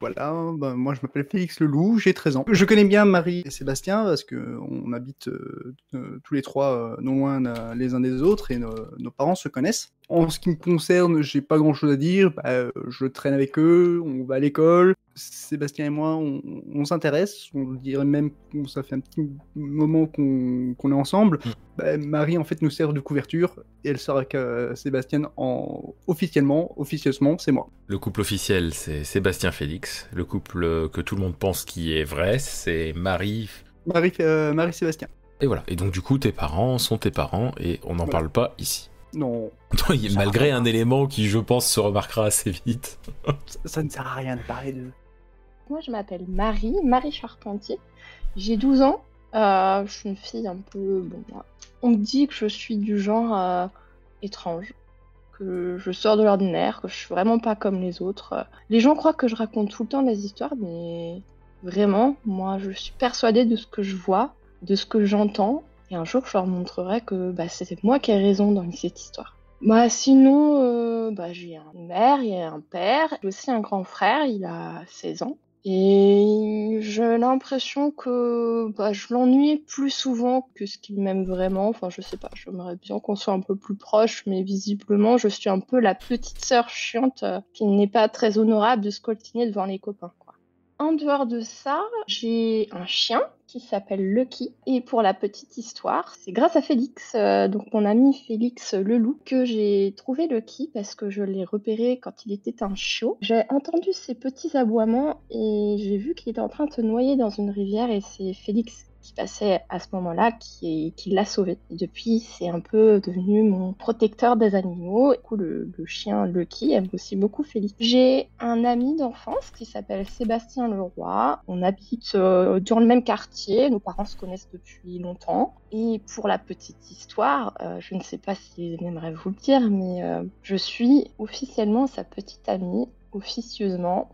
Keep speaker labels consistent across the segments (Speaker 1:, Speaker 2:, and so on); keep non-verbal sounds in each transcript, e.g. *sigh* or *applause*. Speaker 1: Voilà, ben, moi je m'appelle Félix Leloup, j'ai 13 ans. Je connais bien Marie et Sébastien parce que on habite euh, euh, tous les trois euh, non loin euh, les uns des autres et nos, nos parents se connaissent. En ce qui me concerne, j'ai pas grand chose à dire. Bah, euh, je traîne avec eux, on va à l'école. Sébastien et moi, on, on s'intéresse. On dirait même que ça fait un petit moment qu'on qu'on est ensemble. Bah, Marie, en fait, nous sert de couverture et elle sort avec euh, Sébastien en... officiellement. Officieusement, c'est moi.
Speaker 2: Le couple officiel, c'est Sébastien Félix. Le couple que tout le monde pense qui est vrai, c'est Marie.
Speaker 1: Marie, euh, Marie Sébastien.
Speaker 2: Et voilà. Et donc, du coup, tes parents sont tes parents et on n'en
Speaker 1: Voilà.
Speaker 2: parle pas ici. *laughs*
Speaker 1: Non,
Speaker 2: Malgré un élément qui, je pense, se remarquera assez vite.
Speaker 1: ça, ça ne sert à rien de parler de.
Speaker 3: Moi, je m'appelle Marie, Marie Charpentier. J'ai 12 ans. Euh, je suis une fille un peu. Bon, voilà. on me dit que je suis du genre euh, étrange, que je sors de l'ordinaire, que je suis vraiment pas comme les autres. Les gens croient que je raconte tout le temps des histoires, mais vraiment, moi, je suis persuadée de ce que je vois, de ce que j'entends, et un jour, je leur montrerai que bah, c'était moi qui ai raison dans cette histoire. Bah sinon, euh, bah, j'ai une mère, il y a un père, j'ai aussi un grand frère, il a 16 ans. Et j'ai l'impression que bah, je l'ennuie plus souvent que ce qu'il m'aime vraiment. Enfin, je sais pas, j'aimerais bien qu'on soit un peu plus proches, mais visiblement, je suis un peu la petite sœur chiante euh, qui n'est pas très honorable de se coltiner devant les copains. Quoi. En dehors de ça, j'ai un chien qui s'appelle Lucky. Et pour la petite histoire, c'est grâce à Félix, euh, donc mon ami Félix Leloup, que j'ai trouvé Lucky parce que je l'ai repéré quand il était un chiot. J'ai entendu ses petits aboiements et j'ai vu qu'il était en train de se noyer dans une rivière et c'est Félix qui passait à ce moment-là, qui, qui l'a sauvé. Et depuis, c'est un peu devenu mon protecteur des animaux. Du coup, le, le chien Lucky aime aussi beaucoup Félix. J'ai un ami d'enfance qui s'appelle Sébastien Leroy. On habite euh, dans le même quartier. Nos parents se connaissent depuis longtemps. Et pour la petite histoire, euh, je ne sais pas s'il aimerait vous le dire, mais euh, je suis officiellement sa petite amie, officieusement,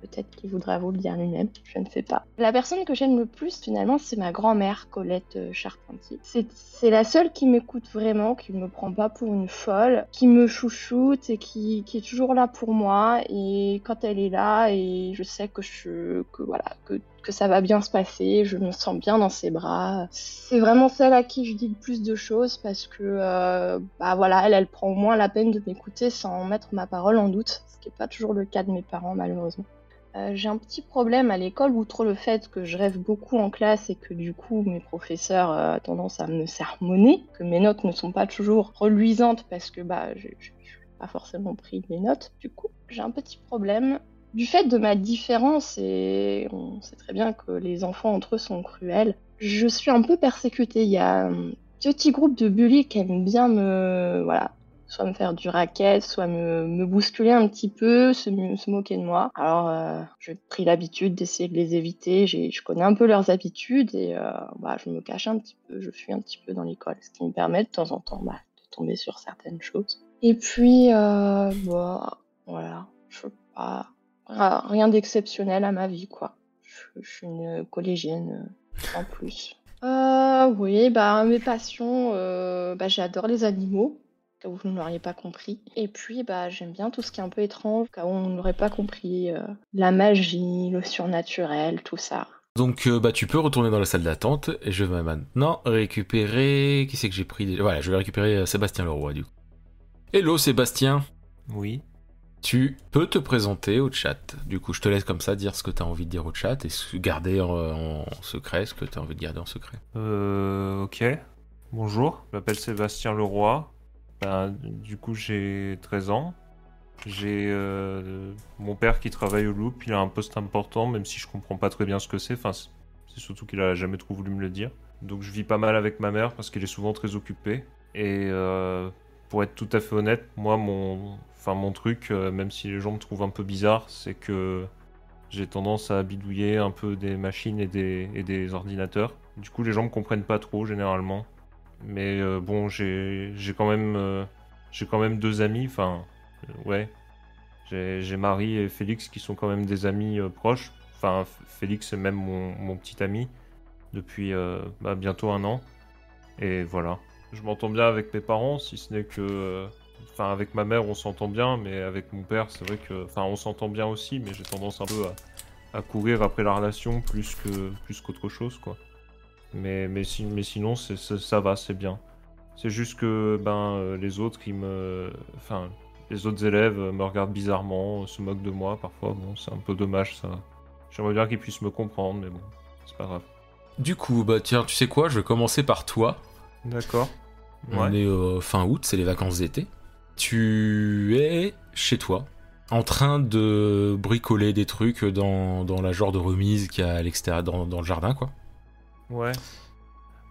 Speaker 3: Peut-être qu'il voudra vous le dire lui-même, je ne sais pas. La personne que j'aime le plus, finalement, c'est ma grand-mère, Colette euh, Charpentier. C'est c'est la seule qui m'écoute vraiment, qui ne me prend pas pour une folle, qui me chouchoute et qui, qui est toujours là pour moi. Et quand elle est là, et je sais que, je, que, voilà, que, que ça va bien se passer, je me sens bien dans ses bras. C'est vraiment celle à qui je dis le plus de choses parce que, euh, bah voilà, elle, elle prend au moins la peine de m'écouter sans mettre ma parole en doute, ce qui n'est pas toujours le cas de mes parents, malheureusement. Euh, j'ai un petit problème à l'école, outre le fait que je rêve beaucoup en classe et que du coup mes professeurs euh, ont tendance à me sermonner, que mes notes ne sont pas toujours reluisantes parce que bah je n'ai pas forcément pris les notes. Du coup, j'ai un petit problème du fait de ma différence et on sait très bien que les enfants entre eux sont cruels. Je suis un peu persécutée. Il y a euh, deux petits groupes de bullies qui aiment bien me voilà soit me faire du racket, soit me, me bousculer un petit peu, se, mo- se moquer de moi. Alors, euh, j'ai pris l'habitude d'essayer de les éviter, j'ai- je connais un peu leurs habitudes et euh, bah, je me cache un petit peu, je fuis un petit peu dans l'école, ce qui me permet de temps en temps bah, de tomber sur certaines choses. Et puis, euh, bah, voilà, je sais pas, ra- rien d'exceptionnel à ma vie, quoi. Je, je suis une collégienne euh, en plus. Euh, oui, bah, mes passions, euh, bah, j'adore les animaux cas où vous ne l'auriez pas compris. Et puis, bah, j'aime bien tout ce qui est un peu étrange, cas où on n'aurait pas compris euh, la magie, le surnaturel, tout ça.
Speaker 2: Donc, euh, bah, tu peux retourner dans la salle d'attente et je vais maintenant récupérer. Qui c'est que j'ai pris déjà Voilà, je vais récupérer euh, Sébastien Leroy du coup. Hello Sébastien,
Speaker 4: Oui.
Speaker 2: tu peux te présenter au chat. Du coup, je te laisse comme ça dire ce que tu as envie de dire au chat et se- garder en, en secret ce que tu as envie de garder en secret.
Speaker 4: Euh, ok. Bonjour, je m'appelle Sébastien Leroy. Ben, du coup, j'ai 13 ans. J'ai euh, mon père qui travaille au Loop. Il a un poste important, même si je comprends pas très bien ce que c'est. Enfin, c'est c'est surtout qu'il a jamais trop voulu me le dire. Donc, je vis pas mal avec ma mère parce qu'elle est souvent très occupée. Et euh, pour être tout à fait honnête, moi, mon, enfin, mon truc, euh, même si les gens me trouvent un peu bizarre, c'est que j'ai tendance à bidouiller un peu des machines et des, et des ordinateurs. Du coup, les gens me comprennent pas trop généralement. Mais euh, bon, j'ai j'ai quand même euh, j'ai quand même deux amis. Enfin, euh, ouais, j'ai j'ai Marie et Félix qui sont quand même des amis euh, proches. Enfin, F- Félix est même mon, mon petit ami depuis euh, bah, bientôt un an. Et voilà, je m'entends bien avec mes parents, si ce n'est que euh, Enfin, avec ma mère, on s'entend bien, mais avec mon père, c'est vrai que. Enfin, on s'entend bien aussi, mais j'ai tendance un peu à, à courir après la relation plus que plus qu'autre chose, quoi. Mais, mais, si- mais sinon, c'est- c'est- ça va, c'est bien. C'est juste que ben, euh, les autres, ils me. Enfin, les autres élèves euh, me regardent bizarrement, euh, se moquent de moi parfois. Bon, c'est un peu dommage, ça. J'aimerais bien qu'ils puissent me comprendre, mais bon, c'est pas grave.
Speaker 5: Du coup, bah tiens, tu sais quoi, je vais commencer par toi.
Speaker 4: D'accord.
Speaker 5: On
Speaker 4: Ouais.
Speaker 5: est euh, fin août, c'est les vacances d'été. Tu es chez toi, en train de bricoler des trucs dans, dans la genre de remise qu'il y a à l'extérieur, dans, dans le jardin, quoi.
Speaker 4: Ouais.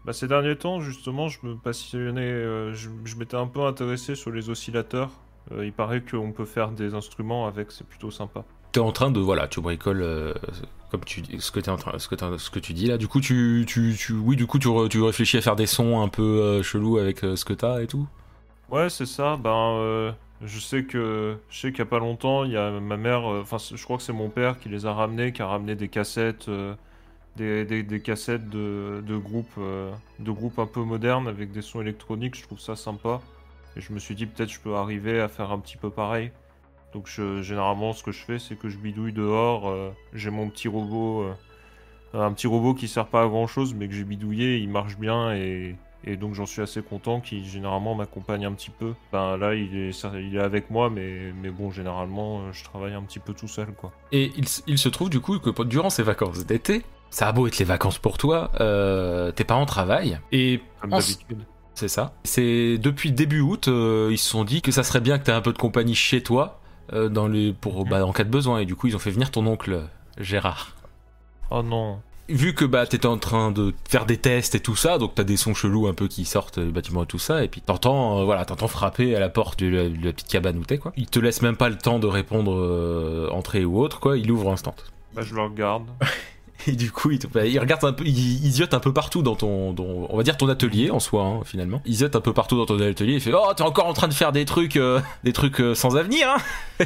Speaker 4: Bah, ces derniers temps, justement, je me passionnais. euh, je je m'étais un peu intéressé sur les oscillateurs. Euh, il paraît qu'on peut faire des instruments avec, c'est plutôt sympa.
Speaker 5: T'es en train de, voilà, tu bricoles euh, comme tu dis- ce que t'es en train, ce que t'es- ce que tu dis là. Du coup, tu, tu, tu- oui, du coup, tu, re- tu réfléchis à faire des sons un peu euh, chelous avec euh, ce que t'as et tout.
Speaker 4: Ouais, c'est ça. Ben, euh, je sais que je sais qu'il y a pas longtemps, il y a ma mère. euh, Enfin, c'est- je crois que c'est mon père qui les a ramenés, qui a ramené des cassettes, euh, des, des, des cassettes de, de groupes, euh, de groupes un peu modernes avec des sons électroniques. Je trouve ça sympa. Et je me suis dit peut-être je peux arriver à faire un petit peu pareil. Donc je- généralement, ce que je fais, c'est que je bidouille dehors. euh, j'ai mon petit robot, euh, un petit robot qui sert pas à grand chose, mais que j'ai bidouillé, il marche bien et et donc j'en suis assez content qu'il généralement m'accompagne un petit peu. Ben là il est, ça- il est avec moi mais, mais bon généralement euh, je travaille un petit peu tout seul quoi.
Speaker 5: Et il, s- il se trouve du coup que pe- durant ces vacances d'été, ça a beau être les vacances pour toi, euh, tes parents travaillent et
Speaker 4: Comme
Speaker 5: en-
Speaker 4: d'habitude.
Speaker 5: Ah, C'est ça. C'est depuis début août, euh, ils se sont dit que ça serait bien que tu aies un peu de compagnie chez toi euh, dans les, pour, bah, en cas de besoin. Et du coup, ils ont fait venir ton oncle Gérard.
Speaker 4: Oh non.
Speaker 5: Vu que bah, t'étais en train de faire des tests et tout ça, donc t'as des sons chelous un peu qui sortent du bâtiment et tout ça, et puis t'entends euh, voilà, t'entends frapper à la porte de la, de la petite cabane où t'es quoi. Il te laisse même pas le temps de répondre euh, entrée ou autre quoi, il ouvre instant.
Speaker 4: Bah je le
Speaker 5: *laughs*
Speaker 4: regarde.
Speaker 5: Et du coup, il, te- bah, il regarde un peu, il, il ziote un peu partout dans ton, dans- on va dire ton atelier en soi, hein, finalement. Il ziote un peu partout dans ton atelier. Il fait, oh, t'es encore en train de faire des trucs, euh, des trucs euh, sans avenir. Hein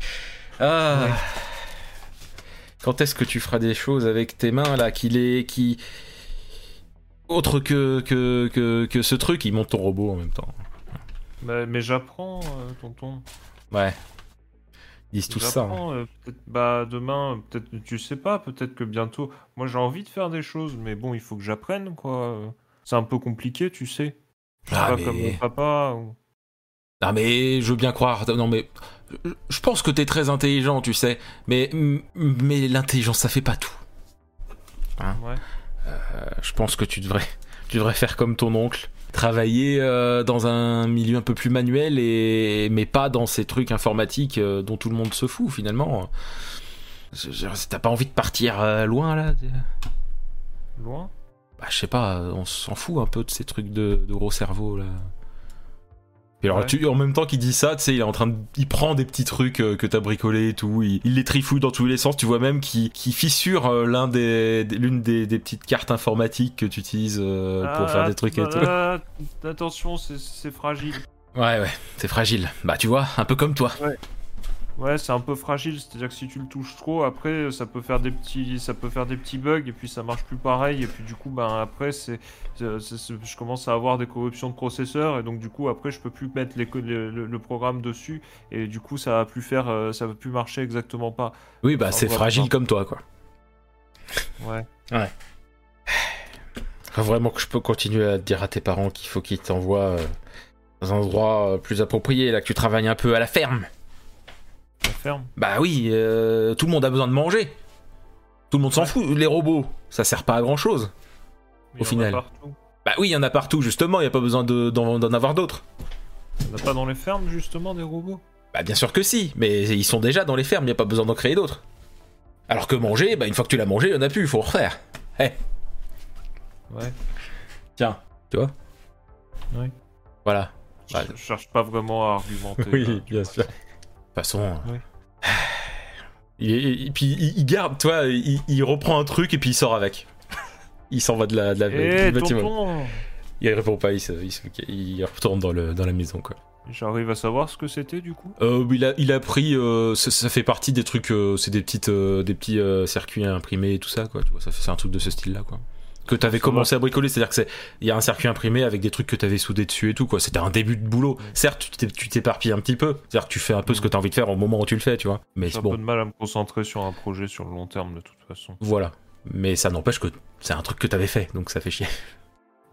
Speaker 5: *laughs* ah. Quand est-ce que tu feras des choses avec tes mains là, qu'il est, qui, autre que que, que que ce truc, il monte ton robot en même temps.
Speaker 4: mais mais j'apprends euh, tonton.
Speaker 5: Ouais. Ils disent tout ça. hein.
Speaker 4: J'apprends, euh, peut-être- bah demain euh, peut-être tu sais pas peut-être que bientôt. Moi j'ai envie de faire des choses mais bon il faut que j'apprenne quoi. Euh, C'est un peu compliqué tu sais. Je suis
Speaker 5: Ah,
Speaker 4: pas
Speaker 5: mais-
Speaker 4: comme mon papa. ou-
Speaker 5: Non mais je veux bien croire. Non mais je- je pense que t'es très intelligent, tu sais. Mais m- mais l'intelligence ça fait pas tout.
Speaker 4: Ouais.
Speaker 5: Euh, je pense que tu devrais tu devrais faire comme ton oncle, travailler euh, dans un milieu un peu plus manuel et mais pas dans ces trucs informatiques euh, dont tout le monde se fout finalement. Je- je- T'as pas envie de partir euh, loin là
Speaker 4: Loin.
Speaker 5: bah, je sais pas, on s'en fout un peu de ces trucs de, de gros cerveau là. Et alors,
Speaker 4: Ouais.
Speaker 5: tu- en même temps qu'il dit ça, tu sais, il est en train de, il prend des petits trucs euh, que t'as bricolés et tout, il, il les trifouille dans tous les sens. Tu vois même qu'il qu'il fissure euh, l'un des, des- l'une des, des petites cartes informatiques que tu utilises euh, pour
Speaker 4: Ah,
Speaker 5: faire des trucs et
Speaker 4: bah,
Speaker 5: tout.
Speaker 4: ah, Attention c'est- c'est fragile.
Speaker 5: Ouais, ouais, c'est fragile. Bah, tu vois, un peu comme toi.
Speaker 4: Ouais, c'est un peu fragile, c'est-à-dire que si tu le touches trop, après ça peut faire des petits, ça peut faire des petits bugs et puis ça marche plus pareil et puis du coup ben après c'est, c'est- c'est- je commence à avoir des corruptions de processeurs et donc du coup après je peux plus mettre les, co- le, le- le programme dessus et du coup ça va plus faire, euh, ça va plus marcher exactement pas.
Speaker 5: Oui, bah,
Speaker 4: Enfin,
Speaker 5: c'est
Speaker 4: on va
Speaker 5: fragile
Speaker 4: voir.
Speaker 5: comme toi, quoi.
Speaker 4: Ouais.
Speaker 5: Faut vraiment que je peux continuer à dire à tes parents qu'il faut qu'ils t'envoient euh, dans un endroit euh, plus approprié, là, que tu travailles un peu à la ferme.
Speaker 4: La ferme.
Speaker 5: Bah oui, euh, tout le monde a besoin de manger. Tout le monde s'en fout. Les robots, ça sert pas à grand chose.
Speaker 4: Mais
Speaker 5: Au
Speaker 4: il y en a
Speaker 5: final.
Speaker 4: partout.
Speaker 5: Bah oui, il y en a partout, justement, il n'y a pas besoin de- d'en d'en avoir d'autres.
Speaker 4: On n'a pas dans les fermes justement des robots.
Speaker 5: Bah bien sûr que si, mais ils sont déjà dans les fermes, il n'y a pas besoin d'en créer d'autres. Alors que manger, bah une fois que tu l'as mangé, il n'y en a plus, il faut en refaire. Eh.
Speaker 4: Ouais.
Speaker 5: Tiens, tu vois
Speaker 4: Oui. *laughs*
Speaker 5: Voilà.
Speaker 4: Je- Je, cherche pas vraiment à argumenter. là, tu vois.
Speaker 5: De toute façon. euh,
Speaker 4: Oui.
Speaker 5: *sighs* il est- et puis il, il garde, toi, il, il reprend un truc et puis il sort avec. Il s'en va de la, de la
Speaker 4: Eh
Speaker 5: du bâtiment.
Speaker 4: tonton,
Speaker 5: Il répond pas, il, se- il se- il retourne dans, le, dans la maison quoi.
Speaker 4: j'arrive à savoir ce que c'était du coup.
Speaker 5: Euh, il, a, il a pris, euh, ça, ça fait partie des trucs, euh, c'est des petites, euh, des petits euh, circuits imprimés et tout ça quoi. Tu vois, ça fait- c'est un truc de ce style là quoi. que t'avais
Speaker 4: Ça
Speaker 5: commencé à bricoler. C'est-à-dire que c'est, il y a un circuit imprimé avec des trucs que t'avais soudé dessus et tout, quoi. C'était un début de boulot. Certes, tu t'é- tu t'éparpilles un petit peu. C'est-à-dire que tu fais un peu ce que t'as envie de faire au moment où tu le fais, tu vois. Mais
Speaker 4: J'ai Mm. un
Speaker 5: bon,
Speaker 4: peu de mal à me concentrer sur un projet sur le long terme de toute façon.
Speaker 5: voilà. Mais ça n'empêche que c'est un truc que t'avais fait, donc ça fait chier.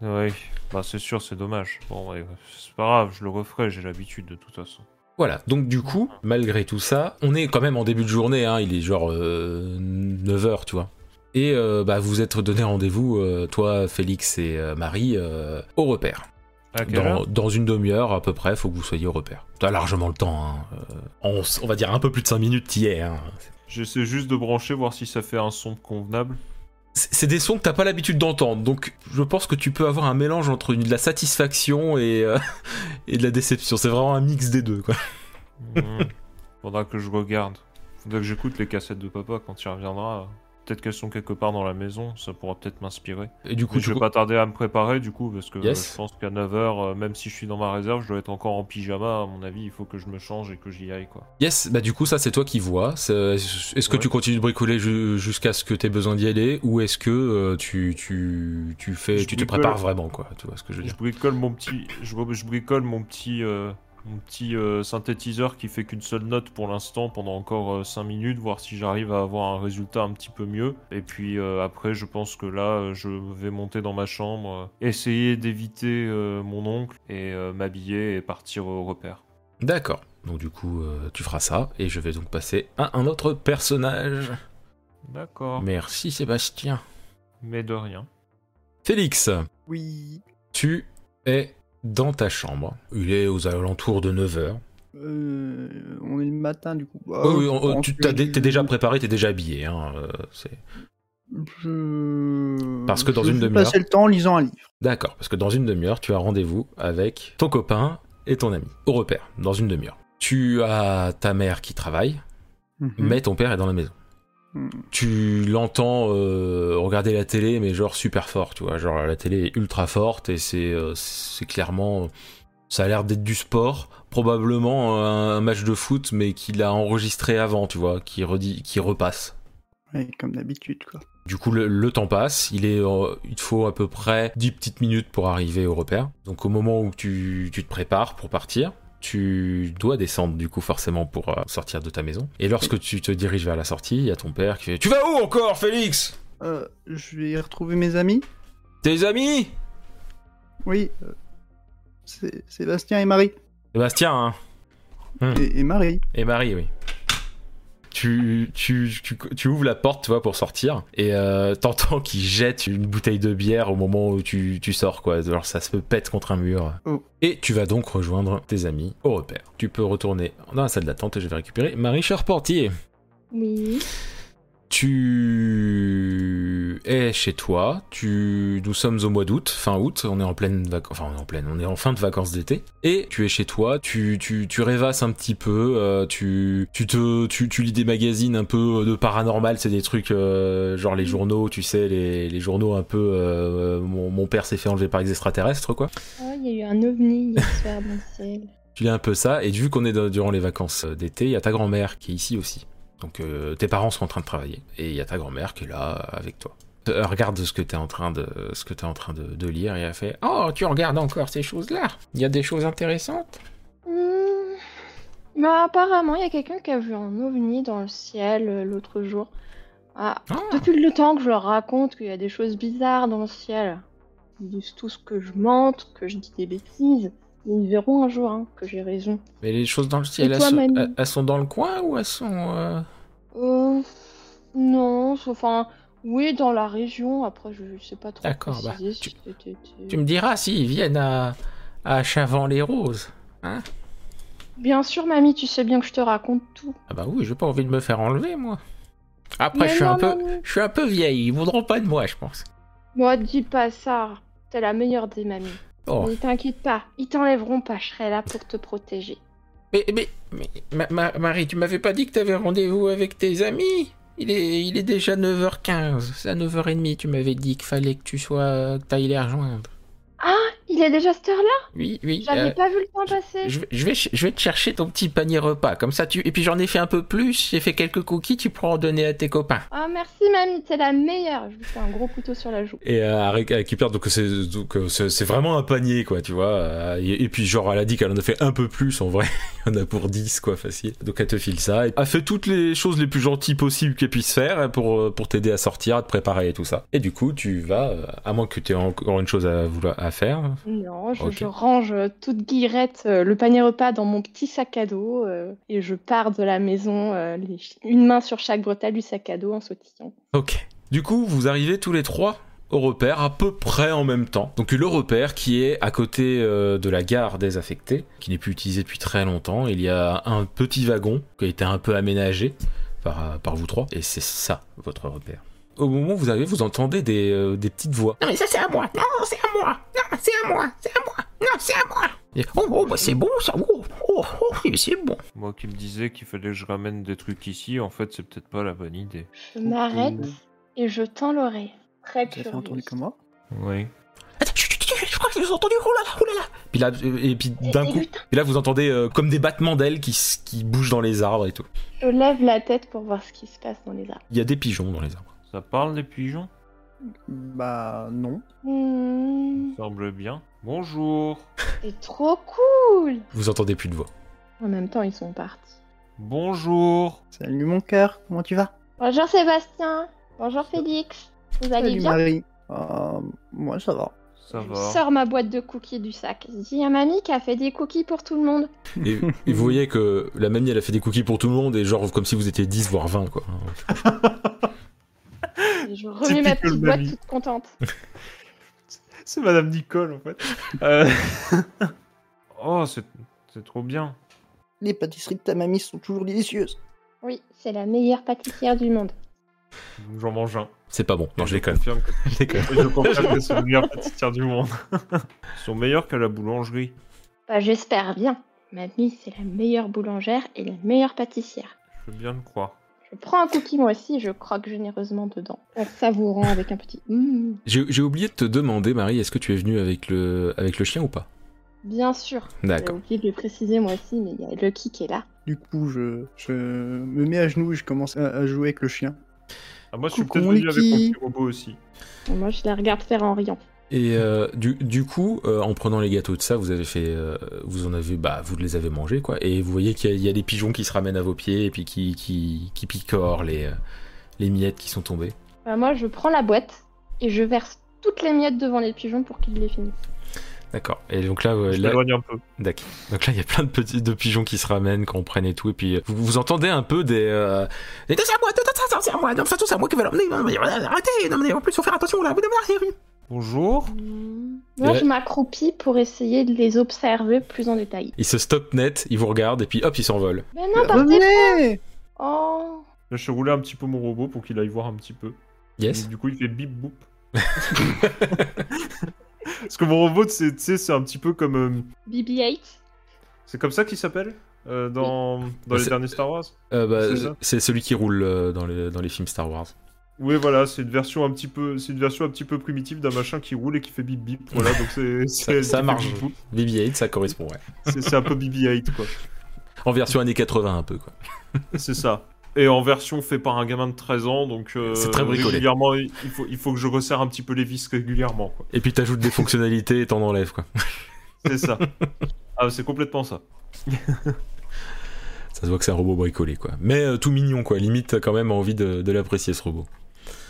Speaker 4: Oui, bah c'est sûr, c'est dommage. Bon, ouais, c'est pas grave, je le referai, j'ai l'habitude de toute façon.
Speaker 5: Voilà, donc du coup, malgré tout ça, on est quand même en début de journée, hein, il est genre 9h, tu vois. Et euh, bah, vous êtes donné rendez-vous, euh, toi, Félix et euh, Marie, euh, au repère.
Speaker 4: À quelle
Speaker 5: Dans,
Speaker 4: heure
Speaker 5: dans une demi-heure à peu près, faut que vous soyez au repère. T'as largement le temps, hein. Euh, on, s- on va dire un peu plus de 5 minutes, t'y es. hein.
Speaker 4: J'essaie juste de brancher, voir si ça fait un son
Speaker 5: *laughs*
Speaker 4: convenable.
Speaker 5: C'est c'est des sons que t'as pas l'habitude d'entendre, donc je pense que tu peux avoir un mélange entre une- de la satisfaction et, euh, *laughs* et de la déception. C'est vraiment un mix des deux, quoi.
Speaker 4: Hmm. Faudra que je regarde. Faudra que j'écoute les cassettes de papa quand il reviendra. Peut-être qu'elles sont quelque part dans la maison, ça pourra peut-être m'inspirer.
Speaker 5: Et du coup,
Speaker 4: Mais
Speaker 5: tu
Speaker 4: Je vais pas tarder à me préparer du coup, parce que euh,
Speaker 5: Yes.
Speaker 4: je pense qu'à 9h, même si je suis dans ma réserve, je dois être encore en pyjama. À mon avis, il faut que je me change et que j'y aille quoi.
Speaker 5: Yes, bah du coup ça c'est toi qui vois. C'est- Est-ce que
Speaker 4: Ouais.
Speaker 5: tu continues de bricoler ju- jusqu'à ce que t'aies besoin d'y aller ou est-ce que euh, tu, tu, tu fais
Speaker 4: Je
Speaker 5: tu te
Speaker 4: bricole.
Speaker 5: prépares vraiment quoi Tu vois ce que je veux
Speaker 4: Je
Speaker 5: dire
Speaker 4: bricole mon petit, je, je bricole mon petit, euh, mon petit euh, synthétiseur qui fait qu'une seule note pour l'instant pendant encore 5 minutes, voir si j'arrive à avoir un résultat un petit peu mieux. Et puis euh, après, je pense que là, euh, je vais monter dans ma chambre, euh, essayer d'éviter euh, mon oncle et euh, m'habiller et partir au repère.
Speaker 5: D'accord. Donc du coup euh, tu feras ça et je vais donc passer à un autre personnage.
Speaker 4: D'accord. Mais...
Speaker 5: Merci Sébastien.
Speaker 4: de rien.
Speaker 5: Félix,
Speaker 1: Oui.
Speaker 5: tu es dans ta chambre. Il est aux alentours de 9h.
Speaker 1: Euh, on est le matin du coup. Bah,
Speaker 5: oui,
Speaker 1: je
Speaker 5: on- euh,
Speaker 1: pense
Speaker 5: tu
Speaker 1: que
Speaker 5: t'as dé-
Speaker 1: je-
Speaker 5: t'es déjà préparé, t'es déjà habillé. hein, euh, c'est-
Speaker 1: je-
Speaker 5: Parce que dans
Speaker 1: je
Speaker 5: une
Speaker 1: vais
Speaker 5: demi-heure-
Speaker 1: passer le temps en lisant un livre.
Speaker 5: D'accord, parce que dans une demi-heure, tu as rendez-vous avec ton copain et ton ami, au repère, dans une demi-heure. Tu as ta mère qui travaille,
Speaker 1: Mm.
Speaker 5: mais ton père est dans la maison.
Speaker 1: Mhm.
Speaker 5: Tu l'entends euh, regarder la télé, mais genre super fort, tu vois. Genre la télé est ultra forte et c'est euh, c'est clairement. Ça a l'air d'être du sport, probablement euh, un match de foot, mais qu'il a enregistré avant, tu vois, qui, redit, qui repasse.
Speaker 1: Ouais, comme d'habitude quoi.
Speaker 5: Du coup, le, le temps passe. Il est, euh, il te faut à peu près 10 petites minutes pour arriver au repère. Donc, au moment où tu, tu te prépares pour partir, tu dois descendre, du coup, forcément, pour euh, sortir de ta maison. Et lorsque tu te diriges vers la sortie, il y a ton père qui fait Tu vas où encore, Félix
Speaker 1: Euh, je vais retrouver mes amis.
Speaker 5: Tes amis
Speaker 1: Oui. euh, Sé- Sébastien et Marie.
Speaker 5: Sébastien, hein Mhm.
Speaker 1: Et, et Marie.
Speaker 5: Et Marie, oui. Tu, tu, tu, tu ouvres la porte, tu vois, pour sortir, et euh, t'entends qu'il jette une bouteille de bière au moment où tu, tu sors, quoi. Alors ça se pète contre un mur.
Speaker 1: Oh.
Speaker 5: Et tu vas donc rejoindre tes amis au repère. Tu peux retourner dans la salle d'attente et je vais récupérer Marie Charpentier.
Speaker 3: Oui.
Speaker 5: Tu es chez toi, tu... nous sommes au mois d'août, fin août, on est en pleine vacances, enfin on est en pleine, on est en fin de vacances d'été, et tu es chez toi, tu, tu, tu rêvasses un petit peu, euh, tu, tu, te, tu, tu lis des magazines un peu euh, de paranormal, c'est des trucs euh, genre les journaux, tu sais, les, les journaux un peu euh, mon, mon père s'est fait enlever par les extraterrestres quoi.
Speaker 3: Ah, il y a eu un ovni hier soir dans le ciel.
Speaker 5: Tu lis un peu ça, et vu qu'on est dans- durant les vacances euh, d'été, il y a ta grand-mère qui est ici aussi. Donc euh, tes parents sont en train de travailler, et il y a ta grand-mère qui est là euh, avec toi. Euh, Elle regarde ce que t'es en train de, ce que t'es en train de, de lire et elle fait Oh, tu regardes encore ces choses-là Il y a des choses intéressantes
Speaker 3: Hmm. Bah, apparemment, il y a quelqu'un qui a vu un ovni dans le ciel euh, l'autre jour. Ah,
Speaker 5: Ah.
Speaker 3: depuis le temps que je leur raconte qu'il y a des choses bizarres dans le ciel, ils disent tous que je mente, que je dis des bêtises. Ils verront un jour hein, que j'ai raison.
Speaker 5: Mais les choses dans le ciel, elles,
Speaker 3: toi,
Speaker 5: sont-
Speaker 3: mamie
Speaker 5: elles- elles sont dans le coin ou elles sont. euh,
Speaker 3: Euh, non, c'est- enfin, oui, dans la région. Après, je sais pas trop.
Speaker 5: D'accord, bah,
Speaker 3: préciser si
Speaker 5: tu-
Speaker 3: c'était-
Speaker 5: Tu me diras s'ils viennent à, à Chavant-les-Roses.
Speaker 3: Bien sûr, mamie, tu sais bien que je te raconte tout.
Speaker 5: Ah bah oui, j'ai pas envie de me faire enlever moi. Après,
Speaker 3: Mais
Speaker 5: je suis un
Speaker 3: non,
Speaker 5: peu.
Speaker 3: mamie.
Speaker 5: Je suis un peu vieille, ils voudront pas de moi, je pense.
Speaker 3: Moi, dis pas ça. T'es la meilleure des mamies.
Speaker 5: Oh.
Speaker 3: Mais t'inquiète pas, ils t'enlèveront pas. Je serai là pour te protéger.
Speaker 5: Mais, mais, mais- Ma- Ma- Marie, tu m'avais pas dit que t'avais rendez-vous avec tes amis il est, il est déjà 9h15, c'est à 9h30, tu m'avais dit qu'il fallait que tu sois, que t'ailles les rejoindre.
Speaker 3: Ils Il est déjà cette heure-là
Speaker 2: Oui, oui.
Speaker 3: J'avais
Speaker 2: euh,
Speaker 3: pas vu le temps passer.
Speaker 2: je, vais- je vais, ch- je vais te chercher ton petit panier repas. Comme ça, tu. Et puis j'en ai fait un peu plus. J'ai fait quelques cookies. Tu pourras en donner à tes copains.
Speaker 3: Ah merci mamie, t'es la meilleure. Je lui fais un gros couteau sur la joue.
Speaker 2: Et euh, elle ré- elle récupère, donc c'est donc, euh, c'est- c'est vraiment un panier, quoi, tu vois. euh, Et, et puis, genre, elle a dit qu'elle en a fait un peu plus, en vrai. *laughs* Il y en a pour 10, quoi, facile. Donc, elle te file ça. Et elle fait toutes les choses les plus gentilles possibles qu'elle puisse faire hein, pour, euh, pour t'aider à sortir, à te préparer et tout ça. Et du coup, tu vas, euh, à moins que tu aies encore une chose à, vouloir, à faire.
Speaker 3: Non, je,
Speaker 2: Ok.
Speaker 3: je range euh, toute guillerette euh, le panier repas dans mon petit sac à dos euh, et je pars de la maison, euh, les- une main sur chaque bretelle du sac à dos en sautillant.
Speaker 2: Ok. Du coup, vous arrivez tous les trois au repère à peu près en même temps. Donc le repère qui est à côté euh, de la gare désaffectée, qui n'est plus utilisée depuis très longtemps. Il y a un petit wagon qui a été un peu aménagé par, euh, par vous trois. Et c'est ça, votre repère. Au moment où vous arrivez, vous entendez des, euh, des petites voix.
Speaker 5: Non mais ça c'est à moi. Non, c'est à moi. Non, c'est à moi. C'est à moi. Non, c'est à moi.
Speaker 2: Et-
Speaker 5: Oh, oh bah c'est bon ça. Oh, oh, oh mais c'est bon.
Speaker 4: Moi qui me disais qu'il fallait que je ramène des trucs ici, en fait, c'est peut-être pas la bonne idée.
Speaker 3: Je m'arrête et je tends l'oreille.
Speaker 1: Vous
Speaker 3: Très
Speaker 1: avez fait
Speaker 3: curieuse.
Speaker 1: entendu comme moi
Speaker 4: Oui.
Speaker 5: Attends, chut, chut, chut, je crois que je les ai entendus. Oh là là, oh là là.
Speaker 2: Puis là, euh, et puis
Speaker 3: Et-
Speaker 2: d'un
Speaker 3: et
Speaker 2: coup,
Speaker 3: putain,
Speaker 2: et là vous entendez euh, comme des battements d'ailes qui, s- qui bougent dans les arbres et tout.
Speaker 3: Je lève la tête pour voir ce qui se passe dans les arbres.
Speaker 2: Il y a des pigeons dans les arbres.
Speaker 4: Ça parle des pigeons
Speaker 1: Bah non.
Speaker 3: Hmm,
Speaker 4: Il semble bien. Bonjour.
Speaker 3: c'est trop cool
Speaker 2: Vous entendez plus de voix.
Speaker 3: En même temps, ils sont partis.
Speaker 4: Bonjour.
Speaker 1: Salut mon cœur, comment tu vas
Speaker 3: Bonjour Sébastien Bonjour Félix Vous allez
Speaker 1: Salut
Speaker 3: bien
Speaker 1: Marie. Euh, moi ça va.
Speaker 4: Ça
Speaker 3: Je
Speaker 4: va.
Speaker 3: sors ma boîte de cookies du sac. Je dis à mamie qui a fait des cookies pour tout le monde.
Speaker 2: Et, et vous voyez que la mamie, elle a fait des cookies pour tout le monde, et genre comme si vous étiez 10 voire 20, quoi.
Speaker 3: Et je remets ma
Speaker 1: Typique
Speaker 3: petite
Speaker 1: mamie.
Speaker 3: boîte toute contente.
Speaker 1: C'est Madame Nicole en
Speaker 4: *laughs*
Speaker 1: fait. Euh.
Speaker 4: Oh, c'est c'est trop bien.
Speaker 1: Les pâtisseries de ta mamie sont toujours délicieuses.
Speaker 3: Oui, c'est la meilleure pâtissière du monde.
Speaker 4: J'en mange un.
Speaker 2: C'est pas bon, non, je déconne.
Speaker 4: confirme que-
Speaker 2: *laughs* Je déconne.
Speaker 4: je confirme que c'est le meilleur pâtissier
Speaker 1: *laughs*
Speaker 4: du monde. Ils sont meilleurs que la boulangerie.
Speaker 3: Bah, j'espère bien. Mamie, c'est la meilleure boulangère et la meilleure pâtissière.
Speaker 4: Je veux bien le croire.
Speaker 3: Je prends un cookie moi aussi, je croque généreusement dedans, en savourant avec un petit Hum,
Speaker 2: J'ai j'ai oublié de te demander, Marie, est-ce que tu es venue avec le, avec le chien ou pas
Speaker 3: Bien sûr. J'ai
Speaker 2: D'accord.
Speaker 3: oublié de le préciser moi aussi, mais il y a Lucky qui est là.
Speaker 1: Du coup, je, je me mets à genoux et je commence à, à jouer avec le chien.
Speaker 4: Ah, moi, je suis
Speaker 1: Coucou,
Speaker 4: peut-être venu avec mon
Speaker 1: Mickey.
Speaker 4: petit robot aussi.
Speaker 3: Et moi, je la regarde faire en riant.
Speaker 2: Et euh, du, du coup, euh, en prenant les gâteaux de ça, vous avez fait, euh, vous en avez, bah, vous les avez mangés, quoi. Et vous voyez qu'il y, a- il y a des pigeons qui se ramènent à vos pieds et puis qui, qui, qui picorent les, euh, les miettes qui sont tombées.
Speaker 3: Bah, moi, je prends la boîte et je verse toutes les miettes devant les pigeons pour qu'ils les finissent.
Speaker 2: D'accord. Et donc là, euh,
Speaker 4: Je
Speaker 2: là,
Speaker 4: m'éloigne un peu.
Speaker 2: D'accord. Donc là, il y a plein de petits de pigeons qui se ramènent, qu'on prenne et tout. Et puis, euh, vous, vous entendez un peu des. euh, des-
Speaker 5: Non, c'est à moi. Non, non, non, c'est à moi. Non, c'est à moi qui vais l'emmener.
Speaker 2: hein.
Speaker 5: Non, mais euh, Arrêtez. Non mais en plus faut faire attention là.
Speaker 4: Bonjour.
Speaker 3: Moi,
Speaker 2: Ouais.
Speaker 3: je m'accroupis pour essayer de les observer plus en détail.
Speaker 2: Ils se stoppent net, ils vous regardent et puis hop, ils s'envolent.
Speaker 3: Mais non, partez
Speaker 1: Revenez
Speaker 3: Oh
Speaker 4: Là, je roulais un petit peu mon robot pour qu'il aille voir un petit peu.
Speaker 2: Yes.
Speaker 4: Du coup, il fait bip
Speaker 2: *laughs*
Speaker 4: boop. Parce que mon robot, c'est tu sais, c'est un petit peu comme. euh,
Speaker 1: *laughs*
Speaker 3: BB-8
Speaker 4: C'est comme ça qu'il s'appelle euh, dans, dans
Speaker 2: Mais
Speaker 4: les
Speaker 2: Bah, c'est-
Speaker 4: derniers Star Wars
Speaker 2: Euh, bah,
Speaker 4: C'est ça.
Speaker 2: c'est celui qui roule euh, dans, les, dans les films Star Wars.
Speaker 4: Oui, voilà, c'est une version un petit peu, c'est une version un petit peu primitive d'un machin qui roule et qui fait bip bip. Voilà, donc c'est c'est-
Speaker 2: ça
Speaker 4: c'est-
Speaker 2: marche.
Speaker 4: bip, bip.
Speaker 2: BB-8, ça correspond, ouais.
Speaker 4: C'est c'est un peu BB-8 quoi.
Speaker 2: En version années 80, un peu, quoi.
Speaker 4: C'est ça. Et en version fait par un gamin de 13 ans, donc euh,
Speaker 2: C'est très bricolé.
Speaker 4: régulièrement, il il faut, il faut que je resserre un petit peu les vis régulièrement. quoi.
Speaker 2: Et puis, t'ajoutes des fonctionnalités *laughs* et t'en enlèves, quoi.
Speaker 4: C'est
Speaker 2: *laughs*
Speaker 4: ça. ah, c'est complètement ça.
Speaker 2: Ça se voit que c'est un robot bricolé, quoi. Mais euh, tout mignon, quoi. Limite, t'as quand même envie de, de l'apprécier, ce robot.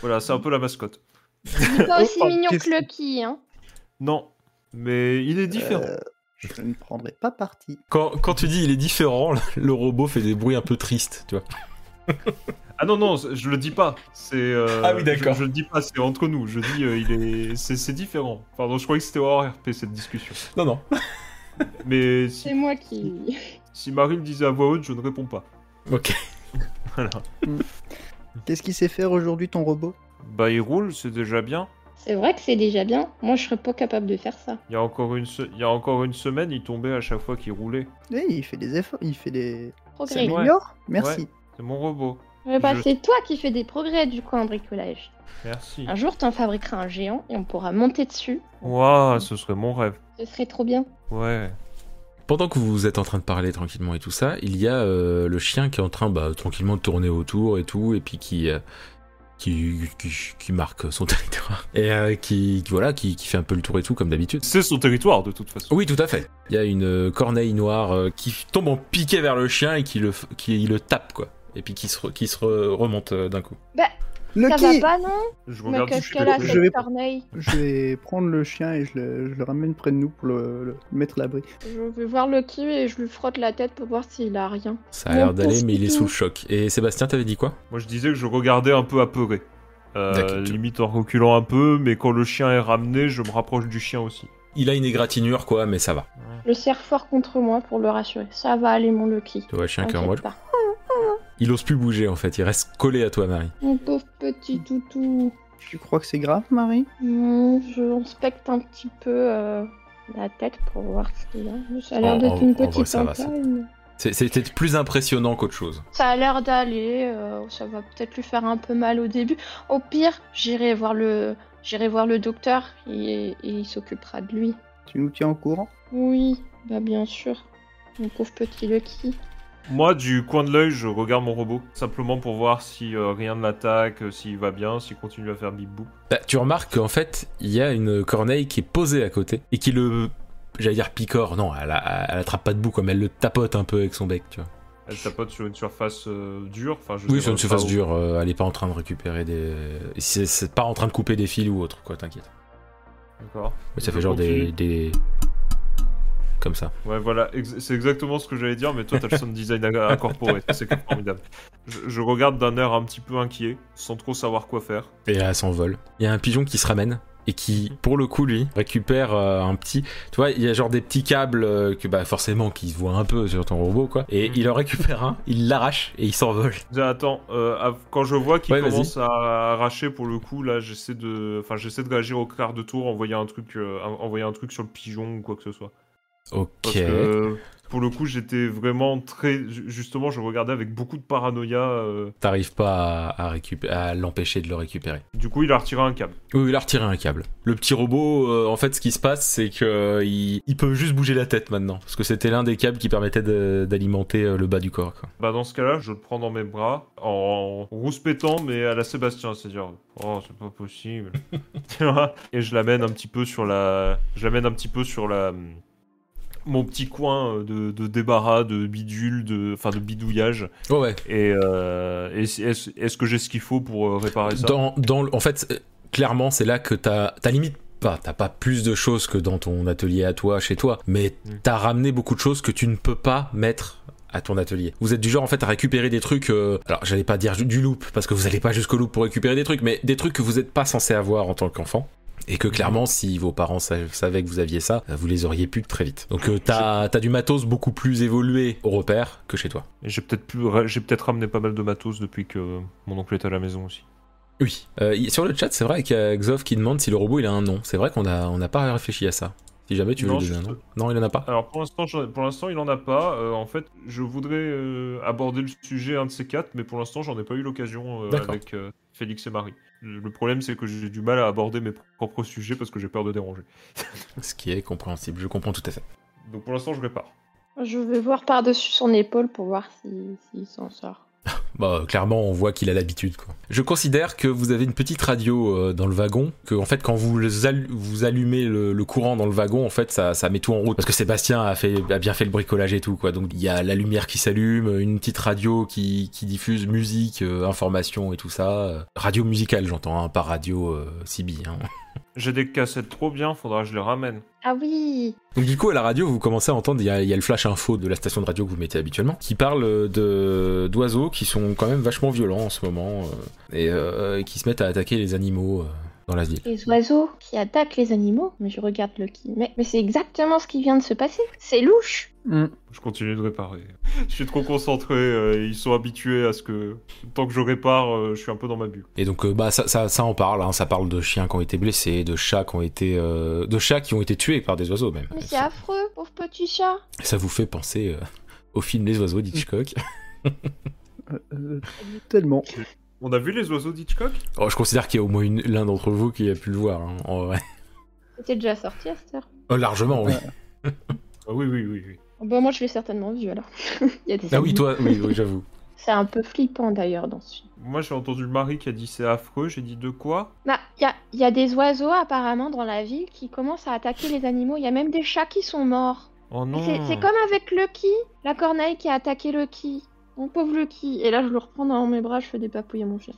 Speaker 4: Voilà, c'est un peu la mascotte.
Speaker 3: Il est pas
Speaker 1: Oh,
Speaker 3: aussi
Speaker 1: oh,
Speaker 3: mignon que
Speaker 1: qu'est-ce-
Speaker 3: Lucky, hein
Speaker 4: Non, mais il est différent.
Speaker 1: Euh, Je ne prendrai pas parti.
Speaker 2: Quand, quand tu dis il est différent, *laughs* le robot fait des bruits un peu tristes, tu vois.
Speaker 4: Ah non, non, c'est- je le dis pas. C'est. euh,
Speaker 2: Ah oui, d'accord.
Speaker 4: Je, je le dis pas, c'est entre nous. Je dis, euh, il est. C'est c'est différent. Pardon, je croyais que c'était hors RP cette discussion.
Speaker 2: Non, non.
Speaker 4: *laughs* Mais si,
Speaker 3: C'est moi qui...
Speaker 4: si Marie le disait à voix haute, je ne réponds pas.
Speaker 2: Ok.
Speaker 4: Voilà.
Speaker 1: Qu'est-ce qu'il sait faire aujourd'hui ton robot
Speaker 4: Bah, il roule, c'est déjà bien.
Speaker 3: C'est vrai que c'est déjà bien. Moi, je serais pas capable de faire ça.
Speaker 4: Il y, a encore une se- il y a encore une semaine, il tombait à chaque fois qu'il roulait.
Speaker 1: Eh, il fait des efforts, il fait des...
Speaker 3: Trop
Speaker 1: Ça
Speaker 3: gré.
Speaker 4: bon.
Speaker 1: améliore Merci.
Speaker 4: C'est mon robot.
Speaker 3: Eh bah,
Speaker 4: Je-
Speaker 3: C'est toi qui fais des progrès du coup en bricolage.
Speaker 4: Merci.
Speaker 3: Un jour, t'en fabriqueras un géant et on pourra monter dessus.
Speaker 4: Waouh, ce serait mon rêve.
Speaker 3: Ce serait trop bien.
Speaker 4: Ouais.
Speaker 2: Pendant que vous êtes en train de parler tranquillement et tout ça, il y a euh, le chien qui est en train bah, tranquillement de tourner autour et tout, et puis qui euh, qui, qui, qui marque son *laughs* territoire et euh, qui, qui- voilà qui, qui fait un peu le tour et tout comme d'habitude.
Speaker 4: C'est son territoire de toute façon.
Speaker 2: Oui, tout à fait. Il y a une euh, corneille noire euh, qui tombe en piqué vers le chien et qui le f- qui le tape quoi, et puis qui se re- qui se re- remonte euh, d'un coup.
Speaker 1: Le
Speaker 3: Ça
Speaker 1: qui
Speaker 3: va pas, non
Speaker 4: Je
Speaker 3: Mais
Speaker 4: regarde si
Speaker 3: qu'est-ce
Speaker 4: je
Speaker 3: qu'elle a,
Speaker 4: peux
Speaker 1: je
Speaker 3: cette
Speaker 1: vais-
Speaker 3: corneille
Speaker 1: Je vais prendre le chien et je le, je le ramène près de nous pour le, le mettre à l'abri.
Speaker 3: Je vais voir le kiwi et je lui frotte la tête pour voir s'il a rien.
Speaker 2: Ça a l'air
Speaker 3: Mon
Speaker 2: d'aller,
Speaker 3: pauvre
Speaker 2: mais il est
Speaker 3: petit.
Speaker 2: sous le choc. Et Sébastien, t'avais dit quoi
Speaker 4: Moi, je disais que je regardais un peu apeuré. Euh,
Speaker 2: D'accord.
Speaker 4: limite en reculant un peu, mais quand le chien est ramené, je me rapproche du chien aussi.
Speaker 2: Il a une égratignure quoi, mais ça va.
Speaker 3: Je le serre fort contre moi pour le rassurer. Ça va aller, mon Lucky.
Speaker 2: Tu vois le chien qui est en
Speaker 3: T'inquiète
Speaker 2: mode-
Speaker 3: pas.
Speaker 2: Il ose plus bouger en fait. Il reste collé à toi, Marie.
Speaker 3: Mon pauvre petit toutou.
Speaker 1: Tu crois que c'est grave, Marie
Speaker 3: Hmm, je inspecte un petit peu euh, la tête pour voir ce qu'il a. Ça a l'air
Speaker 2: En- en-
Speaker 3: d'être une
Speaker 2: en vrai,
Speaker 3: petite
Speaker 2: ça va, ça.
Speaker 3: entaille.
Speaker 2: C'est- C'était plus impressionnant qu'autre chose.
Speaker 3: Ça a l'air d'aller. euh, ça va peut-être lui faire un peu mal au début. Au pire, j'irai voir le, j'irai voir le docteur et, et il s'occupera de lui.
Speaker 1: Tu nous tiens au courant
Speaker 3: Oui, bah bien sûr. Mon pauvre petit Lucky.
Speaker 4: Moi, du coin de l'œil, je regarde mon robot, simplement pour voir si euh, rien ne l'attaque, euh, s'il va bien, s'il continue à faire bip boup.
Speaker 2: Bah, tu remarques qu'en fait, il y a une corneille qui est posée à côté et qui le. J'allais dire picore, non, elle, a- elle attrape pas de bout comme elle le tapote un peu avec son bec, tu vois.
Speaker 4: Elle tapote sur une surface euh, dure. Enfin, je
Speaker 2: Oui,
Speaker 4: sais
Speaker 2: sur une
Speaker 4: pas
Speaker 2: surface
Speaker 4: où.
Speaker 2: dure, euh, elle est pas en train de récupérer des. C'est c'est pas en train de couper des fils ou autre, quoi, t'inquiète.
Speaker 4: D'accord.
Speaker 2: Mais ça
Speaker 4: Je
Speaker 2: fait genre des,
Speaker 4: continue.
Speaker 2: des. Comme ça.
Speaker 4: Ouais, voilà, ex- c'est exactement ce que j'allais dire, mais toi, t'as le sound design à- incorporé. *laughs* C'est formidable. Je, je regarde d'un air un petit peu inquiet, sans trop savoir quoi faire.
Speaker 2: Et là, elle s'envole. Il y a un pigeon qui se ramène et qui, pour le coup, lui, récupère euh, un petit. Tu vois, il y a genre des petits câbles euh, que, bah, forcément, qui se voient un peu sur ton robot, quoi. Et il en récupère un, il l'arrache et il s'envole.
Speaker 4: Je dis, Attends, euh, av- quand je vois qu'il
Speaker 2: Ouais, vas-y.
Speaker 4: commence à arracher pour le coup, là, j'essaie de, enfin, j'essaie de réagir au quart de tour, envoyer un truc, euh, en- envoyer un truc sur le pigeon ou quoi que ce soit.
Speaker 2: Ok.
Speaker 4: Parce que euh, pour le coup, j'étais vraiment très, ju- justement, je regardais avec beaucoup de paranoïa. euh,
Speaker 2: T'arrives pas à, à récup- à l'empêcher de le récupérer.
Speaker 4: Du coup, il a retiré un câble.
Speaker 2: Oui, il a retiré un câble. Le petit robot, euh, en fait, ce qui se passe, c'est que euh, il, il peut juste bouger la tête maintenant, parce que c'était l'un des câbles qui permettait de- d'alimenter euh, le bas du corps. quoi.
Speaker 4: Bah dans ce cas-là, je le prends dans mes bras en rouspétant, mais à la Sébastien, c'est-à-dire oh c'est pas possible, Tu vois et je l'amène un petit peu sur la, je l'amène un petit peu sur la mon petit coin de, de débarras, de bidule, de enfin de bidouillage.
Speaker 2: Oh ouais.
Speaker 4: Et euh, est-ce est-ce que j'ai ce qu'il faut pour euh, réparer ça
Speaker 2: Dans, dans le- en fait, c'est- clairement, c'est là que t'as, t'as limite pas, t'as pas plus de choses que dans ton atelier à toi, chez toi, mais
Speaker 4: Mm.
Speaker 2: t'as ramené beaucoup de choses que tu ne peux pas mettre à ton atelier. Vous êtes du genre en fait à récupérer des trucs, euh, alors j'allais pas dire du- du loop, parce que vous allez pas jusqu'au loop pour récupérer des trucs, mais des trucs que vous n'êtes pas censé avoir en tant qu'enfant. Et
Speaker 4: Mm.
Speaker 2: que clairement, si vos parents sa- savaient que vous aviez ça, euh, vous les auriez pu très vite. Donc euh, t'as, t'as du matos beaucoup plus évolué au repère que chez toi.
Speaker 4: Et J'ai peut-être pu, j'ai peut-être ramené pas mal de matos depuis que mon oncle est à la maison aussi.
Speaker 2: Oui. Euh, il- sur le chat, c'est vrai qu'il y a Xov qui demande si le robot il a un nom. C'est vrai qu'on a- on n'a pas réfléchi à ça. Si jamais tu veux
Speaker 4: Non,
Speaker 2: lui donner un
Speaker 4: juste-
Speaker 2: nom. Non, il en a pas.
Speaker 4: Alors pour l'instant, j'en- pour l'instant, il en a pas. Euh, en fait, je voudrais euh, aborder le sujet un de ces quatre, mais pour l'instant, j'en ai pas eu l'occasion euh,
Speaker 2: D'accord.
Speaker 4: avec euh, Félix et Marie. Le le problème, c'est que j'ai du mal à aborder mes propres sujets parce que j'ai peur de déranger.
Speaker 2: Ce qui est compréhensible. Je comprends tout à fait.
Speaker 4: Donc pour l'instant, je répare.
Speaker 3: Je vais voir par-dessus son épaule pour voir si- s'il s'en sort.
Speaker 2: Bah, euh, clairement, on voit qu'il a l'habitude, quoi. Je considère que vous avez une petite radio euh, dans le wagon, que, en fait, quand vous, les allu- vous allumez le, le courant dans le wagon, en fait, ça, ça met tout en route. Parce que Sébastien a, fait, a bien fait le bricolage et tout, quoi. Donc, il y a la lumière qui s'allume, une petite radio qui, qui diffuse musique, euh, information et tout ça. Euh, Radio musicale, j'entends, hein, pas radio euh, CB, hein.
Speaker 4: J'ai des cassettes trop bien, faudra que je les ramène.
Speaker 3: Ah oui
Speaker 2: Donc du coup à la radio vous commencez à entendre il y, a- il y a le flash info de la station de radio que vous mettez habituellement qui parle euh, de d'oiseaux qui sont quand même vachement violents en ce moment euh, et euh, et qui se mettent à attaquer les animaux euh, dans la ville.
Speaker 3: Les oiseaux qui attaquent les animaux. Mais je regarde Lucky. Mais, mais c'est exactement ce qui vient de se passer. C'est louche
Speaker 4: Je continue de réparer. *laughs* je suis trop concentré. euh, ils sont habitués à ce que tant que je répare, euh, je suis un peu dans ma bulle.
Speaker 2: Et donc euh, bah ça, ça, ça en parle hein, ça parle de chiens qui ont été blessés, de chats qui ont été euh, de chats qui ont été tués par des oiseaux même.
Speaker 3: Mais c'est
Speaker 2: Ça,
Speaker 3: affreux, pauvre petit chat.
Speaker 2: ça vous fait penser euh, au film Les oiseaux d'Hitchcock.
Speaker 1: euh, euh, tellement.
Speaker 6: On a vu les oiseaux d'Hitchcock
Speaker 2: Oh, je considère qu'il y a au moins une- l'un d'entre vous qui a pu le voir, hein, en vrai.
Speaker 3: C'était déjà sorti, Esther
Speaker 2: Oh, largement, oui.
Speaker 6: Ah Oui, oui, oui. oui.
Speaker 3: Oh, bah, Moi, je l'ai certainement vu alors. *laughs* Il y a des
Speaker 2: Ah oui, toi, oui, oui, j'avoue.
Speaker 3: C'est un peu flippant d'ailleurs dans ce film.
Speaker 4: Moi, j'ai entendu Marie qui a dit c'est affreux. J'ai dit de quoi
Speaker 3: Bah, Il y, a, il y a des oiseaux apparemment dans la ville qui commencent à attaquer les animaux. Il y a même des chats qui sont morts.
Speaker 4: Oh
Speaker 3: Et
Speaker 4: non.
Speaker 3: C'est c'est comme avec Lucky, la corneille qui a attaqué Lucky. Mon pauvre Lucky. Et là, je le reprends dans mes bras, je fais des papouilles à mon chien.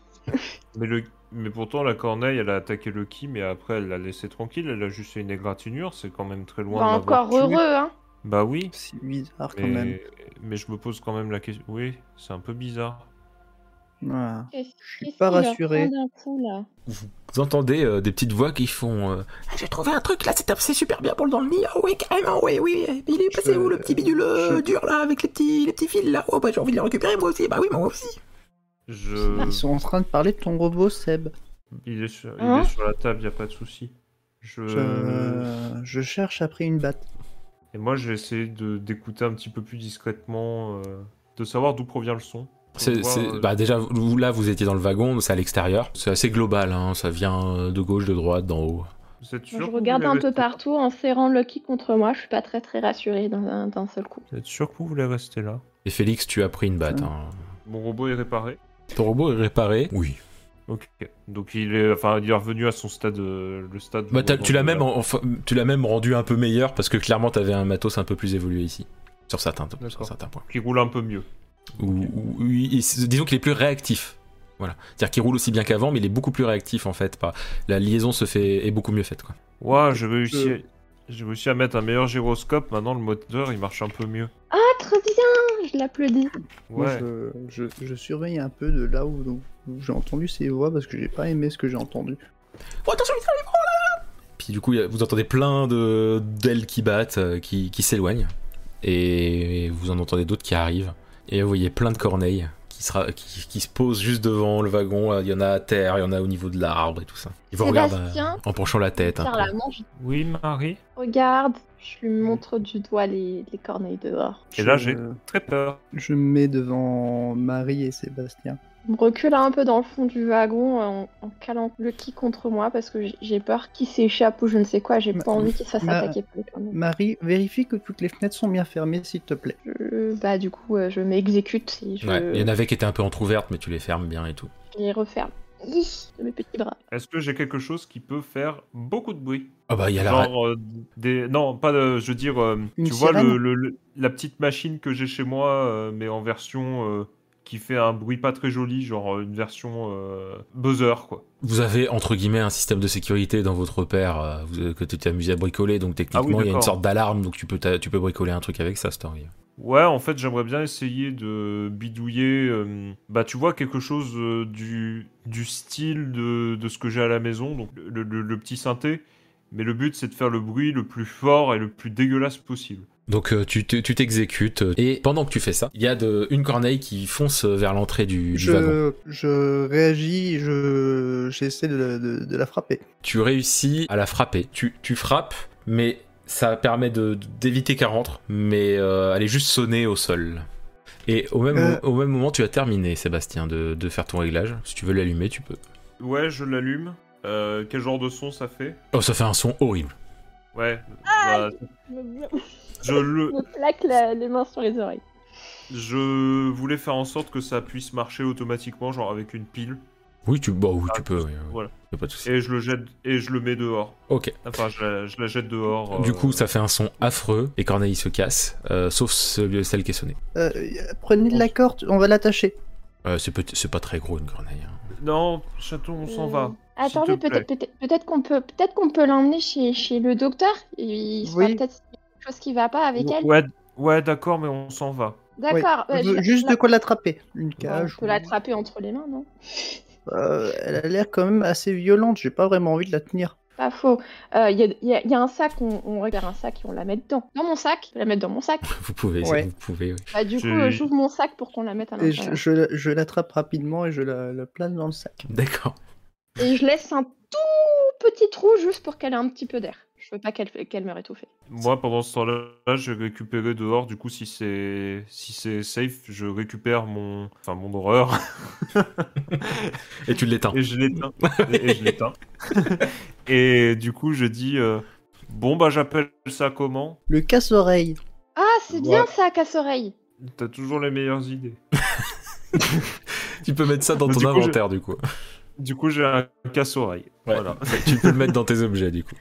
Speaker 4: Mais, le... mais pourtant, la corneille, elle a attaqué Lucky, mais après, elle l'a laissé tranquille. Elle a juste fait une égratignure. C'est quand même très loin.
Speaker 3: Bah,
Speaker 4: de l'avoir
Speaker 3: encore
Speaker 4: tué.
Speaker 3: heureux, hein.
Speaker 4: Bah oui.
Speaker 1: C'est bizarre quand même.
Speaker 4: Mais... mais je me pose quand même la question. Oui, c'est un peu bizarre.
Speaker 1: Voilà.
Speaker 3: Qu'est-ce-
Speaker 1: Je suis
Speaker 3: qu'est-ce
Speaker 1: pas
Speaker 3: qui leur
Speaker 1: rassuré.
Speaker 3: prend d'un coup, là
Speaker 2: Vous entendez euh, des petites voix qui font. euh,
Speaker 5: Ah, J'ai trouvé un truc là, c'est c'est super bien pour le dans le nid. Ah oui, carrément, oui, oui. Il est passé
Speaker 1: Je-
Speaker 5: où le petit bidule euh,
Speaker 1: je-
Speaker 5: dur là avec les petits, les petits fils là Oh bah j'ai envie de le récupérer moi aussi. Bah oui, moi aussi.
Speaker 1: Ils
Speaker 4: Je...
Speaker 1: sont en train de parler de ton robot, Seb.
Speaker 4: Il, est sur... il
Speaker 3: Hein
Speaker 4: est sur la table, il a pas de souci. Je... Euh.
Speaker 1: Je, je cherche après une batte.
Speaker 4: Et moi, j'ai essayé de... d'écouter un petit peu plus discrètement, euh, de savoir d'où provient le son. Pour
Speaker 2: c'est-
Speaker 4: voir,
Speaker 2: c'est-
Speaker 4: euh,
Speaker 2: bah, déjà, vous- là, vous étiez dans le wagon, c'est à l'extérieur. C'est assez global, hein, ça vient euh, de gauche, de droite, d'en haut.
Speaker 4: Vous êtes sûr
Speaker 3: Moi, Je
Speaker 4: que vous
Speaker 3: regarde
Speaker 4: voulez
Speaker 3: un peu
Speaker 4: rester là
Speaker 3: partout en serrant Lucky contre moi, je suis pas très très rassurée d'un- d'un d'un seul coup.
Speaker 4: Vous êtes sûr que vous voulez rester là
Speaker 2: Et Félix, tu as pris une batte. hein.
Speaker 4: Mon robot est réparé.
Speaker 2: Ton robot est réparé Oui.
Speaker 4: Ok. Donc il est, enfin, il est revenu à son stade, euh, le stade.
Speaker 2: Bah,
Speaker 4: où-
Speaker 2: t'as- tu l'as
Speaker 4: où-
Speaker 2: même, en- enfin, tu l'as même rendu un peu meilleur parce que clairement t'avais un matos un peu plus évolué ici sur certains, sur
Speaker 4: D'accord.
Speaker 2: certains points.
Speaker 4: Qui roule un peu mieux.
Speaker 2: Ou- ou- ou- il- il- disons qu'il est plus réactif. Voilà, c'est-à-dire qu'il roule aussi bien qu'avant, mais il est beaucoup plus réactif en fait. Par... La liaison se fait est beaucoup mieux faite quoi.
Speaker 4: Ouah, j'ai réussi.
Speaker 1: Euh.
Speaker 4: J'ai réussi à mettre un meilleur gyroscope. Maintenant, le moteur, il marche un peu mieux.
Speaker 3: Ah, très bien Je l'applaudis.
Speaker 1: Moi,
Speaker 4: Ouais.
Speaker 1: je, je- je surveille un peu de là où, où j'ai entendu ces voix parce que j'ai pas aimé ce que j'ai entendu.
Speaker 5: Oh attention, il arrive.
Speaker 2: Puis du coup, il y a- vous entendez plein de d'ailes qui battent, euh, qui, qui s'éloignent, et, vous en entendez d'autres qui arrivent. Et vous voyez plein de corneilles qui, sera, qui, qui se posent juste devant le wagon. Il y en a à terre, il y en a au niveau de l'arbre et tout ça. Ils vous regardent
Speaker 3: Sébastien,
Speaker 2: euh, en penchant la tête. un
Speaker 3: Par
Speaker 2: peu.
Speaker 3: la manche,
Speaker 4: Oui, Marie.
Speaker 3: regarde, je lui montre du doigt les, les corneilles dehors.
Speaker 4: Et là,
Speaker 1: Je-
Speaker 4: j'ai très peur.
Speaker 1: Je me mets devant Marie et Sébastien.
Speaker 3: Je me recule un peu dans le fond du wagon euh, en, en calant Lucky contre moi parce que j'ai- j'ai peur qu'il s'échappe ou je ne sais quoi, j'ai
Speaker 1: Ma-
Speaker 3: pas envie qu'il se fasse
Speaker 1: ma-
Speaker 3: attaquer par les corneilles.
Speaker 1: Marie, vérifie que toutes les fenêtres sont bien fermées, s'il te plaît.
Speaker 3: Je- bah du coup, euh, je m'exécute et je,
Speaker 2: Ouais, il y en avait qui étaient un peu entrouvertes, mais tu les fermes bien et tout.
Speaker 3: je les referme. Hi, de mes petits bras.
Speaker 4: Est-ce que j'ai quelque chose qui peut faire beaucoup de bruit
Speaker 2: Ah bah, il y a la. ra-
Speaker 4: Genre euh, des, non, pas. de- je veux dire, euh,
Speaker 1: Une
Speaker 4: tu vois le,
Speaker 1: sirène
Speaker 4: le- le- la petite machine que j'ai chez moi, euh, mais en version euh, qui fait un bruit pas très joli, genre euh, une version euh, buzzer quoi.
Speaker 2: Vous avez entre guillemets un système de sécurité dans votre repère euh, vous- que tu t'es amusé à bricoler, donc
Speaker 3: Ah
Speaker 2: techniquement il y a une
Speaker 4: d'accord.
Speaker 2: sorte d'alarme, donc tu peux, t'a- tu peux bricoler un truc avec ça, Story.
Speaker 4: Ouais, en fait, j'aimerais bien essayer de bidouiller. euh, bah, tu vois, quelque chose euh, du, du style de, de ce que j'ai à la maison, donc le, le- le petit synthé. Mais le but, c'est de faire le bruit le plus fort et le plus dégueulasse possible.
Speaker 2: Donc euh, tu te- tu t'exécutes euh, et pendant que tu fais ça, il y a de, une corneille qui fonce vers l'entrée du, du wagon.
Speaker 1: Je, je réagis, je j'essaie de, de- de la frapper.
Speaker 2: Tu réussis à la frapper. Tu, tu frappes, mais ça permet de- d'éviter qu'elle rentre, mais euh, elle est juste sonnée au sol. Et au même,
Speaker 1: Euh.
Speaker 2: au même moment, tu as terminé, Sébastien, de, de faire ton réglage. Si tu veux l'allumer, tu peux.
Speaker 4: Ouais, je l'allume. Euh, quel genre de son ça fait
Speaker 2: Oh, ça fait un son horrible.
Speaker 4: Ouais. bah,
Speaker 3: Je me,
Speaker 4: je le,
Speaker 3: je me plaque la- les mains sur les oreilles.
Speaker 4: Je voulais faire en sorte que ça puisse marcher automatiquement, genre avec une pile.
Speaker 2: Oui, tu, bah, oui, tu peux. oui, oui.
Speaker 4: Voilà.
Speaker 2: Y a pas de souci.
Speaker 4: Et je le jette et je le mets dehors.
Speaker 2: Ok.
Speaker 4: Enfin, je la, je la jette dehors. euh,
Speaker 2: Du coup, ça fait un son affreux et Corneille se casse, euh, sauf ce- celle qui est sonnée.
Speaker 1: Euh, prenez de la corde, on va l'attacher.
Speaker 2: Euh, c'est peut- c'est pas très gros une corneille. hein.
Speaker 4: Non, chaton, on s'en
Speaker 3: Euh,
Speaker 4: va.
Speaker 3: Attendez,
Speaker 4: te
Speaker 3: peut-être peut-être peut-être qu'on peut peut-être qu'on peut l'emmener chez, chez le docteur. Il sera
Speaker 1: Oui.
Speaker 3: peut-être quelque chose qui va pas avec elle.
Speaker 4: Ouais, ouais, d'accord, mais on s'en va.
Speaker 3: D'accord.
Speaker 1: Ouais,
Speaker 3: euh,
Speaker 1: je veux
Speaker 3: je-
Speaker 1: juste
Speaker 3: je-
Speaker 1: de quoi l'attraper. Une
Speaker 3: on
Speaker 1: cage.
Speaker 3: peut
Speaker 1: ou-
Speaker 3: l'attraper entre les mains, non
Speaker 1: Euh, elle a l'air quand même assez violente, j'ai pas vraiment envie de la tenir.
Speaker 3: Pas faux. Euh, Il y, a- il y a- il y a un sac, on, on récupère un sac et on la met dedans. Dans mon sac, je peux la mettre dans mon sac.
Speaker 2: Vous pouvez,
Speaker 1: Ouais.
Speaker 2: vous pouvez. oui.
Speaker 3: Bah, du
Speaker 4: Je-
Speaker 3: coup, euh, j'ouvre mon sac pour qu'on la mette à
Speaker 1: Et je,
Speaker 3: l'intérieur.
Speaker 1: je la- je l'attrape rapidement et je la, la place dans le sac.
Speaker 2: D'accord.
Speaker 3: Et je laisse un tout petit trou juste pour qu'elle ait un petit peu d'air. Je veux pas qu'elle qu'elle meure étouffée.
Speaker 4: Moi, pendant ce temps-là, je vais récupérer dehors. Du coup, si c'est si c'est safe, je récupère mon enfin mon horreur
Speaker 2: Et tu l'éteins.
Speaker 4: et je l'éteins. et, et je l'éteins. et du coup, je dis euh, bon bah j'appelle ça comment
Speaker 1: Le casse-oreille.
Speaker 3: Ah, c'est bien ça, casse-oreille.
Speaker 4: T'as toujours les meilleures idées.
Speaker 2: *laughs* Tu peux mettre ça dans
Speaker 4: Du
Speaker 2: ton
Speaker 4: coup, je-
Speaker 2: inventaire du coup.
Speaker 4: Du coup, j'ai un casse-oreille.
Speaker 2: Ouais.
Speaker 4: Voilà.
Speaker 2: tu peux le mettre dans tes objets du coup.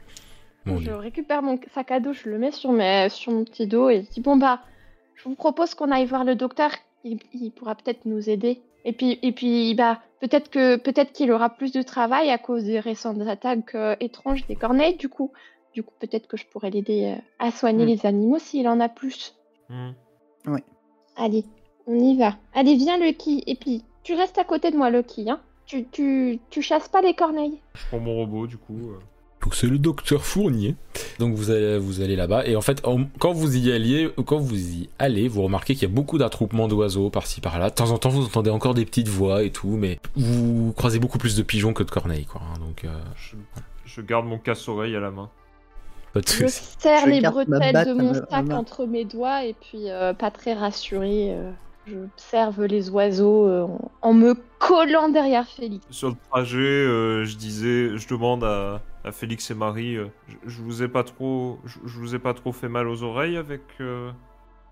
Speaker 2: Mon
Speaker 3: Je
Speaker 2: dieu.
Speaker 3: récupère mon sac à dos, je le mets sur, mes, sur mon petit dos et je dis Bon, bah, je vous propose qu'on aille voir le docteur, il, il pourra peut-être nous aider. Et puis, et puis bah, peut-être que peut-être qu'il aura plus de travail à cause des récentes attaques euh, étranges des corneilles, du coup. Du coup, peut-être que je pourrais l'aider euh, à soigner
Speaker 1: Mm.
Speaker 3: les animaux s'il en a plus.
Speaker 4: Hmm.
Speaker 3: Allez, on y va. Allez, viens, Lucky. Et puis, tu restes à côté de moi, Lucky. Hein. Tu, tu, tu chasses pas les corneilles.
Speaker 4: Je prends mon robot, du coup. euh.
Speaker 2: Donc c'est le docteur Fournier. Donc vous allez, vous allez là-bas et en fait en- quand vous y alliez, quand vous y allez, vous remarquez qu'il y a beaucoup d'attroupements d'oiseaux par-ci par-là. De temps en temps vous entendez encore des petites voix et tout, mais vous croisez beaucoup plus de pigeons que de corneilles quoi. hein. donc euh,
Speaker 4: Je, je garde mon casse-oreille à la main.
Speaker 2: pas de
Speaker 3: Je
Speaker 2: soucis.
Speaker 3: serre
Speaker 1: Je
Speaker 3: les
Speaker 1: garde ma
Speaker 3: bretelles
Speaker 1: batte
Speaker 3: de
Speaker 1: à
Speaker 3: mon
Speaker 1: ma- à
Speaker 3: sac
Speaker 1: ma-
Speaker 3: entre mes doigts et puis euh, pas très rassurée, euh, j'observe les oiseaux euh, en- en me collant derrière Félix.
Speaker 4: Sur le trajet, euh, je disais, je demande à, à Félix et Marie, euh, je, je vous ai pas trop, je, je vous ai pas trop fait mal aux oreilles avec euh,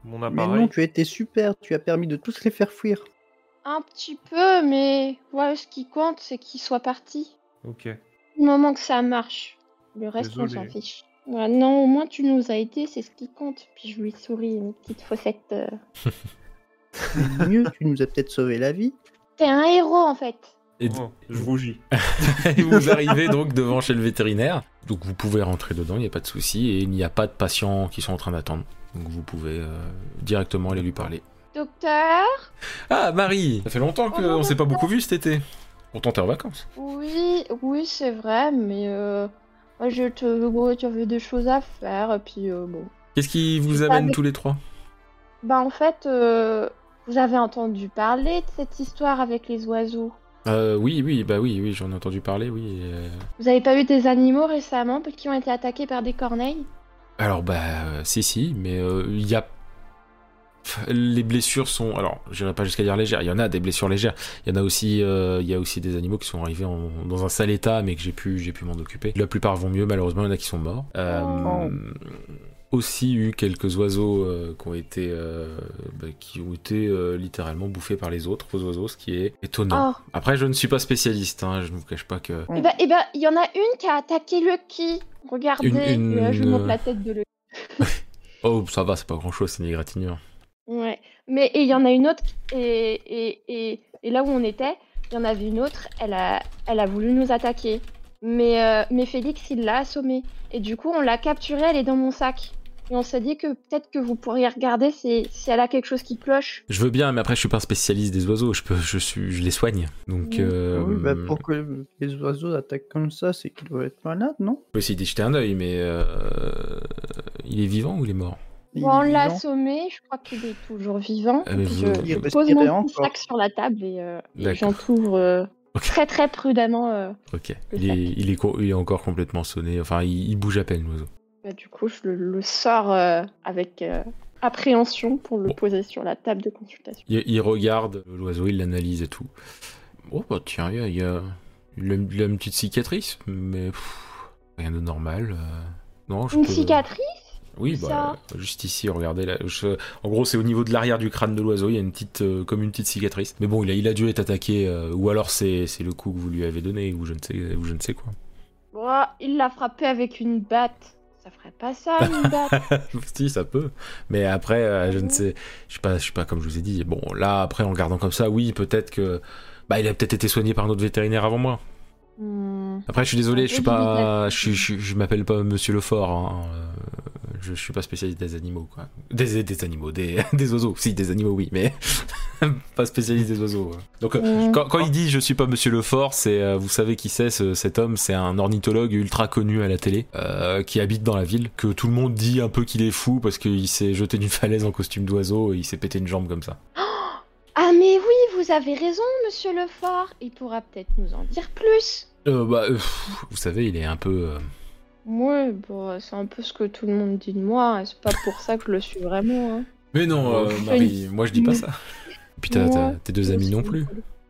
Speaker 4: mon
Speaker 1: Mais
Speaker 4: appareil.
Speaker 1: non, tu as été super, tu as permis de tous les faire fuir.
Speaker 3: Un petit peu, mais ouais, ce qui compte, c'est qu'il soit parti.
Speaker 4: Ok.
Speaker 3: Du moment que ça marche, le reste, on
Speaker 4: Désolé.
Speaker 3: s'en fiche. Ouais, non, au moins tu nous as aidés, c'est ce qui compte. Puis je lui souris une petite faussette. euh.
Speaker 4: *laughs*
Speaker 1: Mais Mieux, tu nous as peut-être sauvé la vie.
Speaker 3: T'es un héros en fait.
Speaker 2: Et-
Speaker 4: Oh, je rougis.
Speaker 2: Et *laughs* vous arrivez donc devant chez le vétérinaire. Donc vous pouvez rentrer dedans, il n'y a pas de souci. Et il n'y a pas de patients qui sont en train d'attendre. Donc vous pouvez euh, directement aller lui parler.
Speaker 3: Docteur
Speaker 2: Ah Marie Ça fait longtemps qu'on s'est pas beaucoup vu cet été. Pourtant t'es en vacances.
Speaker 3: Oui, oui, c'est vrai, mais euh, moi je te gros, tu avais des choses à faire, et puis euh, bon.
Speaker 2: Qu'est-ce qui vous
Speaker 3: Ça
Speaker 2: amène
Speaker 3: fait-
Speaker 2: tous les trois
Speaker 3: Bah en fait, euh, vous avez entendu parler de cette histoire avec les oiseaux.
Speaker 2: euh, Oui, oui, bah oui, oui, j'en ai entendu parler, oui. euh.
Speaker 3: Vous avez pas eu des animaux récemment qui ont été attaqués par des corneilles
Speaker 2: Alors bah euh, si, si, mais euh, il y a... Pff, Les blessures sont, alors j'irai pas jusqu'à dire légères, il y en a des blessures légères, il y en a aussi, euh, il y a aussi des animaux qui sont arrivés en- dans un sale état mais que j'ai pu, j'ai pu m'en occuper. La plupart vont mieux, malheureusement il y en a qui sont morts. Euh,
Speaker 1: Oh.
Speaker 2: Aussi eu quelques oiseaux euh, qui ont été, euh, bah, qui ont été euh, littéralement bouffés par les autres aux oiseaux, ce qui est étonnant.
Speaker 3: Oh,
Speaker 2: Après je ne suis pas spécialiste, hein, je ne vous cache pas que
Speaker 3: et bah, et bah, il y en a une qui a attaqué Lucky. Regardez,
Speaker 2: Une-
Speaker 3: euh, je
Speaker 2: une-
Speaker 3: monte la tête de Lucky.
Speaker 2: oh ça va, c'est pas grand chose, c'est une égratignure.
Speaker 3: Ouais, mais et il y en a une autre, et, et, et, et là où on était, il y en avait une autre, elle a, elle a voulu nous attaquer. Mais, euh, mais Félix, il l'a assommée. Et du coup, on l'a capturée, elle est dans mon sac. Et on s'est dit que peut-être que vous pourriez regarder si, si elle a quelque chose qui cloche.
Speaker 2: Je veux bien, mais après, je suis pas un spécialiste des oiseaux. Je peux, je suis, je les soigne. Donc,
Speaker 3: Oui.
Speaker 2: euh,
Speaker 1: Oui, bah,
Speaker 2: je
Speaker 1: pour que les oiseaux attaquent comme ça, c'est qu'ils doivent être malades, non
Speaker 2: peux essayer d'y jeter un œil, mais euh, il est vivant ou il est mort
Speaker 1: Il
Speaker 3: Bon, on
Speaker 1: est
Speaker 3: l'a
Speaker 1: vivant.
Speaker 3: assommé, je crois qu'il est toujours vivant.
Speaker 2: Ah, mais
Speaker 3: Donc,
Speaker 2: vous-
Speaker 3: Je
Speaker 1: Il
Speaker 3: pose
Speaker 1: respirait
Speaker 3: mon petit
Speaker 1: encore.
Speaker 3: sac sur la table et, euh, et
Speaker 2: D'accord.
Speaker 3: j'entouvre euh,
Speaker 2: Ok.
Speaker 3: très très prudemment. euh.
Speaker 2: Ok.
Speaker 3: Le
Speaker 2: Il est,
Speaker 3: sac.
Speaker 2: il est, co- il est encore complètement sonné. Enfin, il, il bouge à peine l'oiseau.
Speaker 3: Bah, du coup, je le, le sors euh, avec euh, appréhension pour le
Speaker 2: Bon.
Speaker 3: poser sur la table de consultation.
Speaker 2: Il, il regarde l'oiseau, il l'analyse et tout. Oh bah tiens, il y a, il y a- il a une- il a une petite cicatrice, mais pff, rien de normal. euh. Non, je
Speaker 3: Une
Speaker 2: peux-
Speaker 3: cicatrice
Speaker 2: Oui, bah, juste ici, regardez là. Je- En gros, c'est au niveau de l'arrière du crâne de l'oiseau. Il y a une petite, euh, comme une petite cicatrice. Mais bon, il a, il a dû être attaqué, euh, ou alors c'est, c'est le coup que vous lui avez donné, ou je ne sais, ou je ne sais quoi. *laughs*
Speaker 3: Oh, Il l'a frappé avec une batte. Ça ferait pas ça,
Speaker 2: *laughs*
Speaker 3: une batte
Speaker 2: si, ça peut. Mais après, euh, je ne sais, je suis pas, je suis pas comme je vous ai dit. Bon, là, après, en regardant comme ça, oui, peut-être que, bah, il a peut-être été soigné par un autre vétérinaire avant moi.
Speaker 3: Hmm.
Speaker 2: Après, je suis désolé, je suis pas,
Speaker 3: Individuel.
Speaker 2: je, suis- je, suis- je m'appelle pas Monsieur Lefort. Hein. euh, Je, je suis pas spécialiste des animaux, quoi. Des, des animaux, des, *laughs* des oiseaux. Si, des animaux, oui, mais *laughs* pas spécialiste des oiseaux. ouais. Donc, euh,
Speaker 3: Hmm.
Speaker 2: quand, quand il dit je suis pas Monsieur Lefort, c'est euh, vous savez qui c'est ce- cet homme, c'est un ornithologue ultra connu à la télé euh, qui habite dans la ville, que tout le monde dit un peu qu'il est fou parce qu'il s'est jeté d'une falaise en costume d'oiseau et il s'est pété une jambe comme ça.
Speaker 3: Ah mais oui, vous avez raison, monsieur Lefort. Il pourra peut-être nous en dire plus.
Speaker 2: Euh, bah, euh, pff, vous savez, il est un peu, euh,
Speaker 3: Ouais, bon, c'est un peu ce que tout le monde dit de moi, et c'est pas pour ça que je le suis vraiment. hein.
Speaker 2: Mais non, euh,
Speaker 3: Oui.
Speaker 2: Marie, moi je dis
Speaker 3: *laughs*
Speaker 2: pas ça. Puis t'as- t'as- tes deux amis
Speaker 3: Je
Speaker 2: non
Speaker 3: suis-
Speaker 2: plus,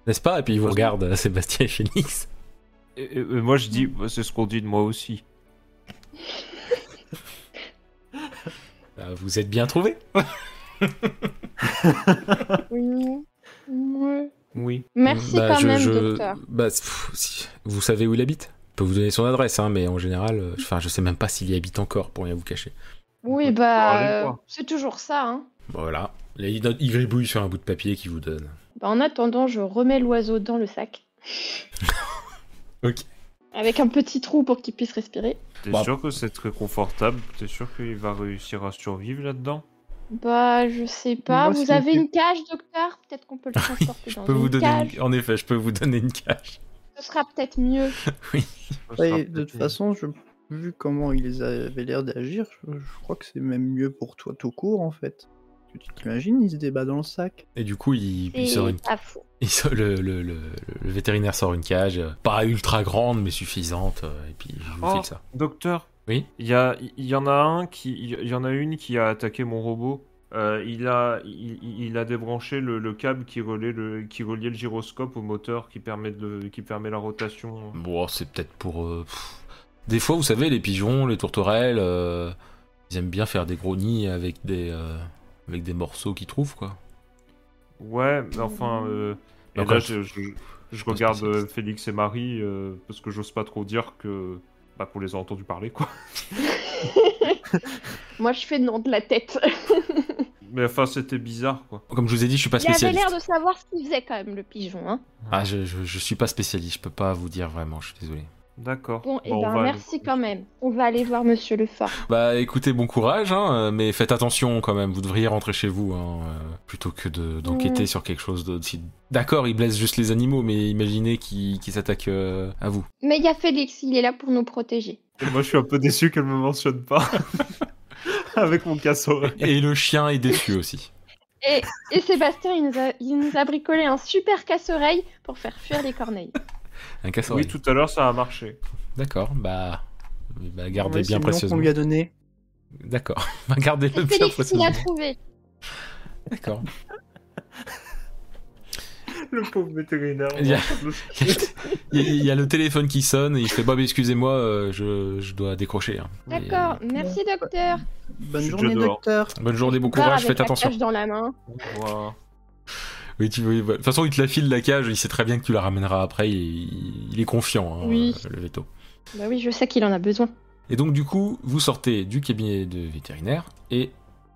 Speaker 2: n'est-ce pas Et puis ils vous regardent, euh, Sébastien et Phoenix.
Speaker 4: Et- et- et moi, je dis, bah, c'est ce qu'on dit de moi aussi.
Speaker 2: Ah, Vous êtes bien trouvés.
Speaker 3: Oui, ouais.
Speaker 4: Oui.
Speaker 3: Merci
Speaker 2: Bah,
Speaker 3: quand
Speaker 2: je-
Speaker 3: même,
Speaker 2: je-
Speaker 3: docteur.
Speaker 2: bah, pff, si- vous savez où il habite Je peux vous donner son adresse, hein, mais en général, euh, enfin, je sais même pas s'il y habite encore, pour rien vous cacher.
Speaker 3: Oui,
Speaker 4: aller le
Speaker 3: bah, euh,
Speaker 4: voir.
Speaker 3: c'est toujours ça. Hein.
Speaker 2: Bon, Voilà. Là, Il note- il gribouille sur un bout de papier qu'il vous donne.
Speaker 3: Bah, en attendant, je remets l'oiseau dans le sac.
Speaker 2: *laughs* Ok.
Speaker 3: Avec un petit trou pour qu'il puisse respirer.
Speaker 4: T'es
Speaker 2: Bah.
Speaker 4: sûr que c'est très confortable T'es sûr qu'il va réussir à survivre là-dedans
Speaker 3: Bah, je sais pas.
Speaker 1: Moi,
Speaker 3: vous
Speaker 1: c'est
Speaker 3: avez
Speaker 1: ok.
Speaker 3: une cage, docteur Peut-être qu'on peut le transporter
Speaker 2: Ah Je
Speaker 3: dans
Speaker 2: peux
Speaker 3: une
Speaker 2: vous donner.
Speaker 3: cage.
Speaker 2: une- En effet, je peux vous donner une cage.
Speaker 3: Ce sera peut-être mieux.
Speaker 4: Ça sera
Speaker 1: Et de
Speaker 4: peut-être
Speaker 1: toute façon, je- vu comment ils avaient l'air d'agir, je, je crois que c'est même mieux pour toi tout court en fait. Tu t'imagines, ils se débattent dans le sac.
Speaker 2: Et du coup, il, il sort une
Speaker 3: C'est pas faux.
Speaker 2: Il sort- le, le- le- le vétérinaire sort une cage, euh, pas ultra grande mais suffisante, euh, et puis je vous
Speaker 4: Oh.
Speaker 2: file ça.
Speaker 4: Docteur
Speaker 2: Oui
Speaker 4: Il y, a- il y en a un qui, il y en a une qui a attaqué mon robot. Euh, il a, il, il- il a débranché le, le câble qui reliait le, qui reliait le gyroscope au moteur qui permet de, qui permet la rotation.
Speaker 2: Bon, c'est peut-être pour. euh, pff. Des fois, vous savez, les pigeons, les tourterelles, euh, ils aiment bien faire des gros nids avec des, euh, avec des morceaux qu'ils trouvent, quoi.
Speaker 4: Ouais, mais enfin, euh, et
Speaker 2: Bah,
Speaker 4: là
Speaker 2: quoi,
Speaker 4: je, je- je
Speaker 2: pas
Speaker 4: regarde euh,
Speaker 2: spécialiste.
Speaker 4: Félix et Marie euh, parce que j'ose pas trop dire que, bah, qu'on les a entendus parler quoi.
Speaker 3: Moi, je fais non de la tête.
Speaker 4: Mais enfin, c'était bizarre quoi.
Speaker 2: Comme je vous ai dit, je suis pas
Speaker 3: Il avait
Speaker 2: spécialiste.
Speaker 3: l'air de savoir ce qu'il faisait quand même, le pigeon. Hein.
Speaker 2: Ah, je, je, je suis pas spécialiste, je peux pas vous dire vraiment, je suis désolé.
Speaker 4: D'accord.
Speaker 3: Bon, et
Speaker 4: Bah, on
Speaker 3: ben,
Speaker 4: va-
Speaker 3: merci quand même. On va aller voir Monsieur Lefort.
Speaker 2: Bah écoutez, bon courage, hein, euh, mais faites attention quand même, vous devriez rentrer chez vous, hein, euh, plutôt que de- d'enquêter
Speaker 3: Ouais.
Speaker 2: sur quelque chose de... si- D'accord, il blesse juste les animaux, mais imaginez qu'ils qu'ils s'attaquent euh, à vous.
Speaker 3: Mais il y a Félix, il est là pour nous protéger.
Speaker 4: Et moi, je suis un peu déçu qu'elle me mentionne
Speaker 3: *laughs*
Speaker 4: pas avec mon casse
Speaker 2: Et le chien est déçu aussi.
Speaker 3: Et Sébastien, il nous a, il nous a bricolé un super casse-oreille pour faire fuir les
Speaker 2: *laughs*
Speaker 3: corneilles.
Speaker 2: Un casse
Speaker 4: Oui, tout à l'heure, ça a marché.
Speaker 2: D'accord, bah... bah
Speaker 1: Ouais,
Speaker 2: gardez
Speaker 1: c'est
Speaker 2: bien
Speaker 1: le nom qu'on
Speaker 2: précieusement.
Speaker 1: lui a donné.
Speaker 2: D'accord, *laughs* bah, gardez-le
Speaker 3: C'est
Speaker 2: bien
Speaker 3: Félix qui
Speaker 2: précieusement.
Speaker 3: l'a trouvé.
Speaker 2: D'accord. *laughs*
Speaker 6: Le pauvre vétérinaire.
Speaker 2: Il y a- Il y, a- il y a- il y a le téléphone qui sonne et il fait Bob, excusez-moi, euh, je, je dois décrocher. hein. Et,
Speaker 3: D'accord, merci docteur.
Speaker 1: Bonne
Speaker 4: Je suis
Speaker 1: journée,
Speaker 4: déjà dehors.
Speaker 1: docteur.
Speaker 2: euh, bonne journée, bon
Speaker 3: Part
Speaker 2: courage,
Speaker 3: avec
Speaker 2: faites
Speaker 3: la
Speaker 2: attention.
Speaker 3: cage dans la main.
Speaker 4: Voilà.
Speaker 2: Oui, tu oui, voilà. De toute façon, il te la file la cage, il sait très bien que tu la ramèneras après, il, il est confiant, hein,
Speaker 3: Oui.
Speaker 2: euh, le veto.
Speaker 3: Bah oui, je sais qu'il en a besoin.
Speaker 2: Et donc, du coup, vous sortez du cabinet de vétérinaire et.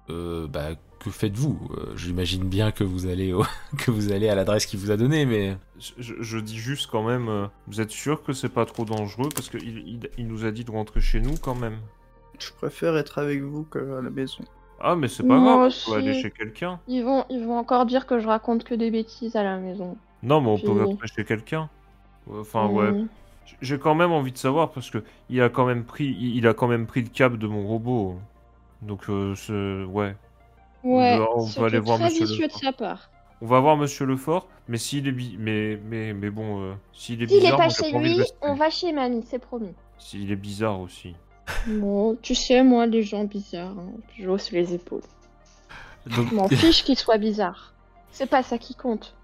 Speaker 2: euh, bah, que faites-vous Euh, J'imagine bien que vous allez, au- *laughs* que vous allez à l'adresse qu'il vous a donnée, mais.
Speaker 4: Je, je dis juste quand même, euh, vous êtes sûr que c'est pas trop dangereux Parce qu'il il, il nous a dit de rentrer chez nous quand même.
Speaker 1: Je préfère être avec vous qu'à la maison.
Speaker 4: Ah, mais c'est pas
Speaker 3: Moi
Speaker 4: grave, on
Speaker 3: aussi.
Speaker 4: peut aller chez quelqu'un.
Speaker 3: Ils vont, ils vont encore dire que je raconte que des bêtises à la maison.
Speaker 4: Non, mais on peut
Speaker 3: Puis-
Speaker 4: rentrer chez quelqu'un. Ouais, Enfin, Ah ouais.
Speaker 3: Mmh.
Speaker 4: J- J'ai quand même envie de savoir parce que il a quand même pris, il, il a quand même pris le câble de mon robot. Donc, euh, c'est- ouais.
Speaker 3: Ouais,
Speaker 4: Bah, on peut
Speaker 3: c'était
Speaker 4: aller voir
Speaker 3: très
Speaker 4: Monsieur
Speaker 3: vicieux de
Speaker 4: Lefort.
Speaker 3: sa part.
Speaker 4: On va voir Monsieur Lefort, mais s'il est bi- mais mais mais bon, euh, s'il est
Speaker 3: S'il est
Speaker 4: bizarre,
Speaker 3: pas
Speaker 4: moi, j'ai
Speaker 3: chez
Speaker 4: pas envie de
Speaker 3: lui,
Speaker 4: rester.
Speaker 3: on va chez mamie, c'est promis.
Speaker 4: S'il est bizarre aussi.
Speaker 3: Bon, tu sais, moi, les gens bizarres, hein, je hausse les épaules.
Speaker 2: Donc,
Speaker 4: *laughs*
Speaker 3: Je m'en fiche qu'ils soient bizarres. C'est pas ça qui compte.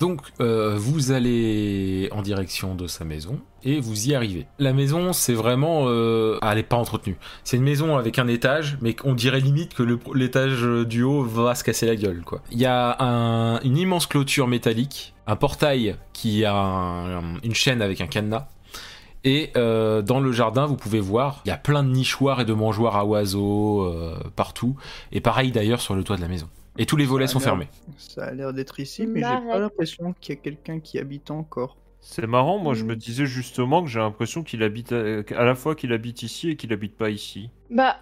Speaker 2: donc, euh, vous allez en direction de sa maison et vous y arrivez. La maison, c'est vraiment. euh, ah, elle n'est pas entretenue. C'est une maison avec un étage, mais on dirait limite que le- l'étage du haut va se casser la gueule, quoi. Il y a un- une immense clôture métallique, un portail qui a un- une chaîne avec un cadenas. Et euh, dans le jardin, vous pouvez voir, il y a plein de nichoirs et de mangeoires à oiseaux euh, partout. Et pareil d'ailleurs sur le toit de la maison. Et tous les volets sont
Speaker 1: merde.
Speaker 2: fermés.
Speaker 1: Ça a l'air d'être ici, mais j'ai pas
Speaker 3: M'arrête.
Speaker 1: l'impression qu'il y a quelqu'un qui habite encore.
Speaker 4: C'est marrant, moi je
Speaker 3: Mm.
Speaker 4: me disais justement que j'ai l'impression qu'il habite euh, à, qu'à la fois qu'il habite ici et qu'il habite pas ici.
Speaker 3: Bah,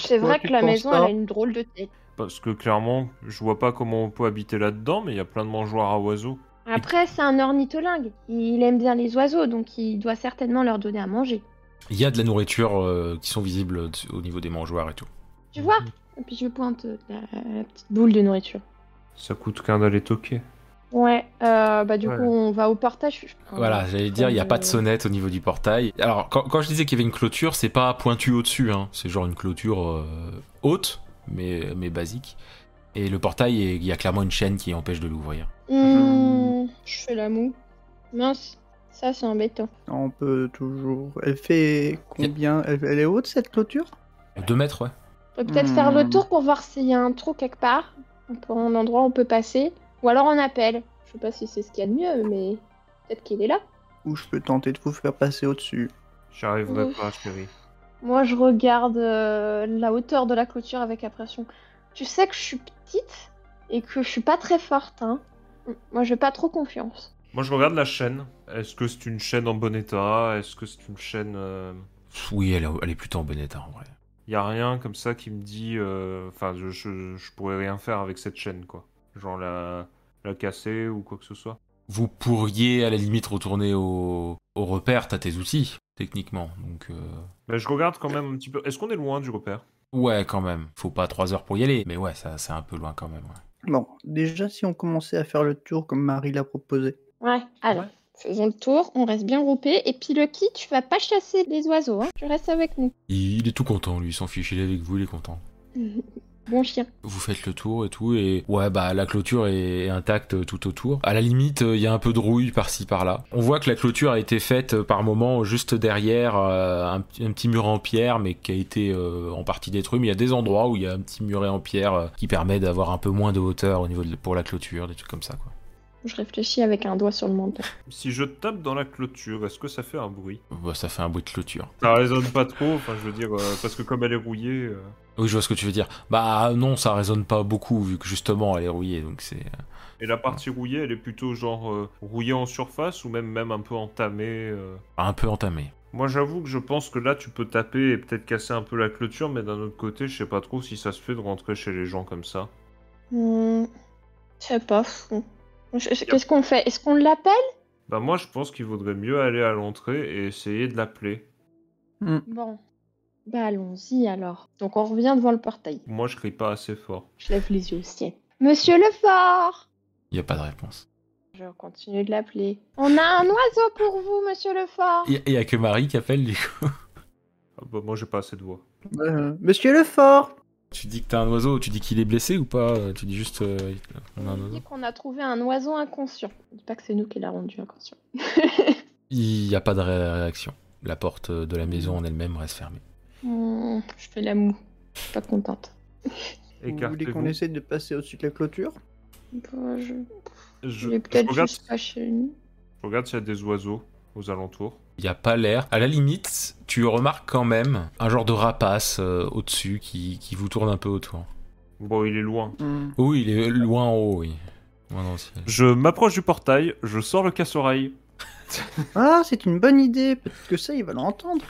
Speaker 3: c'est vrai que la maison, elle a une drôle de tête.
Speaker 4: Parce que clairement, je vois pas comment on peut habiter là-dedans, mais il y a plein de mangeoires à oiseaux.
Speaker 3: Après, c'est un ornitholingue. Il aime bien les oiseaux, donc il doit certainement leur donner à manger.
Speaker 2: Il y a de la nourriture euh, qui sont visibles d- au niveau des mangeoires et tout.
Speaker 3: Tu
Speaker 4: Mm.
Speaker 3: vois Et puis je pointe euh, la, la petite boule de nourriture.
Speaker 4: Ça coûte qu'un d'aller toquer.
Speaker 3: Ouais, euh, bah du
Speaker 4: Voilà.
Speaker 3: coup, on va au portage.
Speaker 2: Voilà, j'allais dire, il n'y a pas de sonnette au niveau du portail. Alors, quand, quand je disais qu'il y avait une clôture, c'est pas pointu au-dessus, hein. c'est genre une clôture euh, haute, mais, mais basique. Et le portail, est- il y a clairement une chaîne qui empêche de l'ouvrir.
Speaker 3: Hmm, je fais la moue. Mince, ça c'est embêtant.
Speaker 1: On peut toujours. Elle fait combien elle, elle est haute cette clôture
Speaker 2: Deux mètres, ouais.
Speaker 3: On peut peut-être faire
Speaker 1: Hmm.
Speaker 3: le tour pour voir s'il y a un trou quelque part, on peut- un endroit où on peut passer, ou alors on appelle. Je sais pas si c'est ce qu'il y a de mieux, mais peut-être qu'il est là.
Speaker 1: Ou je peux tenter de vous faire passer au-dessus
Speaker 4: J'y arriverai
Speaker 3: Ouf.
Speaker 4: pas, chérie.
Speaker 3: Moi, je regarde euh, la hauteur de la clôture avec impression. Tu sais que je suis petite et que je suis pas très forte, hein. Moi, j'ai pas trop confiance.
Speaker 4: Moi, je regarde la chaîne. Est-ce que c'est une chaîne en bon état Est-ce que c'est une chaîne. euh,
Speaker 2: Oui, elle, est- elle est plutôt en bon état, en vrai.
Speaker 4: Y a rien comme ça qui me dit. euh, Enfin, je, je, je pourrais rien faire avec cette chaîne, quoi. Genre la, la casser ou quoi que ce soit.
Speaker 2: Vous pourriez, à la limite, retourner au, au repère, t'as tes outils, techniquement. Donc, euh,
Speaker 4: Mais je regarde quand même un petit peu. Est-ce qu'on est loin du repère
Speaker 2: ouais, quand même. Faut pas trois heures pour y aller, mais ouais, ça, c'est un peu loin quand même. ouais.
Speaker 1: Bon, déjà si on commençait à faire le tour comme Marie l'a proposé.
Speaker 3: Ouais, alors, faisons le tour, on reste bien groupés. Et puis, Lucky, tu vas pas chasser des oiseaux, hein. Tu restes avec nous.
Speaker 2: Il, il est tout content, lui, il s'en fiche, il est avec vous, il est content.
Speaker 3: *laughs* bon chien.
Speaker 2: Vous faites le tour et tout, et ouais, bah la clôture est est intacte euh, tout autour. À la limite, euh, il y a un peu de rouille par-ci par-là. On voit que la clôture a été faite euh, par moment juste derrière euh, un, p- un petit muret en pierre, mais qui a été euh, en partie détruit. Mais il y a des endroits où il y a un petit muret en pierre euh, qui permet d'avoir un peu moins de hauteur au niveau de, pour la clôture, des trucs comme ça, quoi.
Speaker 3: Je réfléchis avec un doigt sur le menton.
Speaker 4: Si je tape dans la clôture, est-ce que ça fait un bruit
Speaker 2: Bah, ça fait un bruit de clôture.
Speaker 4: Ça résonne pas trop, enfin, je veux dire, euh, parce que comme elle est rouillée. euh,
Speaker 2: Oui, je vois ce que tu veux dire. Bah non, ça résonne pas beaucoup vu que justement elle est rouillée, donc c'est. euh,
Speaker 4: Et la partie rouillée, elle est plutôt genre euh, rouillée en surface ou même, même un peu entamée. euh.
Speaker 2: Un peu entamé.
Speaker 4: Moi j'avoue que je pense que là tu peux taper et peut-être casser un peu la clôture, mais d'un autre côté je sais pas trop si ça se fait de rentrer chez les gens comme ça.
Speaker 3: Hmm, je sais pas. fou. Je- je- Qu'est-ce qu'on fait Est-ce qu'on l'appelle
Speaker 4: Bah moi je pense qu'il vaudrait mieux aller à l'entrée et essayer de l'appeler.
Speaker 3: Bon. Bah, allons-y alors. Donc, on revient devant le portail.
Speaker 4: Moi je crie pas assez fort.
Speaker 3: Je lève les yeux au ciel. Monsieur Lefort
Speaker 2: Il y a pas de réponse.
Speaker 3: Je continue de l'appeler. On a un oiseau pour vous, monsieur Lefort
Speaker 2: Il y a- il y a que Marie qui appelle du coup.
Speaker 4: Ah bah moi j'ai pas assez de voix.
Speaker 1: Euh, Monsieur Lefort
Speaker 2: Tu dis que t'as un oiseau, tu dis qu'il est blessé ou pas Euh, Tu dis juste euh, on a un
Speaker 3: Il
Speaker 2: oiseau.
Speaker 3: dit qu'on a trouvé un oiseau inconscient. Dis pas que c'est nous qui l'a rendu *laughs* inconscient.
Speaker 2: Il n'y a pas de ré- réaction. La porte euh, de la maison en elle-même reste fermée.
Speaker 3: Hmm, je fais la moue. Je suis pas contente.
Speaker 1: Vous voulez qu'on
Speaker 4: Écartez-vous.
Speaker 1: essaie de passer au-dessus de la clôture
Speaker 3: Bah, je je
Speaker 4: Je,
Speaker 3: vais
Speaker 4: je
Speaker 3: peut-être
Speaker 4: regarde,
Speaker 3: juste pas chez nous.
Speaker 4: je regarde s'il y a des oiseaux aux alentours.
Speaker 2: Il n'y a pas l'air. À la limite, tu remarques quand même un genre de rapace euh, au-dessus qui, qui vous tourne un peu autour.
Speaker 4: Bon il est loin.
Speaker 1: Hmm.
Speaker 2: Oui, il est loin en haut, oui. Loin dans le ciel.
Speaker 4: Je m'approche du portail, je sors le casse-oreille.
Speaker 1: Ah, c'est une bonne idée. Peut-être que ça, il va l'entendre.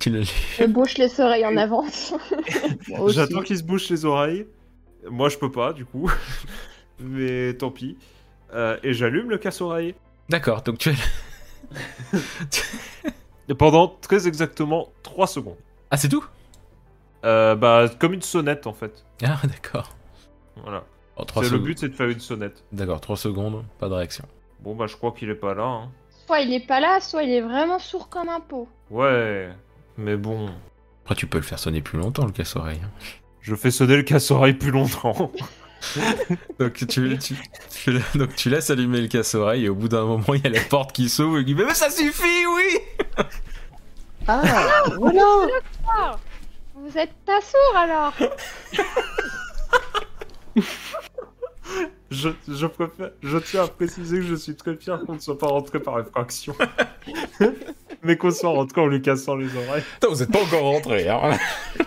Speaker 2: Tu le-
Speaker 3: Je bouche les oreilles en avance. *laughs*
Speaker 1: Moi aussi.
Speaker 4: J'attends qu'il se bouche les oreilles. Moi, je peux pas, du coup. *laughs* Mais tant pis. Euh, et j'allume le casse-oreille.
Speaker 2: D'accord, donc tu
Speaker 4: Et Pendant très exactement 3 secondes.
Speaker 2: Ah, c'est tout
Speaker 4: Euh, bah, comme une sonnette, en fait.
Speaker 2: Ah, d'accord.
Speaker 4: Voilà.
Speaker 2: Oh, trois
Speaker 4: C'est le
Speaker 2: secondes.
Speaker 4: but, c'est de faire une sonnette.
Speaker 2: D'accord, 3 secondes, pas de réaction.
Speaker 4: Bon, bah, je crois qu'il est pas là. hein.
Speaker 3: soit il est pas là, soit il est vraiment sourd comme un pot.
Speaker 4: Ouais. Mais bon.
Speaker 2: Après, tu peux le faire sonner plus longtemps, le casse-oreille. hein.
Speaker 4: Je fais sonner le casse-oreille plus longtemps.
Speaker 2: Donc tu, tu- tu- donc tu laisses allumer le casse-oreille et au bout d'un moment il y a la porte qui s'ouvre et qui dit mais ça suffit oui
Speaker 1: Ah, voilà
Speaker 3: Vous êtes pas sourd alors
Speaker 4: *laughs* je, je préfère, je tiens à préciser que je suis très fier qu'on ne soit pas rentré par *laughs* effraction. Mais qu'on soit rentré en lui cassant les oreilles.
Speaker 2: Putain, vous êtes pas encore rentré hein.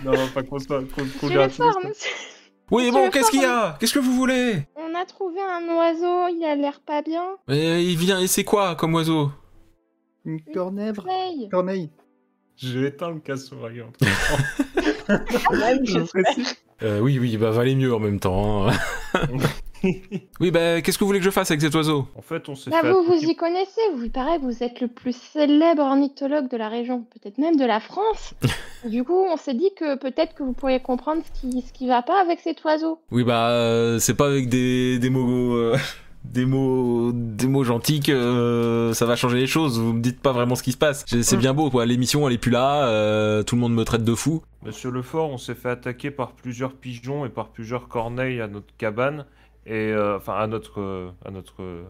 Speaker 4: Non, pas qu'on soit. qu'on- qu'on
Speaker 3: Monsieur
Speaker 4: lui intimiste.
Speaker 3: Lefort, monsieur. *laughs*
Speaker 2: Oui
Speaker 3: Tu
Speaker 2: bon
Speaker 3: veux
Speaker 2: qu'est-ce
Speaker 3: faire
Speaker 2: qu'il y a Qu'est-ce que vous voulez
Speaker 3: On a trouvé un oiseau, il a l'air pas bien.
Speaker 2: Mais euh, il vient et c'est quoi comme oiseau
Speaker 1: Une cornèbre.
Speaker 3: Hey
Speaker 1: Corneille.
Speaker 4: J'ai éteint le casse-oreille entre Ah
Speaker 1: Je précise.
Speaker 2: Euh, Oui oui bah valait mieux en même temps. hein. *laughs* oui bah qu'est-ce que vous voulez que je fasse avec cet oiseau
Speaker 4: En fait, on s'est
Speaker 3: Là,
Speaker 4: fait.
Speaker 3: Bah, vous, vous
Speaker 4: attaquer-
Speaker 3: y connaissez, vous, il paraît que vous êtes le plus célèbre ornithologue de la région, peut-être même de la
Speaker 4: *laughs*
Speaker 3: France. du coup, on s'est dit que peut-être que vous pourriez comprendre ce qui, ce qui va pas avec cet oiseau.
Speaker 2: Oui bah euh, c'est pas avec des, des mots euh, des mots, des mots gentils que euh, ça va changer les choses. Vous me dites pas vraiment ce qui se passe. J'ai- C'est bien beau, quoi. L'émission, elle est plus là. euh, tout le monde me traite de fou.
Speaker 4: Monsieur Lefort, on s'est fait attaquer par plusieurs pigeons et par plusieurs corneilles à notre cabane et euh, enfin à notre euh, à notre euh,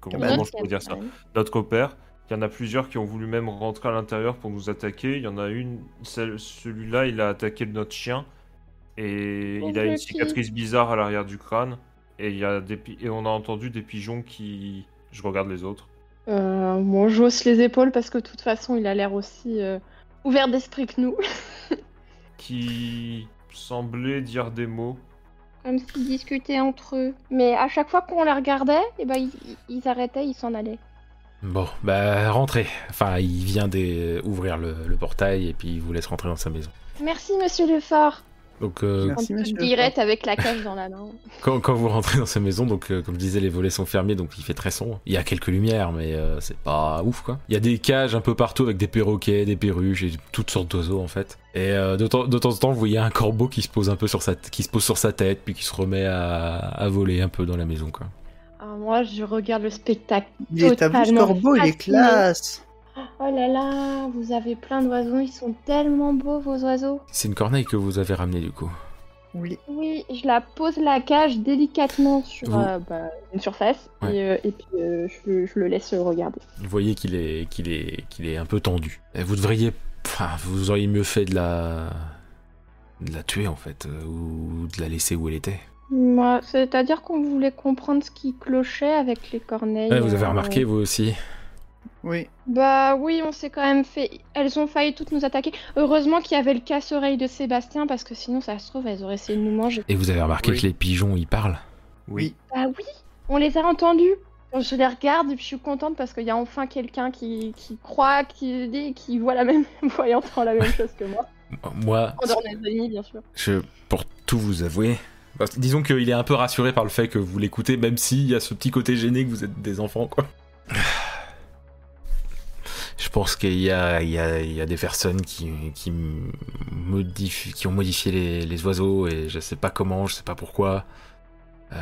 Speaker 4: comment,
Speaker 1: Cabane.
Speaker 4: comment je peux dire ça Notre père. Il y en a plusieurs qui ont voulu même rentrer à l'intérieur pour nous attaquer. Il y en a une, celle- celui-là, il a attaqué notre chien et
Speaker 3: Pauvre
Speaker 4: il a une
Speaker 3: petit.
Speaker 4: cicatrice bizarre à l'arrière du crâne. Et il y a des pi- et on a entendu des pigeons qui. Je regarde les autres.
Speaker 3: Euh, moi, j'hausse les épaules parce que de toute façon, il a l'air aussi euh, ouvert d'esprit que nous. *laughs*
Speaker 4: Qui semblaient dire des mots.
Speaker 3: Comme s'ils discutaient entre eux. Mais à chaque fois qu'on les regardait, eh ben, ils, ils arrêtaient, ils s'en allaient.
Speaker 2: Bon, bah rentrez. Enfin, il vient d'ouvrir le, le portail et puis il vous laisse rentrer dans sa maison.
Speaker 3: Merci, monsieur Lefort.
Speaker 2: Donc, euh,
Speaker 1: Merci,
Speaker 3: On
Speaker 1: monsieur
Speaker 3: direct avec la cage dans la main.
Speaker 2: Quand, quand vous rentrez dans sa maison, donc euh, comme je disais, les volets sont fermés, donc il fait très sombre. Il y a quelques lumières, mais euh, c'est pas ouf quoi. Il y a des cages un peu partout avec des perroquets, des perruches et toutes sortes d'oiseaux en fait. Et euh, de, temps, de temps en temps, vous voyez un corbeau qui se pose un peu sur sa, t- qui se pose sur sa tête, puis qui se remet à, à voler un peu dans la maison quoi.
Speaker 3: Alors Ah, moi, je regarde le spectacle.
Speaker 1: Il est à vous, ce
Speaker 3: Totalement
Speaker 1: corbeau, il est
Speaker 3: fasciné.
Speaker 1: classe.
Speaker 3: Oh là là, vous avez plein d'oiseaux, ils sont tellement beaux vos oiseaux.
Speaker 2: C'est une corneille que vous avez ramenée du coup.
Speaker 1: Oui.
Speaker 3: Oui, je la pose la cage délicatement sur
Speaker 2: Vous-
Speaker 3: euh, bah, une surface
Speaker 2: Ouais.
Speaker 3: et, euh, et puis euh, je, le- je le laisse regarder.
Speaker 2: Vous voyez qu'il est, qu'il est, qu'il est un peu tendu. Et vous devriez, enfin, vous auriez mieux fait de la, de la tuer en fait, euh, ou de la laisser où elle était.
Speaker 3: Moi, c'est-à-dire qu'on voulait comprendre ce qui clochait avec les corneilles.
Speaker 2: Ouais, Eh, vous avez
Speaker 3: euh,
Speaker 2: remarqué vous aussi.
Speaker 1: Oui.
Speaker 3: Bah oui, on s'est quand même fait. Elles ont failli toutes nous attaquer. Heureusement qu'il y avait le casse-oreille de Sébastien parce que sinon, ça se trouve, elles auraient essayé de nous manger.
Speaker 2: Et vous avez remarqué
Speaker 4: Oui.
Speaker 2: que les pigeons, ils parlent
Speaker 1: Oui.
Speaker 3: Bah oui, on les a entendus. Donc, Je les regarde et puis je suis contente parce qu'il y a enfin quelqu'un qui, qui croit, qui dit, qui voit la même, *laughs* voit et entend la même chose que
Speaker 2: *laughs*
Speaker 3: moi.
Speaker 2: Moi,
Speaker 3: En dehors des amis, bien sûr.
Speaker 2: je, pour tout vous avouer... parce que Disons qu'il est un peu rassuré par le fait que vous l'écoutez, même s'il y a ce petit côté gêné que vous êtes des enfants, quoi. *sighs* Je pense qu'il y a, il y, a, il y a des personnes qui, qui, m- modifient- qui ont modifié les, les oiseaux, et je sais pas comment, je sais pas pourquoi. Euh,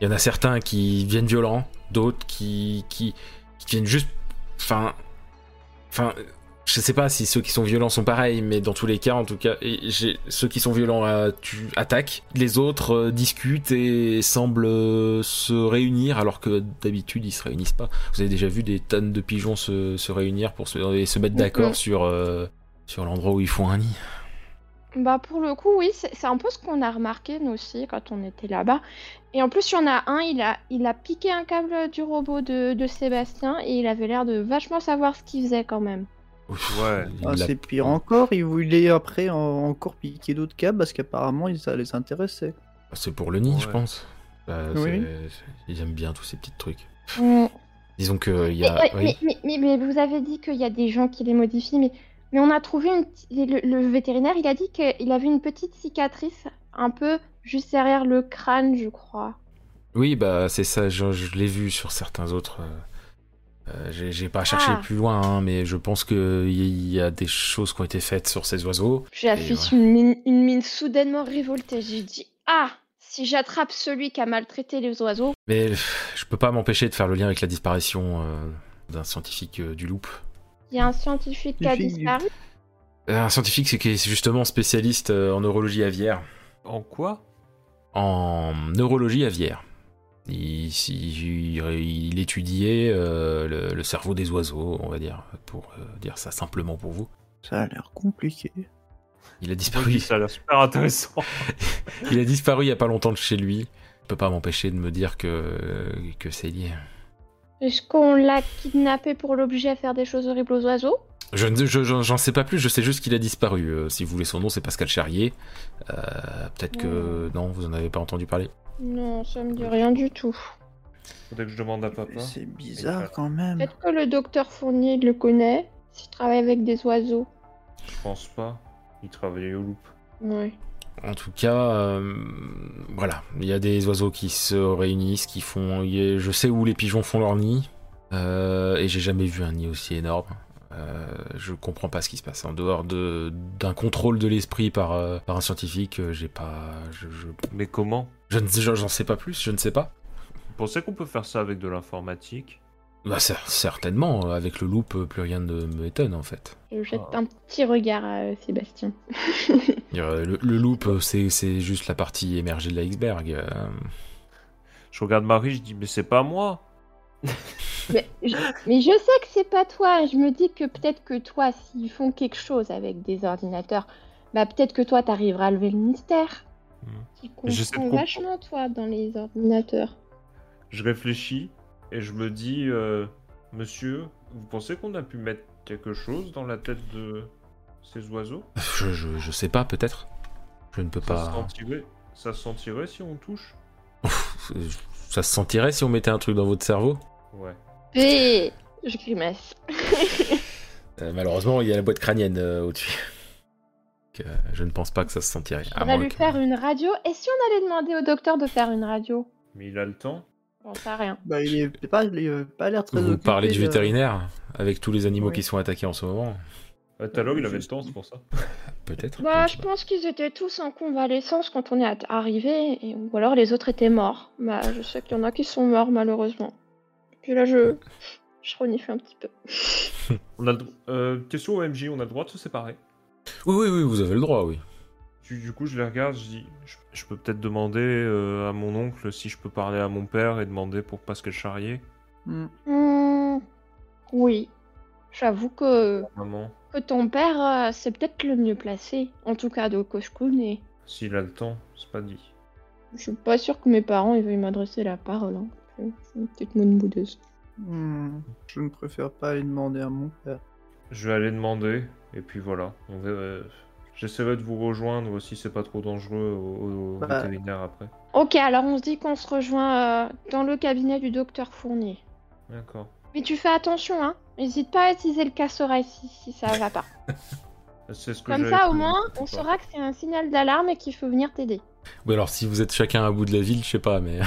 Speaker 2: Il y en a certains qui viennent violents, d'autres qui, qui, qui viennent juste. Enfin. Enfin. Je sais pas si ceux qui sont violents sont pareils, mais dans tous les cas, en tout cas, et j'ai- ceux qui sont violents euh, tu, attaquent. Les autres euh, discutent et semblent euh, se réunir, alors que d'habitude ils se réunissent pas. Vous avez déjà vu des tonnes de pigeons se, se réunir pour se, et se mettre d'accord
Speaker 3: Mhm.
Speaker 2: sur, euh, sur l'endroit où ils font un nid.
Speaker 3: Bah pour le coup, oui, c'est c'est un peu ce qu'on a remarqué nous aussi quand on était là-bas. Et en plus, il y en a un, il a, il a piqué un câble du robot de, de Sébastien et il avait l'air de vachement savoir ce qu'il faisait quand même.
Speaker 2: Ouf,
Speaker 4: Ouais.
Speaker 2: il
Speaker 1: Ah,
Speaker 2: l'a-
Speaker 1: c'est pire encore, il voulait après en- encore piquer d'autres câbles parce qu'apparemment ça les intéressait.
Speaker 2: c'est pour le nid, je
Speaker 4: Ouais.
Speaker 2: pense. Euh,
Speaker 1: Oui.
Speaker 2: c'est- c'est- Ils aiment bien tous ces petits trucs.
Speaker 3: Ouais.
Speaker 2: Disons que il y
Speaker 3: Mais,
Speaker 2: a.
Speaker 3: ouais,
Speaker 2: oui.
Speaker 3: mais- mais- mais- mais vous avez dit qu'il y a des gens qui les modifient, mais, mais on a trouvé une p- le, le vétérinaire, il a dit qu'il avait une petite cicatrice un peu juste derrière le crâne, je crois.
Speaker 2: Oui, bah c'est ça, je, je l'ai vu sur certains autres. euh, euh, j'ai- J'ai pas cherché
Speaker 3: Ah.
Speaker 2: plus loin, hein, mais je pense qu'il y, y a des choses qui ont été faites sur ces oiseaux.
Speaker 3: J'ai affiché une, mine, une mine soudainement révoltée. J'ai dit Ah, si j'attrape celui qui a maltraité les oiseaux,
Speaker 2: Mais pff, je peux pas m'empêcher de faire le lien avec la disparition euh, d'un scientifique euh, du Loop.
Speaker 3: il y a un scientifique qui a
Speaker 1: Scientifique.
Speaker 3: disparu.
Speaker 2: Euh, Un scientifique c'est qui est justement spécialiste euh, en neurologie aviaire.
Speaker 4: En quoi
Speaker 2: en neurologie aviaire. Il, il- il étudiait euh, le, le cerveau des oiseaux, on va dire, pour euh, dire ça simplement pour vous.
Speaker 1: Ça a l'air compliqué.
Speaker 2: Il a disparu.
Speaker 4: Ça a l'air super intéressant.
Speaker 2: Il a disparu il y a pas longtemps de chez lui. Je peux pas m'empêcher de me dire que, que c'est lié.
Speaker 3: Est-ce qu'on l'a kidnappé pour l'obliger à faire des choses horribles aux oiseaux
Speaker 2: Je ne- je- j'en j'en sais pas plus, je sais juste qu'il a disparu. Euh, si vous voulez son nom, c'est Pascal Charrier. Euh, Peut-être que. Non, vous en avez pas entendu parler.
Speaker 3: Non, ça me dit rien du tout.
Speaker 4: Faudrait que je demande à papa.
Speaker 1: Mais C'est bizarre quand même.
Speaker 3: Peut-être que le docteur Fournier le connaît, s'il travaille avec des oiseaux.
Speaker 4: Je pense pas. Il travaillait au loop.
Speaker 3: Ouais.
Speaker 2: En tout cas, euh, voilà, il y a des oiseaux qui se réunissent, qui font. il y a- Je sais où les pigeons font leur nid, euh, et j'ai jamais vu un nid aussi énorme. Euh, je comprends pas ce qui se passe en dehors de d'un contrôle de l'esprit par, euh, par un scientifique. euh, J'ai pas, je, je,
Speaker 4: Mais comment
Speaker 2: je ne sais- j'en sais pas plus. Je ne sais pas.
Speaker 4: pensez qu'on peut faire ça avec de l'informatique
Speaker 2: Bah, cer- certainement, avec le loop, euh, plus rien ne m'étonne en fait.
Speaker 3: Je jette
Speaker 4: Ah.
Speaker 3: un petit regard à euh, Sébastien.
Speaker 2: Je veux dire, Le, le loop, euh, c'est c'est juste la partie émergée de l'iceberg. euh.
Speaker 4: Je regarde Marie, je dis mais c'est pas moi.
Speaker 3: mais, je, mais je sais que c'est pas toi. Je me dis que peut-être que toi, s'ils font quelque chose avec des ordinateurs, bah peut-être que toi, t'arriveras à lever le mystère.
Speaker 4: Hmm.
Speaker 3: Tu
Speaker 4: Mais j'essaie de
Speaker 3: comprends
Speaker 4: comprendre.
Speaker 3: vachement, toi, dans les ordinateurs.
Speaker 4: Je réfléchis et je me dis euh, monsieur, vous pensez qu'on a pu mettre quelque chose dans la tête de ces oiseaux
Speaker 2: Je, je- je sais pas, peut-être. Je ne peux
Speaker 4: ça se
Speaker 2: pas.
Speaker 4: sentirait, ça se sentirait si on touche
Speaker 2: Ça se sentirait si on mettait un truc dans votre cerveau
Speaker 4: Ouais.
Speaker 3: Et je grimace.
Speaker 2: Euh, Malheureusement, il y a la boîte crânienne euh, au-dessus. Donc, euh, je ne pense pas que ça se sentirait. à
Speaker 3: On va
Speaker 2: moins
Speaker 3: lui
Speaker 2: que-
Speaker 3: faire une radio. Et si on allait demander au docteur de faire une radio
Speaker 4: Mais il a le temps.
Speaker 3: On sait rien.
Speaker 1: Bah, il est pas, il est pas l'air très
Speaker 2: Vous
Speaker 1: occupé,
Speaker 2: parlez du
Speaker 1: là.
Speaker 2: vétérinaire avec tous les animaux
Speaker 1: Oui.
Speaker 2: qui sont attaqués en ce moment
Speaker 4: Euh, Tout à l'heure il avait le temps, c'est pour ça.
Speaker 2: Peut-être
Speaker 3: Bah, je
Speaker 2: je ne sais pas.
Speaker 3: pense qu'ils étaient tous en convalescence quand on est at- arrivé, et- ou alors les autres étaient morts. Bah, je sais qu'il y en a qui sont morts malheureusement. Puis là, je, je renifle un petit peu.
Speaker 4: On a le dro- euh, question OMG, on a le droit de se séparer.
Speaker 2: Oui, oui, oui, vous avez le droit, oui.
Speaker 4: Du, du coup, je les regarde, je dis, je, je peux peut-être demander euh, à mon oncle si je peux parler à mon père et demander pour Pascal Charrier,
Speaker 1: Hmm.
Speaker 3: Hmm, oui, j'avoue que,
Speaker 4: maman,
Speaker 3: que ton père, euh, c'est peut-être le mieux placé, en tout cas de Koshkun, et
Speaker 4: s'il a le temps, c'est pas dit.
Speaker 3: je suis pas sûre que mes parents ils veuillent m'adresser la parole. Hein. Je je suis une petite moune boudeuse.
Speaker 1: Hmm, Je ne préfère pas lui demander à mon père.
Speaker 4: Je vais aller demander, et puis voilà. On verra- J'essaierai de vous rejoindre aussi, c'est pas trop dangereux au, au
Speaker 1: Bah.
Speaker 4: vétérinaire après.
Speaker 3: Ok, alors on se dit qu'on se rejoint euh, dans le cabinet du docteur Fournier.
Speaker 4: D'accord.
Speaker 3: Mais tu fais attention, hein. N'hésite pas à utiliser le casse-oreille si, si ça va pas.
Speaker 4: C'est ce que
Speaker 3: Comme
Speaker 4: j'avais
Speaker 3: ça, au
Speaker 4: prévu,
Speaker 3: moins,
Speaker 4: c'est
Speaker 3: on
Speaker 4: pas.
Speaker 3: saura que c'est un signal d'alarme et qu'il faut venir t'aider.
Speaker 2: Ou alors, si vous êtes chacun à bout de la ville, je sais pas, mais.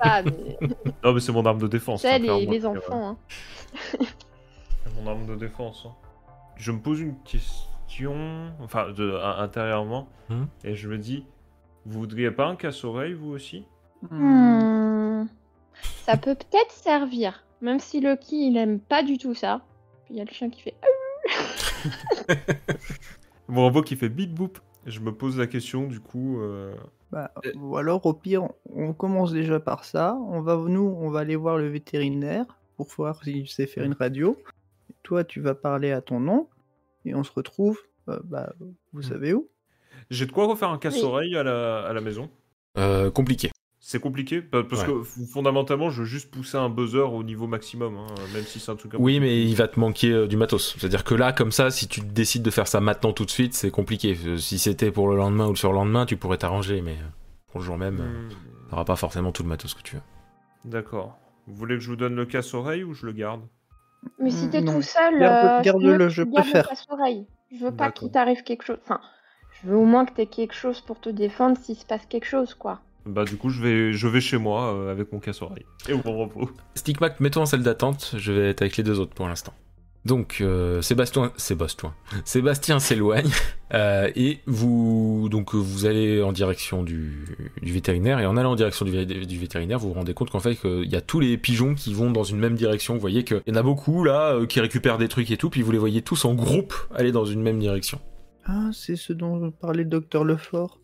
Speaker 3: Ah, mais, tu
Speaker 4: Non, mais c'est mon arme de défense.
Speaker 3: sais,
Speaker 4: hein,
Speaker 3: les,
Speaker 4: clairement,
Speaker 3: les
Speaker 4: c'est-
Speaker 3: enfants, hein.
Speaker 4: C'est mon arme de défense. hein. Je me pose une question, enfin, de, à- intérieurement,
Speaker 2: Hmm.
Speaker 4: et je me dis, vous voudriez pas un casse-oreille, vous aussi
Speaker 1: Hmm.
Speaker 3: Hmm. Ça peut peut-être servir. Même si Loki, il aime pas du tout ça. Puis il y a le chien qui fait. Ah,
Speaker 4: Mon robot qui fait bip boop. Je me pose la question, du coup, euh,
Speaker 1: Bah,
Speaker 2: Euh.
Speaker 1: Ou alors, au pire, on commence déjà par ça. On va, nous, on va aller voir le vétérinaire pour voir s'il sait faire une radio. Et toi, tu vas parler à ton oncle et on se retrouve, euh, bah, vous
Speaker 2: Hmm.
Speaker 1: savez où
Speaker 4: j'ai de quoi refaire un casse-oreille à, la, à la maison
Speaker 2: Euh, compliqué.
Speaker 4: C'est compliqué pa- parce
Speaker 2: Ouais.
Speaker 4: que f- fondamentalement, je veux juste pousser un buzzer au niveau maximum, hein, même si c'est un truc. un peu-
Speaker 2: Oui, mais il va te manquer euh, du matos. C'est-à-dire que là, comme ça, si tu décides de faire ça maintenant tout de suite, c'est compliqué. Euh, Si c'était pour le lendemain ou le surlendemain, tu pourrais t'arranger, mais euh, pour le jour même, euh,
Speaker 4: Hmm,
Speaker 2: t'auras pas forcément tout le matos que tu veux.
Speaker 4: D'accord. Vous voulez que je vous donne le casse-oreille ou je le garde
Speaker 3: Mais si t'es
Speaker 1: Non.
Speaker 3: tout seul.
Speaker 1: Garde-
Speaker 3: euh,
Speaker 1: garde-le,
Speaker 3: c'est mieux que
Speaker 1: je
Speaker 3: tu gardes
Speaker 1: préfère.
Speaker 3: le casse-oreille. Je veux pas
Speaker 4: D'accord.
Speaker 3: qu'il t'arrive quelque chose. Enfin, je veux au moins que t'aies quelque chose pour te défendre s'il se passe quelque chose, quoi.
Speaker 4: Bah du coup, je vais, je vais chez moi euh, avec mon casse-oreille et mon robot.
Speaker 2: Stickmac, mets-toi en salle d'attente, je vais être avec les deux autres pour l'instant. Donc, euh, Sébastien, Sébastien, *laughs* Sébastien s'éloigne *laughs* euh, et vous, donc, euh, vous allez en direction du, du vétérinaire et en allant en direction du, vé- du vétérinaire, vous vous rendez compte qu'en fait, que il y a tous les pigeons qui vont dans une même direction. Vous voyez qu'il y en a beaucoup là euh, qui récupèrent des trucs et tout, puis vous les voyez tous en groupe aller dans une même direction.
Speaker 1: Ah, c'est ce dont parlait le docteur Lefort.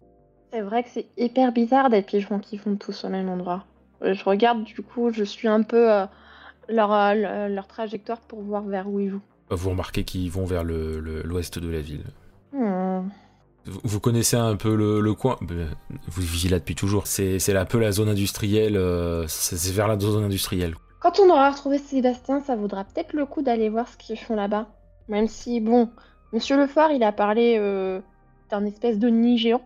Speaker 3: C'est vrai que c'est hyper bizarre des pigeons qui vont tous au même endroit. Euh, Je regarde du coup, je suis un peu euh, leur, euh, le- leur trajectoire pour voir vers où ils vont.
Speaker 2: Euh, Vous remarquez qu'ils vont vers le- le- l'ouest de la ville.
Speaker 3: Hmm.
Speaker 2: Vous vous connaissez un peu le, le coin Ben, Vous vivez là depuis toujours. C'est c'est un peu la zone industrielle. euh, C'est c'est vers la zone industrielle.
Speaker 3: Quand on aura retrouvé Sébastien, ça vaudra peut-être le coup d'aller voir ce qu'ils font là-bas. Même si, bon, Monsieur Lefort, il a parlé euh, d'un espèce de nid géant.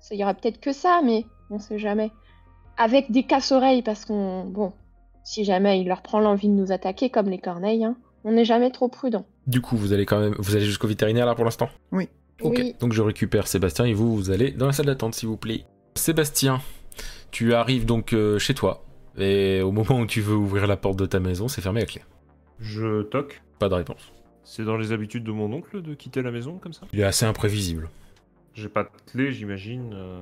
Speaker 3: Ça y aura peut-être que ça, mais on sait jamais. Avec des casse-oreilles, parce qu'on. Bon, si jamais il leur prend l'envie de nous attaquer comme les corneilles, hein, on n'est jamais trop prudent.
Speaker 2: Du coup, vous allez quand même. Vous allez jusqu'au vétérinaire là pour l'instant
Speaker 1: Oui.
Speaker 2: Ok.
Speaker 3: Oui.
Speaker 2: Donc je récupère Sébastien et vous, vous allez dans la salle d'attente s'il vous plaît. Sébastien, tu arrives donc euh, chez toi. Et au moment où tu veux ouvrir la porte de ta maison, c'est fermé à clé.
Speaker 4: Je toque.
Speaker 2: Pas de réponse.
Speaker 4: C'est dans les habitudes de mon oncle de quitter la maison comme ça
Speaker 2: Il est assez imprévisible.
Speaker 4: J'ai pas de clé, j'imagine. euh.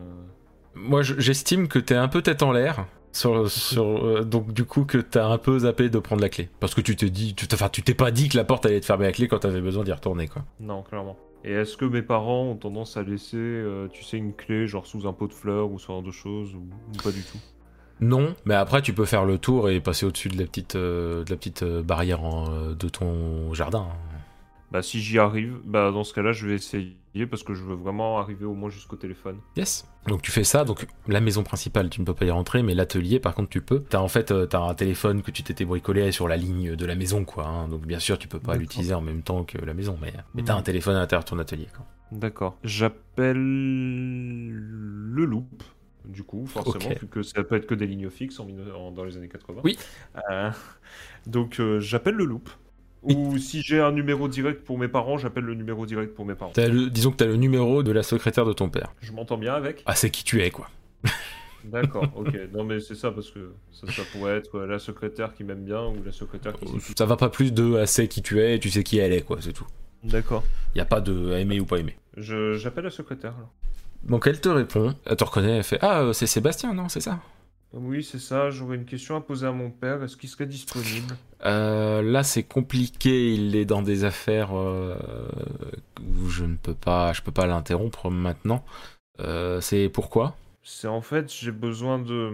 Speaker 2: Moi, je- j'estime que t'es un peu tête en l'air. sur, sur, euh, donc du coup que t'as un peu zappé de prendre la clé. Parce que tu t'es dit, tu t'es- enfin, tu t'es pas dit que la porte allait te fermer la clé quand t'avais besoin d'y retourner quoi.
Speaker 4: Non, clairement. Et est-ce que mes parents ont tendance à laisser, euh, tu sais, une clé, genre sous un pot de fleurs ou ce genre de choses, ou, ou pas du tout
Speaker 2: Non, mais après tu peux faire le tour et passer au-dessus de la petite, euh, de la petite euh, barrière en, euh, de ton jardin.
Speaker 4: Bah, si j'y arrive, bah, dans ce cas-là, je vais essayer parce que je veux vraiment arriver au moins jusqu'au téléphone.
Speaker 2: Yes. Donc tu fais ça, donc la maison principale tu ne peux pas y rentrer, mais l'atelier par contre tu peux. T'as en fait euh, t'as un téléphone que tu t'étais bricolé sur la ligne de la maison quoi, hein. donc bien sûr tu peux pas
Speaker 4: D'accord.
Speaker 2: l'utiliser en même temps que la maison, mais, mais
Speaker 4: Mm.
Speaker 2: t'as un téléphone à l'intérieur de ton atelier quoi.
Speaker 4: D'accord. J'appelle le loop, du coup, forcément,
Speaker 2: Ok.
Speaker 4: vu que ça peut être que des lignes fixes en, mille- en- dans les années 80.
Speaker 2: Oui.
Speaker 4: Euh, donc, euh, j'appelle le loop.
Speaker 2: Oui.
Speaker 4: Ou si j'ai un numéro direct pour mes parents, j'appelle le numéro direct pour mes parents.
Speaker 2: T'as le- disons que t'as le numéro de la secrétaire de ton père.
Speaker 4: Je m'entends bien avec
Speaker 2: Ah c'est qui tu es quoi.
Speaker 4: D'accord, ok. Non, mais c'est ça, parce que ça, ça pourrait être euh, la secrétaire qui m'aime bien ou la secrétaire qui... s'occupe.
Speaker 2: Ça va pas plus de ah, c'est qui tu es, tu sais qui elle est quoi, c'est tout.
Speaker 4: D'accord.
Speaker 2: Y a pas de aimer ou pas aimer.
Speaker 4: Je- J'appelle la secrétaire, alors.
Speaker 2: Donc elle te répond, elle te reconnaît, elle fait ah euh, c'est Sébastien non c'est ça.
Speaker 4: Oui, c'est ça. J'aurais une question à poser à mon père. Est-ce qu'il serait disponible
Speaker 2: Euh, là, c'est compliqué. Il est dans des affaires euh, où je ne peux pas, je peux pas l'interrompre maintenant. Euh, c'est pourquoi
Speaker 4: C'est en fait, j'ai besoin de.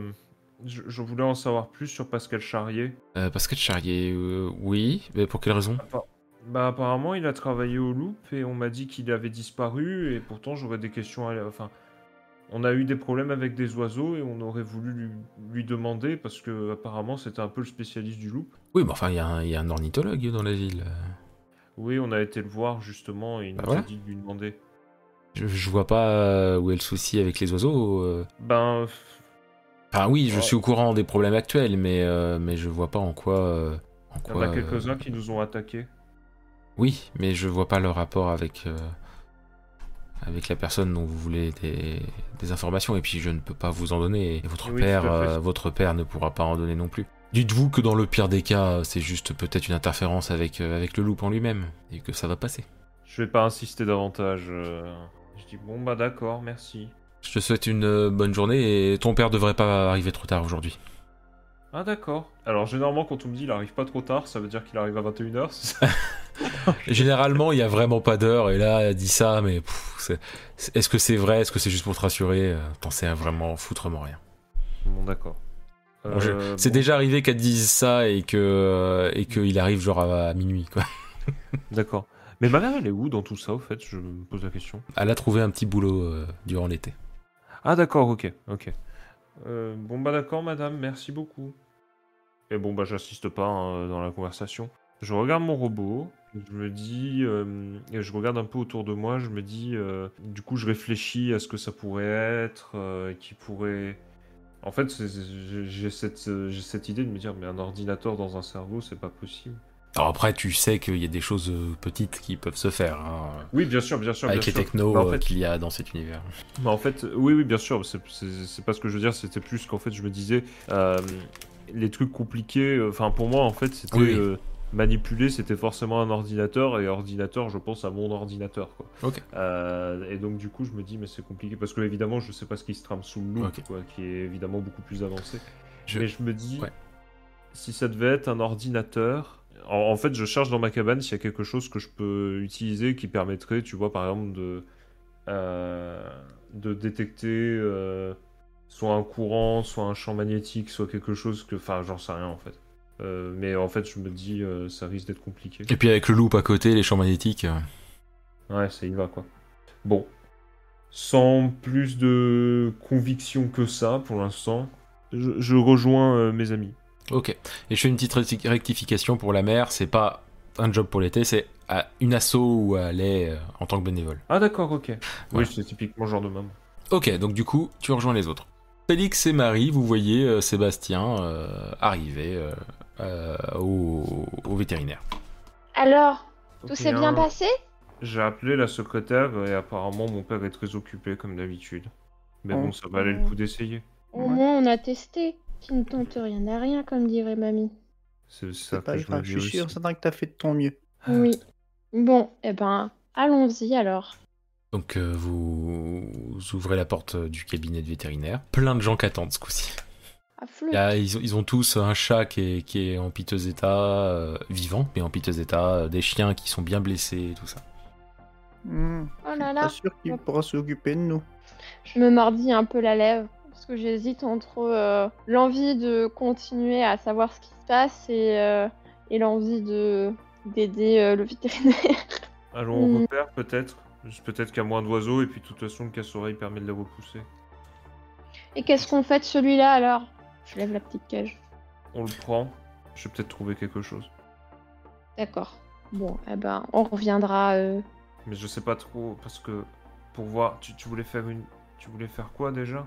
Speaker 4: Je, je voulais en savoir plus sur Pascal Charrier.
Speaker 2: euh, Parce que Charrier, euh, oui, mais pour quelle raison
Speaker 4: Appa- Bah, apparemment, il a travaillé au Loop et on m'a dit qu'il avait disparu et pourtant j'aurais des questions à. Enfin, on a eu des problèmes avec des oiseaux et on aurait voulu lui, lui demander parce que apparemment c'était un peu le spécialiste du Loop.
Speaker 2: Oui, mais enfin, il y, a un- il y a un ornithologue dans la ville.
Speaker 4: Oui, on a été le voir justement et il
Speaker 2: Bah
Speaker 4: nous
Speaker 2: voilà.
Speaker 4: a dit de lui demander.
Speaker 2: Je, je vois pas euh, où est le souci avec les oiseaux. euh.
Speaker 4: Ben,
Speaker 2: Enfin, oui, je
Speaker 4: Ouais.
Speaker 2: suis au courant des problèmes actuels, mais euh, mais je vois pas en quoi. euh, en
Speaker 4: il y en
Speaker 2: quoi
Speaker 4: a
Speaker 2: euh,
Speaker 4: quelques-uns qui nous ont attaqués.
Speaker 2: Oui, mais je vois pas le rapport avec, euh, avec la personne dont vous voulez des, des informations, et puis je ne peux pas vous en donner, et votre,
Speaker 4: Oui,
Speaker 2: père,
Speaker 4: tout à fait.
Speaker 2: euh, votre père ne pourra pas en donner non plus. Dites-vous que dans le pire des cas, c'est juste peut-être une interférence avec, euh, avec le loup en lui-même, et que ça va passer.
Speaker 4: Je vais pas insister davantage. euh. Je dis bon, bah d'accord, merci.
Speaker 2: Je te souhaite une euh, bonne journée, et ton père devrait pas arriver trop tard aujourd'hui.
Speaker 4: Ah d'accord. Alors généralement quand on me dit il arrive pas trop tard, ça veut dire qu'il arrive à 21h.
Speaker 2: *laughs* Généralement, il y a vraiment pas d'heure, et là, elle dit ça, mais pff, c'est- c'est- est-ce que c'est vrai, est-ce que c'est juste pour te rassurer Euh, T'en sais vraiment foutrement rien.
Speaker 4: bon d'accord.
Speaker 2: Bon, je-
Speaker 4: Euh,
Speaker 2: C'est
Speaker 4: bon,
Speaker 2: déjà arrivé qu'elle dise ça et que euh, et qu'il arrive genre à, à minuit quoi.
Speaker 4: D'accord. Mais ma mère elle est où dans tout ça au fait Je me pose la question.
Speaker 2: Elle a trouvé un petit boulot euh, durant l'été.
Speaker 4: Ah d'accord, ok, ok. Euh, bon bah d'accord madame, merci beaucoup. Et bon bah j'assiste pas hein, dans la conversation. Je regarde mon robot, je me dis, euh, et je regarde un peu autour de moi, je me dis, euh, du coup je réfléchis à ce que ça pourrait être, euh, qui pourrait... En fait, c'est- c'est- j'ai j'ai cette, euh, j'ai cette idée de me dire, mais un ordinateur dans un cerveau, c'est pas possible.
Speaker 2: Alors après tu sais qu'il y a des choses euh, petites qui peuvent se faire hein,
Speaker 4: Oui, bien sûr, bien sûr.
Speaker 2: avec
Speaker 4: Ah, bien
Speaker 2: les
Speaker 4: sûr.
Speaker 2: technos
Speaker 4: Mais en
Speaker 2: euh,
Speaker 4: fait,
Speaker 2: qu'il y a dans cet univers.
Speaker 4: Mais Bah, en fait, euh, oui, oui, bien sûr, c'est- c'est c'est pas ce que je veux dire, c'était plus qu'en fait, je me disais, euh, les trucs compliqués, euh, enfin, pour moi, en fait, c'était
Speaker 2: Oui.
Speaker 4: euh, manipuler, c'était forcément un ordinateur, et ordinateur, je pense à mon ordinateur, quoi.
Speaker 2: Ok.
Speaker 4: Euh, et donc, du coup, je me dis, mais c'est compliqué, parce que évidemment, je sais pas ce qui se trame sous le loop,
Speaker 2: Ok.
Speaker 4: quoi, qui est évidemment beaucoup plus avancé.
Speaker 2: Je-
Speaker 4: Mais je me dis,
Speaker 2: Ouais.
Speaker 4: si ça devait être un ordinateur. En, en fait, je cherche dans ma cabane s'il y a quelque chose que je peux utiliser qui permettrait, tu vois, par exemple, de, euh, de détecter euh, soit un courant, soit un champ magnétique, soit quelque chose que. Enfin, j'en sais rien en fait. Euh, mais en fait, je me dis, euh, ça risque d'être compliqué.
Speaker 2: Et puis avec le loop à côté, les champs magnétiques. euh,
Speaker 4: Ouais, ça y va quoi. Bon. Sans plus de conviction que ça pour l'instant, je, je rejoins euh, mes amis.
Speaker 2: Ok. Et je fais une petite recti- rectification pour la mère, c'est pas un job pour l'été, c'est à une asso où elle est euh, en tant que bénévole.
Speaker 4: Ah, d'accord, ok.
Speaker 2: Ouais.
Speaker 4: Oui, c'est typiquement le genre de maman.
Speaker 2: Ok, donc du coup, tu rejoins les autres. Félix et Marie, vous voyez euh, Sébastien euh, arriver euh, euh, au, au vétérinaire.
Speaker 3: Alors, tout
Speaker 4: Ok,
Speaker 3: s'est
Speaker 4: hein.
Speaker 3: bien passé
Speaker 4: J'ai appelé la secrétaire et apparemment mon père est très occupé comme d'habitude. Mais bon,
Speaker 1: Oh.
Speaker 4: ça valait le coup d'essayer.
Speaker 3: Au moins, on a testé. Qui ne tente rien à rien, comme dirait mamie.
Speaker 4: C'est ça
Speaker 1: C'est pas
Speaker 4: que je
Speaker 1: grave,
Speaker 4: me
Speaker 1: je
Speaker 4: dis
Speaker 1: suis
Speaker 4: aussi.
Speaker 1: sûr, certain que t'as fait de ton mieux.
Speaker 2: Ah.
Speaker 3: Oui. Bon, eh ben, allons-y alors.
Speaker 2: Donc euh, *laughs* vous, vous ouvrez la porte euh, du cabinet de vétérinaire. Plein de gens qui attendent ce coup-ci.
Speaker 3: Ah, flûte.
Speaker 2: Il y a- ils, ont- ils ont tous un chat qui est, qui est en piteux état, euh, vivant, mais en piteux état, euh, des chiens qui sont bien blessés et tout ça.
Speaker 1: Hmm,
Speaker 3: Oh
Speaker 1: je
Speaker 3: là
Speaker 1: suis
Speaker 3: là.
Speaker 1: pas sûr qu'il pourra s'occuper de nous.
Speaker 3: Je me mordis un peu la lèvre parce que j'hésite entre euh, l'envie de continuer à savoir ce qui se passe et, euh, et l'envie de d'aider euh, le vétérinaire. *laughs*
Speaker 4: Allons au
Speaker 3: Hmm.
Speaker 4: repère, peut-être. Juste Peut-être qu'il y a moins d'oiseaux, et puis de toute façon, le casse-oreille permet de la repousser.
Speaker 3: Et qu'est-ce qu'on fait de celui-là alors Je lève la petite cage.
Speaker 4: On le prend. Je vais peut-être trouver quelque chose.
Speaker 3: D'accord. Bon, eh ben, on reviendra. euh,
Speaker 4: Mais je sais pas trop, parce que pour voir, tu, tu voulais faire une. Tu voulais faire quoi déjà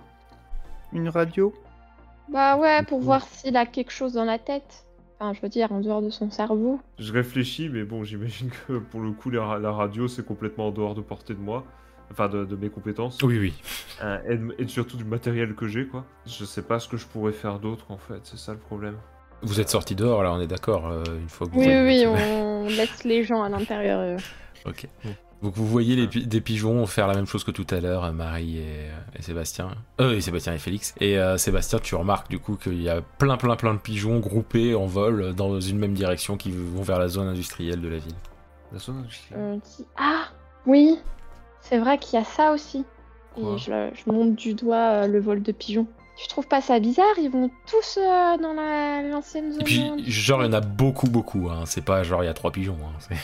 Speaker 1: Une radio
Speaker 3: Bah ouais, pour
Speaker 2: Mhm.
Speaker 3: voir s'il a quelque chose dans la tête. Enfin, je veux dire, en dehors de son cerveau.
Speaker 4: Je réfléchis, mais bon, j'imagine que pour le coup, la, ra- la radio, c'est complètement en dehors de portée de moi. Enfin, de, de mes compétences.
Speaker 2: Oui, oui.
Speaker 4: Euh, et, de- et surtout du matériel que j'ai, quoi. Je sais pas ce que je pourrais faire d'autre, en fait. C'est ça le problème.
Speaker 2: Vous êtes sortis dehors, là, on est d'accord, euh, une fois que vous
Speaker 3: Oui, oui,
Speaker 2: avez-
Speaker 3: on laisse les gens à l'intérieur. euh.
Speaker 2: Ok. Donc vous voyez les pi- des pigeons faire la même chose que tout à l'heure, euh, Marie et, et Sébastien. Euh, et Sébastien et Félix. Et euh, Sébastien, tu remarques du coup qu'il y a plein, plein, plein de pigeons groupés en vol euh, dans une même direction qui vont vers la zone industrielle de la ville.
Speaker 4: La zone industrielle.
Speaker 3: On dit Ah oui, c'est vrai qu'il y a ça aussi.
Speaker 4: Quoi
Speaker 3: Et je, je monte du doigt euh, le vol de pigeons. Tu trouves pas ça bizarre Ils vont tous euh, dans la- l'ancienne zone.
Speaker 2: Et puis,
Speaker 3: industrielle.
Speaker 2: genre, il y en a beaucoup, beaucoup. Hein. C'est pas genre il y a trois pigeons. Hein. C'est-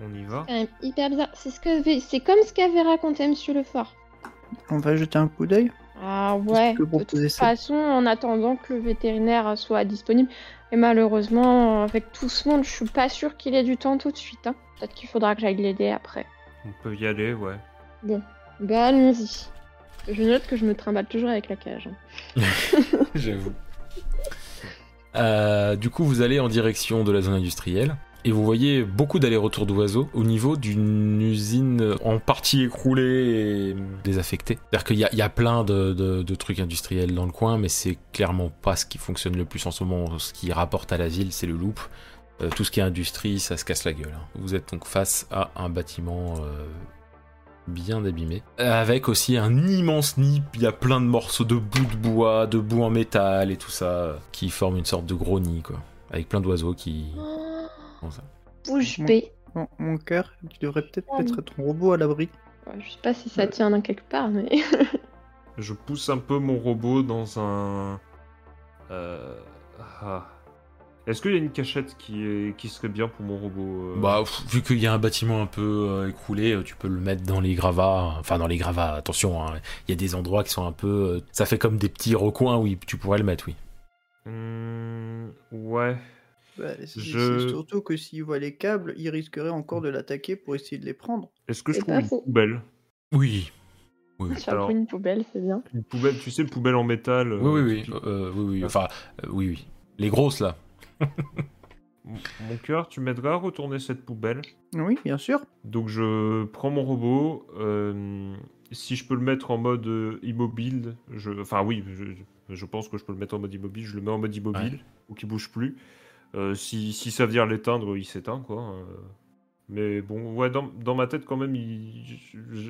Speaker 4: On y va
Speaker 3: C'est quand même hyper bizarre. C'est ce que c'est comme ce qu'avait raconté Monsieur Lefort.
Speaker 1: On va jeter un coup d'œil
Speaker 3: Ah
Speaker 1: Qu'est-ce
Speaker 3: ouais.
Speaker 1: que vous
Speaker 3: De toute
Speaker 1: proposez, c'est-
Speaker 3: façon, en attendant que le vétérinaire soit disponible, et malheureusement, avec tout ce monde, je suis pas sûre qu'il ait du temps tout de suite. hein. Peut-être qu'il faudra que j'aille l'aider après.
Speaker 4: On peut y aller, ouais.
Speaker 3: Bah allons-y. Je note que je me trimballe toujours avec la cage. hein.
Speaker 2: J'avoue. Euh, du coup, vous allez en direction de la zone industrielle et vous voyez beaucoup d'allers-retours d'oiseaux au niveau d'une usine en partie écroulée et désaffectée. C'est-à-dire qu'il y, a- il y a plein de, de- de trucs industriels dans le coin, mais c'est clairement pas ce qui fonctionne le plus en ce moment. Ce qui rapporte à la ville, c'est le loop. Euh, tout ce qui est industrie, ça se casse la gueule. hein. Vous êtes donc face à un bâtiment euh, bien abîmé. Avec aussi un immense nid, il y a plein de morceaux de bouts de bois, de bouts en métal et tout ça, euh, qui forment une sorte de gros nid, quoi. Avec plein d'oiseaux qui... Comment ça
Speaker 3: Bouche
Speaker 1: Mon-
Speaker 3: bée.
Speaker 1: Mon, mon cœur, tu devrais peut-être
Speaker 3: Ah,
Speaker 1: mettre ton robot à l'abri.
Speaker 3: Ouais, je sais pas si ça
Speaker 1: Euh.
Speaker 3: tient d'un quelque part, mais. *laughs*
Speaker 4: Je pousse un peu mon robot dans un. Euh... ah. Est-ce qu'il y a une cachette qui, est... qui serait bien pour mon robot euh,
Speaker 2: Bah, pff, vu qu'il y a un bâtiment un peu euh, écroulé, euh, tu peux le mettre dans les gravats. Enfin, dans les gravats, attention, hein. il y a des endroits qui sont un peu... euh, ça fait comme des petits recoins où il- tu pourrais le mettre, oui.
Speaker 4: hmm, Ouais.
Speaker 1: Bah, c'est-
Speaker 4: Je-
Speaker 1: c'est surtout que s'il voit les câbles, il risquerait encore de l'attaquer pour essayer de les prendre.
Speaker 4: Est-ce que je
Speaker 3: C'est
Speaker 4: trouve
Speaker 3: pas
Speaker 4: une
Speaker 3: faux.
Speaker 4: poubelle
Speaker 2: Oui. Oui,
Speaker 3: J'ai appris
Speaker 4: Alors-
Speaker 3: une poubelle, c'est bien.
Speaker 4: Une poubelle, tu sais, poubelle en métal. euh,
Speaker 2: oui, oui.
Speaker 4: typique.
Speaker 2: Euh, oui, oui. Enfin, euh, oui, oui. Les grosses, là.
Speaker 4: Mon- Mon cœur, tu m'aideras à retourner cette poubelle.
Speaker 1: Oui, bien sûr.
Speaker 4: Donc je prends mon robot. euh, si je peux le mettre en mode euh, immobile, je, enfin oui, je, je pense que je peux le mettre en mode immobile. Je le mets en mode immobile ou qu'il bouge plus. Euh, si, si ça vient l'éteindre, il s'éteint quoi. euh. Mais bon, ouais, dans, dans ma tête quand même, il-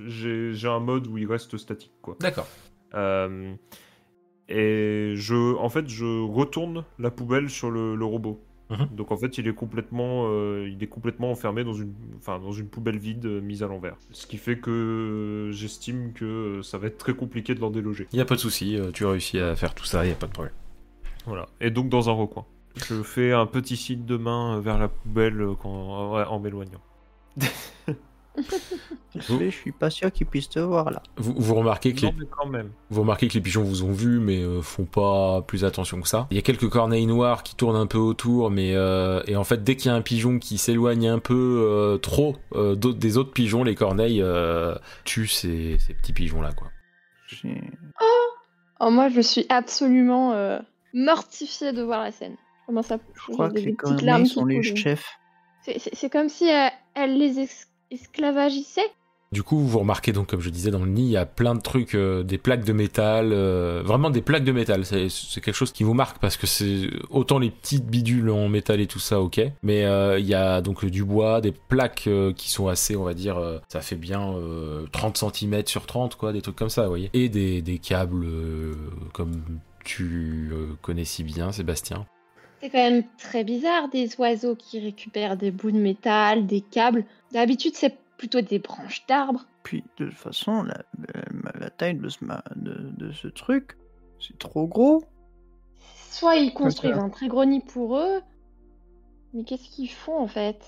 Speaker 4: j'ai j'ai un mode où il reste statique quoi.
Speaker 2: D'accord.
Speaker 4: Euh, et je, en fait, je retourne la poubelle sur le, le robot.
Speaker 2: Mhm.
Speaker 4: Donc en fait, il est complètement, euh, il est complètement enfermé dans une, enfin, dans une poubelle vide euh, mise à l'envers. Ce qui fait que j'estime que euh, ça va être très compliqué de l'en déloger.
Speaker 2: Il n'y a pas de souci, euh, tu réussis à faire tout ça, il n'y a pas de problème.
Speaker 4: Voilà. Et donc dans un recoin. Je fais un petit signe de main euh, vers la poubelle euh, quand- ouais, en m'éloignant. Oh.
Speaker 2: Vous-
Speaker 1: Je suis pas sûr qu'il puisse te voir là.
Speaker 2: Vous, vous remarquez que les,
Speaker 4: Non, mais quand même.
Speaker 2: vous remarquez que les pigeons vous ont vu, mais euh, font pas plus attention que ça. Il y a quelques corneilles noires qui tournent un peu autour, mais euh, et en fait dès qu'il y a un pigeon qui s'éloigne un peu euh, trop euh, d'autres- des autres pigeons, les corneilles euh, tuent ces, ces petits pigeons là quoi.
Speaker 1: J'ai-
Speaker 3: Oh, moi, je suis absolument euh, mortifiée de voir la scène. Je commence à.
Speaker 1: Je crois
Speaker 3: j'ai
Speaker 1: que
Speaker 3: des
Speaker 1: les
Speaker 3: petites larmes
Speaker 1: corneilles
Speaker 3: qui
Speaker 1: sont les
Speaker 3: coulent.
Speaker 1: chefs.
Speaker 3: C'est- C'est c'est comme si euh, elle les ex- esclavagissaient.
Speaker 2: Du coup, vous remarquez donc, comme je disais, dans le nid, il y a plein de trucs, euh, des plaques de métal, euh, vraiment des plaques de métal. C'est c'est quelque chose qui vous marque parce que c'est autant les petites bidules en métal et tout ça, ok. Mais euh, il y a donc du bois, des plaques euh, qui sont assez, on va dire, euh, ça fait bien euh, 30 cm sur 30, quoi, des trucs comme ça, vous voyez. Et des, des câbles euh, comme tu euh, connais si bien, Sébastien
Speaker 3: C'est quand même très bizarre des oiseaux qui récupèrent des bouts de métal, des câbles. D'habitude, c'est plutôt des branches d'arbres.
Speaker 7: Puis de toute façon, la,
Speaker 1: euh,
Speaker 7: la- la taille de ce, ma- de, de ce truc, c'est trop gros.
Speaker 3: Soit ils construisent un très gros nid pour eux, mais qu'est-ce qu'ils font en fait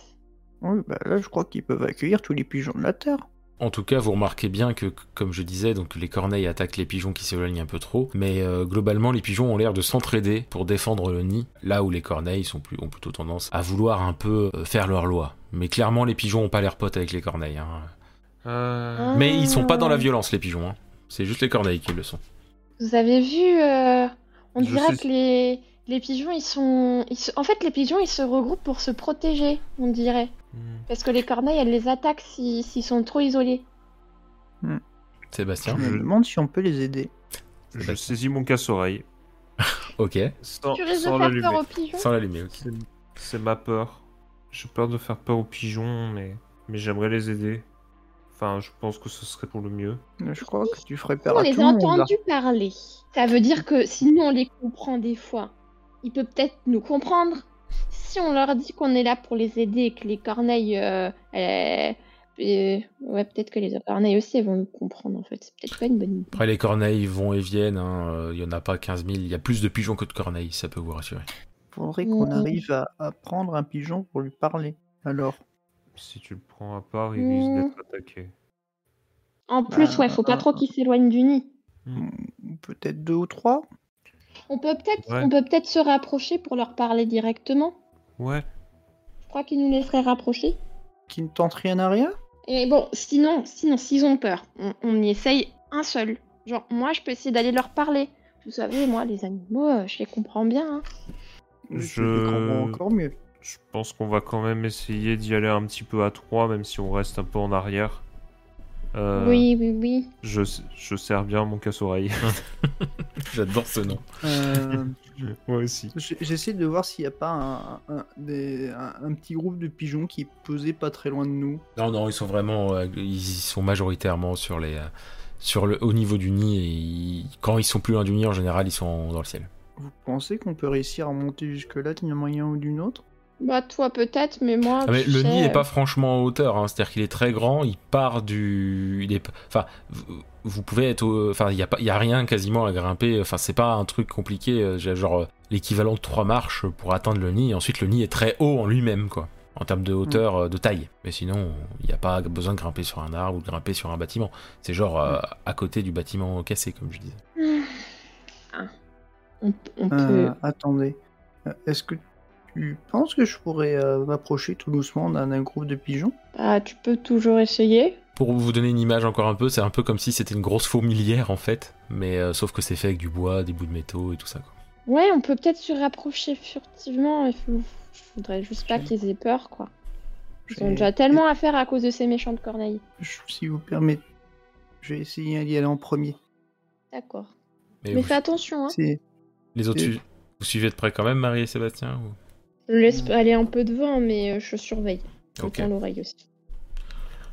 Speaker 7: Oui, bah là, je crois qu'ils peuvent accueillir tous les pigeons de la Terre.
Speaker 2: En tout cas, vous remarquez bien que, comme je disais, donc les corneilles attaquent les pigeons qui s'éloignent un peu trop, mais euh, globalement, les pigeons ont l'air de s'entraider pour défendre le nid, là où les corneilles sont plus, ont plutôt tendance à vouloir un peu euh, faire leur loi. Mais clairement, les pigeons ont pas l'air potes avec les corneilles. hein.
Speaker 3: Hein
Speaker 4: Euh,
Speaker 2: Mais ils sont pas dans la violence, les pigeons. hein. C'est juste les corneilles qui le sont.
Speaker 3: Ah. Vous avez vu euh, On
Speaker 4: Je
Speaker 3: dirait
Speaker 4: sais.
Speaker 3: que les, les pigeons, ils sont. ils se- En fait, les pigeons, ils se regroupent pour se protéger, on dirait.
Speaker 4: hmm.
Speaker 3: Parce que les corneilles, elles les attaquent si- s'ils sont trop isolés.
Speaker 7: Je
Speaker 2: Sébastien
Speaker 7: me
Speaker 4: Ah, Je-
Speaker 7: demande si on peut les aider.
Speaker 4: Je saisis mon casse-oreille.
Speaker 2: Ok.
Speaker 4: Sans,
Speaker 3: Tu risques de
Speaker 4: sans
Speaker 3: faire peur
Speaker 4: l'allumer.
Speaker 3: aux pigeons
Speaker 2: Sans l'allumer, ok.
Speaker 4: C'est- C'est ma peur. J'ai peur de faire peur aux pigeons, mais, mais j'aimerais les aider. Enfin, je pense que ce serait pour le mieux.
Speaker 7: Mais Je crois que tu ferais peur
Speaker 3: On
Speaker 7: Bah, à tout
Speaker 3: les
Speaker 7: le
Speaker 3: a
Speaker 7: monde. hein. là.
Speaker 3: entendus parler. Ça veut dire que si nous, on les comprend des fois, ils peuvent peut-être nous comprendre. Si on leur dit qu'on est là pour les aider et que les corneilles. euh, elles- euh, ouais, peut-être que les corneilles aussi, elles vont nous comprendre en fait. C'est peut-être pas une bonne idée.
Speaker 2: Après, les corneilles vont et viennent. hein, euh, Il y en a pas 15 000. Il y a plus de pigeons que de corneilles, ça peut vous rassurer.
Speaker 7: Faudrait qu'on
Speaker 3: Mm.
Speaker 7: arrive à, à prendre un pigeon pour lui parler. Alors,
Speaker 4: Si tu le prends à part, il
Speaker 3: Hmm.
Speaker 4: risque d'être attaqué.
Speaker 3: En plus, ouais,
Speaker 7: Ah.
Speaker 3: faut pas trop qu'ils s'éloignent du nid.
Speaker 7: ou peut-être deux ou trois
Speaker 3: On peut peut-être
Speaker 4: Ouais.
Speaker 3: on peut peut-être se rapprocher pour leur parler directement.
Speaker 4: Ouais.
Speaker 3: Je crois qu'ils nous laisseraient rapprocher.
Speaker 7: qui ne tentent rien à rien
Speaker 3: Et bon, sinon, sinon, s'ils ont peur, on, on y essaye un seul. Genre, moi, je peux essayer d'aller leur parler. Vous savez, moi, les animaux, euh, je les comprends bien. hein.
Speaker 7: Mais
Speaker 4: Je-
Speaker 7: tu les comprends encore mieux.
Speaker 4: Je pense qu'on va quand même essayer d'y aller un petit peu à trois, même si on reste un peu en arrière. Euh,
Speaker 3: Oui, oui, oui.
Speaker 4: Je, je sers bien mon casse-oreille. *laughs*
Speaker 2: J'adore ce nom.
Speaker 7: Euh, *laughs*
Speaker 4: Moi aussi.
Speaker 7: j- J'essaie de voir s'il n'y a pas un, un- des- un- un petit groupe de pigeons qui est posé pas très loin de nous.
Speaker 2: Non, non, ils sont vraiment, euh, ils sont majoritairement sur les, euh, sur le haut niveau du nid. Et ils- quand ils sont plus loin du nid, en général, ils sont dans le ciel.
Speaker 7: Vous pensez qu'on peut réussir à monter jusque-là d'un moyen ou d'une autre
Speaker 3: Bah, toi, peut-être, mais moi.
Speaker 2: Ah, mais
Speaker 3: tu
Speaker 2: le
Speaker 3: sais,
Speaker 2: nid n'est
Speaker 3: euh,
Speaker 2: pas franchement en hauteur, hein, c'est-à-dire qu'il est très grand. Il part du, il est, enfin, vous- vous pouvez être, au- enfin, il y a pas, il y a rien quasiment à grimper. Enfin, c'est pas un truc compliqué, euh, genre euh, l'équivalent de trois marches pour atteindre le nid. Ensuite, le nid est très haut en lui-même, quoi, en termes de hauteur, euh, de taille. Mais sinon, il n'y a pas besoin de grimper sur un arbre ou de grimper sur un bâtiment. C'est genre euh, à côté du bâtiment cassé, comme je disais.
Speaker 3: Ah. On, on peut.
Speaker 7: Euh, Attendez. Euh, Est-ce que tu penses que je pourrais euh, m'approcher tout doucement d'un un groupe de pigeons
Speaker 3: Bah, tu peux toujours essayer.
Speaker 2: Pour vous donner une image encore un peu, c'est un peu comme si c'était une grosse fourmilière en fait, mais euh, sauf que c'est fait avec du bois, des bouts de métaux et tout ça. Quoi.
Speaker 3: Ouais, on peut peut-être se rapprocher furtivement. Il faut... faudrait juste pas qu'ils aient peur, quoi. Ils ont
Speaker 7: J'ai-
Speaker 3: déjà tellement à faire à cause de ces méchantes corneilles.
Speaker 7: Je- Si vous permettez, je vais essayer d'y aller en premier.
Speaker 3: D'accord.
Speaker 2: Mais
Speaker 3: Mais
Speaker 2: vous-
Speaker 3: fais attention, hein.
Speaker 7: C'est
Speaker 2: les autres,
Speaker 7: et-
Speaker 2: su- vous suivez de près quand même, Marie et Sébastien ou-
Speaker 3: Je laisse aller un peu devant, mais euh, je surveille. Je
Speaker 2: Ok.
Speaker 3: tiens l'oreille aussi.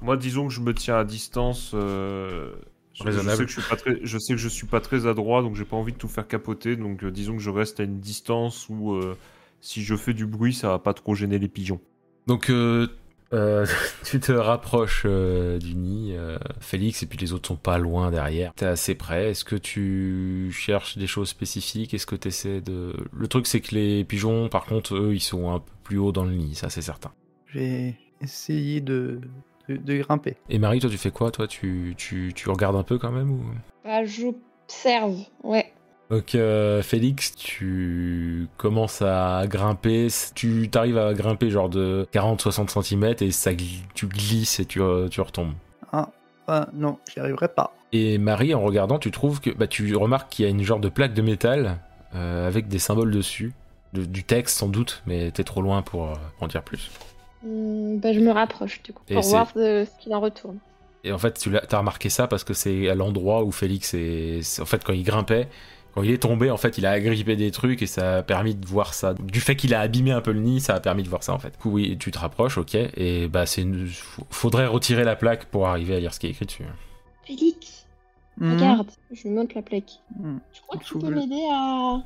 Speaker 4: Moi, disons que je me tiens à distance. euh, je-
Speaker 2: Raisonnable.
Speaker 4: Je sais, que je, suis pas très, je sais que je suis pas très adroit, donc j'ai pas envie de tout faire capoter. Donc, euh, disons que je reste à une distance où euh, si je fais du bruit, ça va pas trop gêner les pigeons.
Speaker 2: Donc euh, euh, *laughs* tu te rapproches euh, du nid, euh, Félix, et puis les autres sont pas loin derrière. T'es assez près. Est-ce que tu cherches des choses spécifiques Est-ce que t'essaies de... Le truc c'est que les pigeons, par contre, eux, ils sont un peu plus haut dans le nid, ça c'est certain.
Speaker 7: J'ai essayé de, de, de grimper.
Speaker 2: Et Marie, toi tu fais quoi Toi tu, tu, tu regardes un peu quand même ou...
Speaker 3: Bah, j'observe, ouais.
Speaker 2: Donc euh, Félix, tu commences à grimper, tu t'arrives à grimper genre de 40-60 cm et ça gl- tu glisses et tu, euh, tu retombes.
Speaker 7: Ah, ah, non, j'y arriverai pas.
Speaker 2: Et Marie, en regardant, tu trouves que bah, tu remarques qu'il y a une genre de plaque de métal euh, avec des symboles dessus, de- du texte sans doute, mais t'es trop loin pour euh, en dire plus.
Speaker 3: Hmm, bah, je me rapproche, du coup,
Speaker 2: Et
Speaker 3: pour
Speaker 2: c'est-
Speaker 3: voir de- ce qu'il en retourne.
Speaker 2: Et en fait, tu l'as- t'as remarqué ça parce que c'est à l'endroit où Félix est, c'est- en fait, quand il grimpait, quand il est tombé, en fait, il a agrippé des trucs et ça a permis de voir ça. Du fait qu'il a abîmé un peu le nid, ça a permis de voir ça, en fait. Du coup, oui, tu te rapproches, ok, et bah, c'est une- f- faudrait retirer la plaque pour arriver à lire ce qui est écrit dessus.
Speaker 3: Félix,
Speaker 7: Hmm,
Speaker 1: Mhm.
Speaker 3: Regarde, je monte la plaque.
Speaker 1: Mhm.
Speaker 3: Tu crois Hum. que Ah. tu
Speaker 1: Faut
Speaker 3: peux
Speaker 1: que je-
Speaker 3: m'aider à...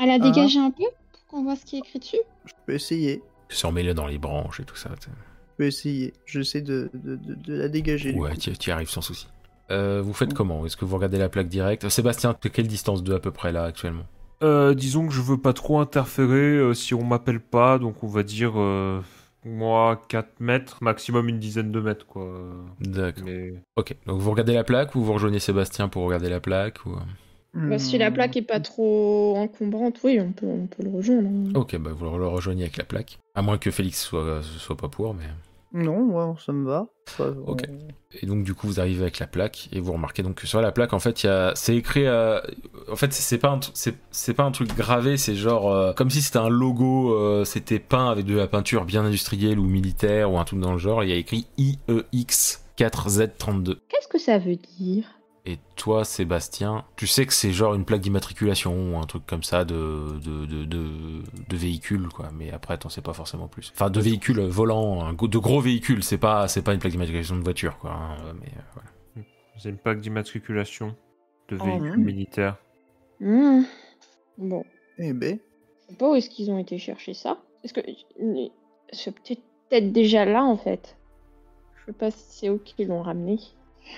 Speaker 3: à la dégager un peu pour qu'on voit ce qui est écrit dessus
Speaker 1: Je peux essayer.
Speaker 2: Surmets-le dans les branches et tout ça. t'sais.
Speaker 1: Je peux essayer. J'essaie de, de, de- de la dégager. du
Speaker 2: Ouais,
Speaker 1: coup.
Speaker 2: tu y arrives sans souci. Euh, vous faites comment Est-ce que vous regardez la plaque directe Sébastien, t'es quelle distance de à peu près là actuellement
Speaker 4: Euh, disons que je veux pas trop interférer euh, si on m'appelle pas, donc on va dire euh, moi 4 mètres, maximum une dizaine de mètres quoi. Euh,
Speaker 2: D'accord.
Speaker 4: Mais
Speaker 2: Ok, donc vous regardez la plaque ou vous rejoignez Sébastien pour regarder la plaque ou...
Speaker 7: Hmm.
Speaker 3: Bah, Si
Speaker 2: Hum.
Speaker 3: la plaque est pas trop encombrante, oui, on peut, on peut le rejoindre. hein.
Speaker 2: Ok, bah vous le rejoignez avec la plaque. À moins que Félix soit, soit pas pour, mais...
Speaker 1: Non, ouais, ça me va. Enfin,
Speaker 2: Ok. Et donc du coup vous arrivez avec la plaque et vous remarquez donc que sur la plaque en fait il y a c'est écrit euh, en fait c'est- c'est pas un tru- c'est c'est pas un truc gravé c'est genre euh, comme si c'était un logo euh, c'était peint avec de la peinture bien industrielle ou militaire ou un truc dans le genre et il y a écrit E IEX 4Z32
Speaker 3: Qu'est-ce que ça veut dire
Speaker 2: et toi Sébastien tu sais que c'est genre une plaque d'immatriculation ou un truc comme ça de de, de, de de véhicule quoi mais après t'en sais pas forcément plus enfin de véhicule volant un go- de gros véhicule c'est pas c'est pas une plaque d'immatriculation de voiture quoi hein, mais euh, voilà.
Speaker 4: c'est une plaque d'immatriculation de
Speaker 3: Ah,
Speaker 4: véhicule
Speaker 1: oui.
Speaker 4: militaire.
Speaker 3: Hmm. Bon,
Speaker 1: Eh ben,
Speaker 3: je sais pas où est-ce qu'ils ont été chercher ça. Est-ce que c'est peut-être déjà là en fait Je sais pas si c'est eux qui l'ont ramené.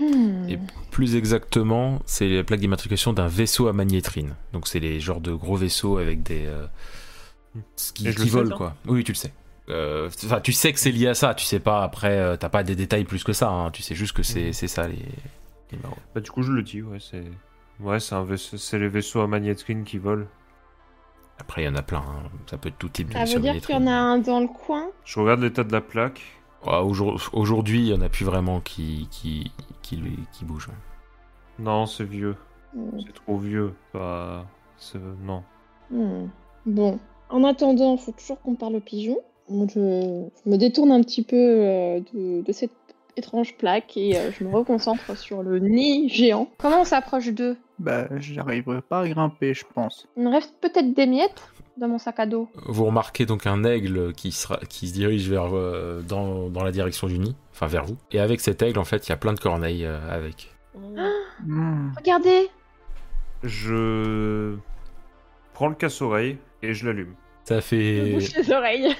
Speaker 3: Hmm.
Speaker 2: Et- Plus exactement, c'est la plaque d'immatriculation d'un vaisseau à magnétrine. Donc c'est les genres de gros vaisseaux avec des euh, ce qui,
Speaker 4: Et je
Speaker 2: qui
Speaker 4: le sais,
Speaker 2: volent
Speaker 4: ça
Speaker 2: quoi. Oui, tu le sais. Euh, Enfin, tu sais que c'est lié à ça. Tu sais pas après, euh, t'as pas des détails plus que ça. hein. Tu sais juste que c'est
Speaker 4: Mhm.
Speaker 2: c'est ça les. les barreaux.
Speaker 4: Bah du coup je le dis ouais c'est ouais c'est un vaisseau c'est les vaisseaux à magnétrine qui volent.
Speaker 2: Après, il y en a plein. hein. Ça peut être tout type de
Speaker 3: Ça
Speaker 2: vaisseau
Speaker 3: veut
Speaker 2: à
Speaker 3: dire qu'il y en
Speaker 2: magnétrine.
Speaker 3: a un dans le coin
Speaker 4: Je regarde l'état de la plaque.
Speaker 2: Ouais, aujourd- Aujourd'hui, il y en a plus vraiment qui qui qui, qui bougent. ouais.
Speaker 4: Non c'est vieux,
Speaker 3: Hmm.
Speaker 4: c'est trop vieux. Bah c'est- non.
Speaker 3: Hmm. Bon, en attendant, faut toujours qu'on parle au pigeon. Moi, je, je me détourne un petit peu euh, de, de cette étrange plaque et euh, je me reconcentre *laughs* sur le nid géant. Comment on s'approche d'eux
Speaker 1: bah,
Speaker 7: ben,
Speaker 1: j'arriverai pas à grimper, je pense.
Speaker 3: Il me reste peut-être des miettes dans mon sac à dos.
Speaker 2: Vous remarquez donc un aigle qui, sera, qui se dirige vers, euh, dans, dans la direction du nid, enfin vers vous. Et avec cet aigle, en fait, il y a plein de corneilles euh, avec.
Speaker 1: Hmm.
Speaker 3: Regardez
Speaker 4: Je prends le casse-oreille et je l'allume.
Speaker 2: Ça
Speaker 3: Je
Speaker 2: fait,
Speaker 3: *laughs* bouche les oreilles.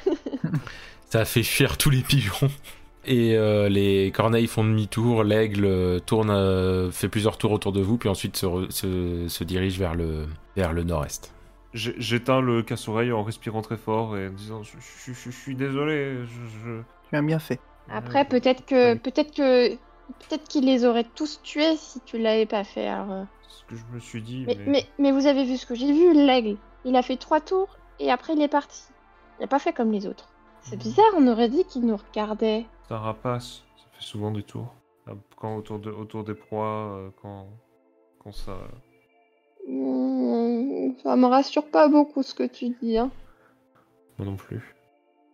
Speaker 2: ça fait fuir tous les pigeons. *laughs* Et euh, les corneilles font demi-tour, l'aigle euh, tourne, euh, fait plusieurs tours autour de vous, puis ensuite se, re- se- se dirige vers le, vers le nord-est.
Speaker 4: J'ai- J'éteins le casse-oreille en respirant très fort et en disant je, je- je- je suis désolé. Je, je-
Speaker 1: Tu as bien fait.
Speaker 3: Après, peut-être que,
Speaker 4: oui.
Speaker 3: peut-être que, peut-être qu'ils les auraient tous tués si tu l'avais pas fait. alors, euh.
Speaker 4: C'est ce que je me suis dit.
Speaker 3: Mais,
Speaker 4: Mais,
Speaker 3: mais, mais vous avez vu ce que j'ai vu, l'aigle. Il a fait trois tours et après il est parti. Il n'a pas fait comme les autres.
Speaker 4: Hmm.
Speaker 3: C'est bizarre, on aurait dit qu'il nous regardait.
Speaker 4: c'est un rapace. Ça fait souvent des tours. Ah, Quand autour, de, autour des proies, euh, quand, quand ça.
Speaker 3: Hmm, Ça me rassure pas beaucoup ce que tu dis. hein.
Speaker 4: Moi non plus.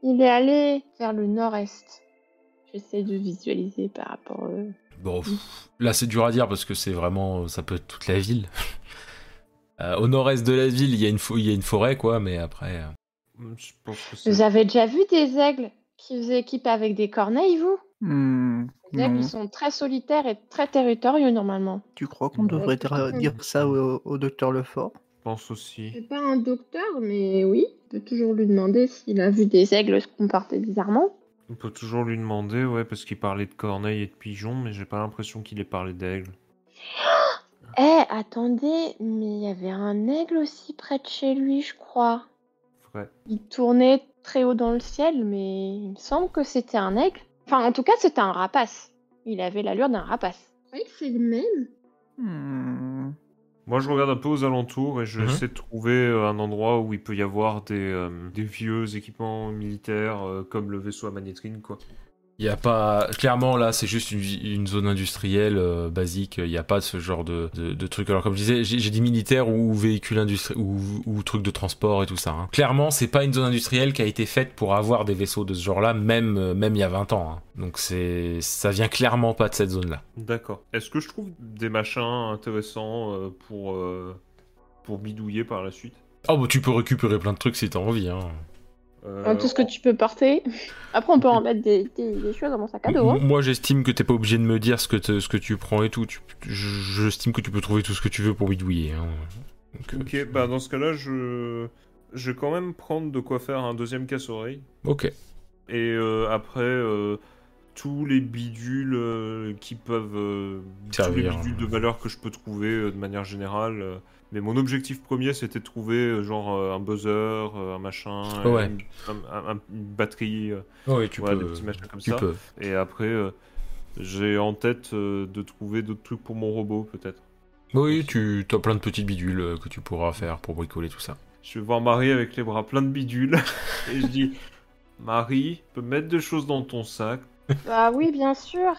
Speaker 3: Il est allé vers le nord-est. J'essaie de visualiser par rapport. euh,
Speaker 2: Bon, pff, là c'est dur à dire parce que c'est vraiment, ça peut être toute la ville. *laughs* Euh, au nord-est de la ville, il y, a une fo- il y a une forêt, quoi, mais après... euh,
Speaker 4: Mm, Je pense que c'est.
Speaker 3: Vous avez déjà vu des aigles qui faisaient équipe avec des corneilles, vous
Speaker 1: Hmm.
Speaker 3: Les aigles
Speaker 1: Non.
Speaker 3: ils sont très solitaires et très territoriaux normalement.
Speaker 1: Tu crois qu'on devrait dire- dire ça au, au docteur Lefort
Speaker 4: Je pense aussi.
Speaker 3: C'est pas un docteur, mais oui. On peut toujours lui demander s'il a vu des aigles se comporter bizarrement.
Speaker 4: On peut toujours lui demander, ouais, parce qu'il parlait de corneilles et de pigeons, mais j'ai pas l'impression qu'il ait parlé d'aigle.
Speaker 3: Eh, attendez, mais il y avait un aigle aussi près de chez lui, je crois.
Speaker 4: Vrai.
Speaker 3: Il tournait très haut dans le ciel, mais il me semble que c'était un aigle. Enfin, en tout cas, c'était un rapace. Il avait l'allure d'un rapace. Vous croyez que c'est le même
Speaker 1: Hmm.
Speaker 4: Moi, je regarde un peu aux alentours et je
Speaker 2: Mhm.
Speaker 4: essaie de trouver euh, un endroit où il peut y avoir des, euh, des vieux équipements militaires euh, comme le vaisseau à magnétrine, quoi.
Speaker 2: Il y a pas clairement là, c'est juste une, une zone industrielle euh, basique. Il n'y a pas ce genre de, de, de truc. Alors comme je disais, j'ai j'ai dit militaire ou véhicule industriel ou, ou truc de transport et tout ça. hein. Clairement, c'est pas une zone industrielle qui a été faite pour avoir des vaisseaux de ce genre-là, même euh, même il y a 20 ans. hein. Donc c'est ça vient clairement pas de cette zone-là.
Speaker 4: D'accord. Est-ce que je trouve des machins intéressants euh, pour, euh, pour bidouiller par la suite
Speaker 2: Oh bah tu peux récupérer plein de trucs si t'as envie. Hein.
Speaker 4: Euh,
Speaker 3: Enfin, tout ce que tu peux porter. *laughs* Après, on peut en mettre des, des- des choses dans mon sac à dos.
Speaker 2: M- *laughs*
Speaker 3: hein.
Speaker 2: Moi, j'estime que t'es pas obligé de me dire ce que, te- ce que tu prends et tout. Tu- je- J'estime que tu peux trouver tout ce que tu veux pour bidouiller. hein. Donc, euh,
Speaker 4: Ok, bah dans ce cas-là, je... je vais quand même prendre de quoi faire un deuxième casse-oreille.
Speaker 2: ok.
Speaker 4: Et euh, après, euh, tous les bidules euh, qui peuvent. euh, tous les
Speaker 2: Servir.
Speaker 4: bidules de valeur que je peux trouver euh, de manière générale. euh. mais mon objectif premier, c'était de trouver euh, genre euh, un buzzer, euh, un machin,
Speaker 2: Ouais.
Speaker 4: une, un- un- un- une batterie, euh,
Speaker 2: Ouais, tu
Speaker 4: ouais,
Speaker 2: peux.
Speaker 4: des petits machins comme
Speaker 2: Tu
Speaker 4: ça.
Speaker 2: peux.
Speaker 4: Et après, euh, j'ai en tête euh, de trouver d'autres trucs pour mon robot, peut-être.
Speaker 2: Oui, tu as plein de petites bidules euh, que tu pourras faire pour bricoler tout ça.
Speaker 4: Je vais voir Marie avec les bras pleins de bidules. *laughs* et je dis Marie, tu peux mettre des choses dans ton sac.
Speaker 3: Bah oui, bien sûr.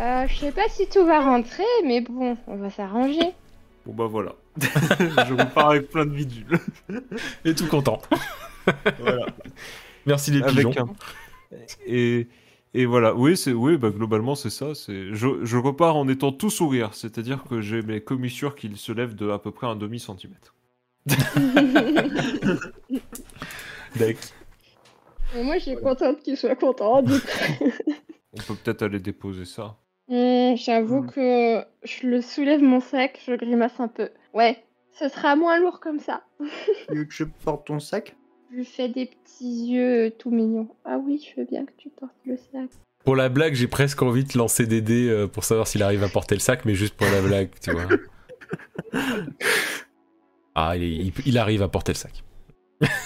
Speaker 3: Euh, je sais pas si tout va rentrer, mais bon, on va s'arranger.
Speaker 4: Bon, bah voilà. *laughs* je repars avec plein de bidules.
Speaker 2: Et tout content.
Speaker 4: voilà.
Speaker 2: *laughs* Merci les pigeons.
Speaker 4: Avec un- Et, et voilà, oui, c'est oui, bah, globalement c'est ça. C'est je, je repars en étant tout sourire, c'est-à-dire que j'ai mes commissures qui se lèvent de à peu près un demi centimètre.
Speaker 3: Mais moi, je suis contente qu'il soit content. du coup.
Speaker 4: On peut peut-être aller déposer ça.
Speaker 3: Hum, J'avoue que je le soulève mon sac, je grimace un peu. Ouais, ce sera moins lourd comme ça.
Speaker 7: Tu veux que je porte ton sac
Speaker 3: Je lui fais des petits yeux tout mignons. Ah oui, je veux bien que tu portes le sac.
Speaker 2: Pour la blague, j'ai presque envie de lancer des dés euh, pour savoir s'il arrive à porter le sac, mais juste pour la blague,
Speaker 4: *laughs*
Speaker 2: tu vois. Ah, il, est- il- il arrive à porter le sac.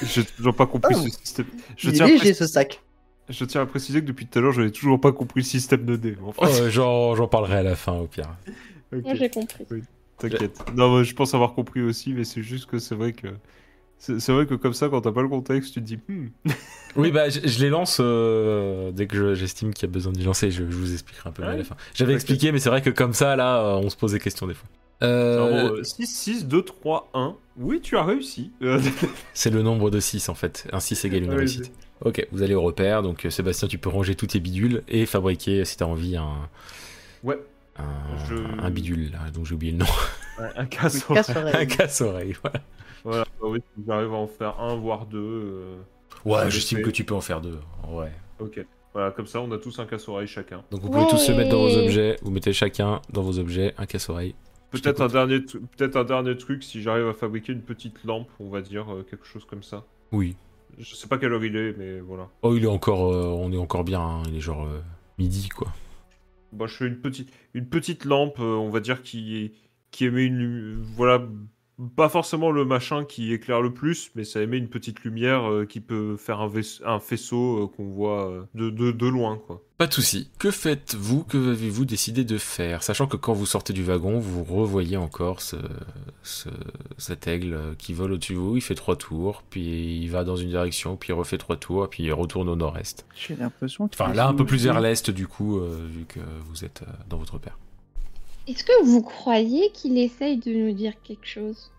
Speaker 4: J'ai toujours pas compris
Speaker 7: Oh.
Speaker 4: ce système. Je
Speaker 7: Il est
Speaker 4: tiens, à
Speaker 7: léger
Speaker 4: préciser,
Speaker 7: ce sac.
Speaker 4: je tiens à préciser que depuis tout à l'heure, j'avais toujours pas compris le système de dés. *laughs* Enfin,
Speaker 2: Euh, genre, j'en parlerai à la fin, au pire.
Speaker 3: Moi,
Speaker 4: ok,
Speaker 3: Ah, j'ai compris.
Speaker 4: T'inquiète. Non, mais je pense avoir compris aussi, mais c'est juste que c'est vrai que c'est c'est vrai que comme ça, quand t'as pas le contexte, tu te dis. Hmm.
Speaker 2: Oui, bah, je, je les lance euh, dès que je- j'estime qu'il y a besoin d'y lancer. Je, je vous expliquerai un peu mieux à la fin. J'avais
Speaker 4: Ok.
Speaker 2: expliqué, mais c'est vrai que comme ça, là, euh, on se pose des questions des fois. Euh,
Speaker 4: 6, 6, 2, 3, 1. Oui, tu as réussi. Euh,
Speaker 2: C'est le nombre de 6 en fait. Un 6 égale une
Speaker 1: Ouais,
Speaker 2: réussite. Ok, vous allez au repère. Donc euh, Sébastien, tu peux ranger tous tes bidules et fabriquer, euh, si t'as envie, un,
Speaker 4: Ouais. *laughs*
Speaker 2: un,
Speaker 4: Je-
Speaker 2: un bidule. là, donc j'ai oublié le nom.
Speaker 4: Un casse
Speaker 2: un *laughs*
Speaker 7: Casse-oreille.
Speaker 2: casse-oreille. Voilà.
Speaker 4: Voilà, bah oui, si j'arrive à en faire un, voire deux. euh,
Speaker 2: Ouais,
Speaker 4: Ouais,
Speaker 2: j'estime
Speaker 4: mais-
Speaker 2: que tu peux en faire deux. Ouais.
Speaker 4: Ok. Voilà, comme ça, on a tous un casse-oreille chacun.
Speaker 2: Donc vous pouvez tous se
Speaker 3: Ouais.
Speaker 2: mettre dans vos objets. Vous mettez chacun dans vos objets un casse-oreille.
Speaker 4: Peut-être un, dernier tru- peut-être un dernier truc, si j'arrive à fabriquer une petite lampe, on va dire, euh, quelque chose comme ça.
Speaker 2: Oui.
Speaker 4: Je sais pas quelle heure il est, mais voilà.
Speaker 2: Oh, il est encore. euh, on est encore bien. hein. Il est genre euh, midi quoi.
Speaker 4: Bah, je fais une petite, une petite lampe, euh, on va dire, qui, qui émet une. lu- Voilà, pas forcément le machin qui éclaire le plus, mais ça émet une petite lumière euh, qui peut faire un, vais- un faisceau euh, qu'on voit euh, de, de, de loin, quoi.
Speaker 2: Pas de souci. Que faites-vous Que avez-vous décidé de faire Sachant que quand vous sortez du wagon, vous revoyez encore ce, ce- cet aigle qui vole au-dessus de vous. Il fait trois tours, puis il va dans une direction, puis il refait trois tours, puis il retourne au nord-est.
Speaker 7: J'ai l'impression que.
Speaker 2: Enfin, là, un peu plus vers l'est, du coup, euh, vu que vous êtes euh, dans votre père.
Speaker 3: Est-ce que vous croyez qu'il essaye de nous dire quelque chose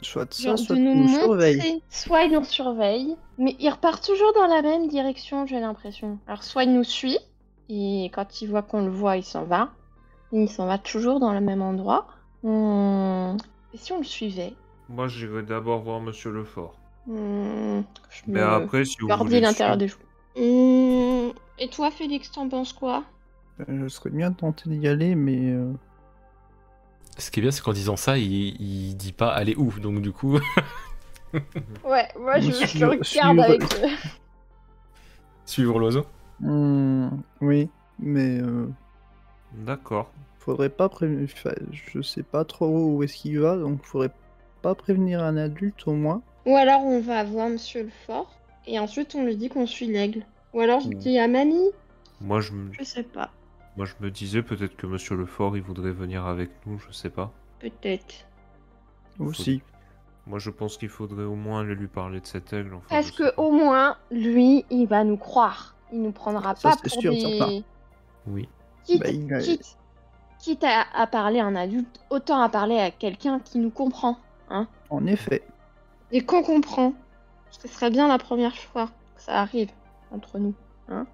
Speaker 7: Soit ça,
Speaker 3: Genre
Speaker 7: soit
Speaker 3: de nous
Speaker 7: qu'il nous surveille.
Speaker 3: montrer. Soit il nous surveille, mais il repart toujours dans la même direction, j'ai l'impression. Alors soit il nous suit, et quand il voit qu'on le voit, il s'en va. Il s'en va toujours dans le même endroit. Hmm. Et si on le suivait
Speaker 4: Moi, j'irai d'abord voir Monsieur Lefort.
Speaker 3: Hmm. Je
Speaker 4: Mais
Speaker 3: me-
Speaker 4: après, si vous
Speaker 3: Garder
Speaker 4: voulez
Speaker 3: l'intérieur
Speaker 4: suivre-
Speaker 3: des joues. Mmh. Et toi, Félix, t'en penses quoi
Speaker 7: Euh, Je serais bien tenté d'y aller, mais. euh,
Speaker 2: Ce qui est bien, c'est qu'en disant ça, il, il dit pas aller où. Donc, du coup, *laughs*
Speaker 3: Ouais, moi
Speaker 7: je-
Speaker 3: je,
Speaker 7: Monsieur- je bah, le regarde
Speaker 3: le regarde
Speaker 7: Monsieur- avec-
Speaker 3: avec.
Speaker 2: suivre l'oiseau.
Speaker 7: hmm, oui, mais. euh,
Speaker 4: D'accord.
Speaker 7: faudrait pas prévenir. enfin, je sais pas trop où est-ce qu'il va, donc faudrait pas prévenir un adulte au moins.
Speaker 3: Ou alors on va voir Monsieur le Fort et ensuite on lui dit qu'on suit l'aigle. Ou alors je
Speaker 4: Mmh.
Speaker 3: dis à Mamie,
Speaker 4: Moi, je me,
Speaker 3: je sais pas,
Speaker 4: moi, je me disais peut-être que Monsieur Lefort, il voudrait venir avec nous, je sais pas.
Speaker 3: peut-être.
Speaker 7: Aussi.
Speaker 4: Moi, je pense qu'il faudrait au moins aller lui parler de cet aigle. enfin,
Speaker 3: Parce
Speaker 4: je
Speaker 3: que
Speaker 4: sais pas.
Speaker 3: au moins, lui, il va nous croire. Il nous prendra
Speaker 7: Ça,
Speaker 3: pas
Speaker 7: c'est
Speaker 3: pour
Speaker 7: sûr,
Speaker 3: des...
Speaker 7: certain.
Speaker 4: Oui.
Speaker 3: Quitte,
Speaker 7: Bah, il a-
Speaker 3: quitte, quitte à, à parler à un adulte, autant à parler à quelqu'un qui nous comprend.
Speaker 7: En effet.
Speaker 3: Et qu'on comprend. Ce serait bien la première fois que ça arrive entre nous. Hein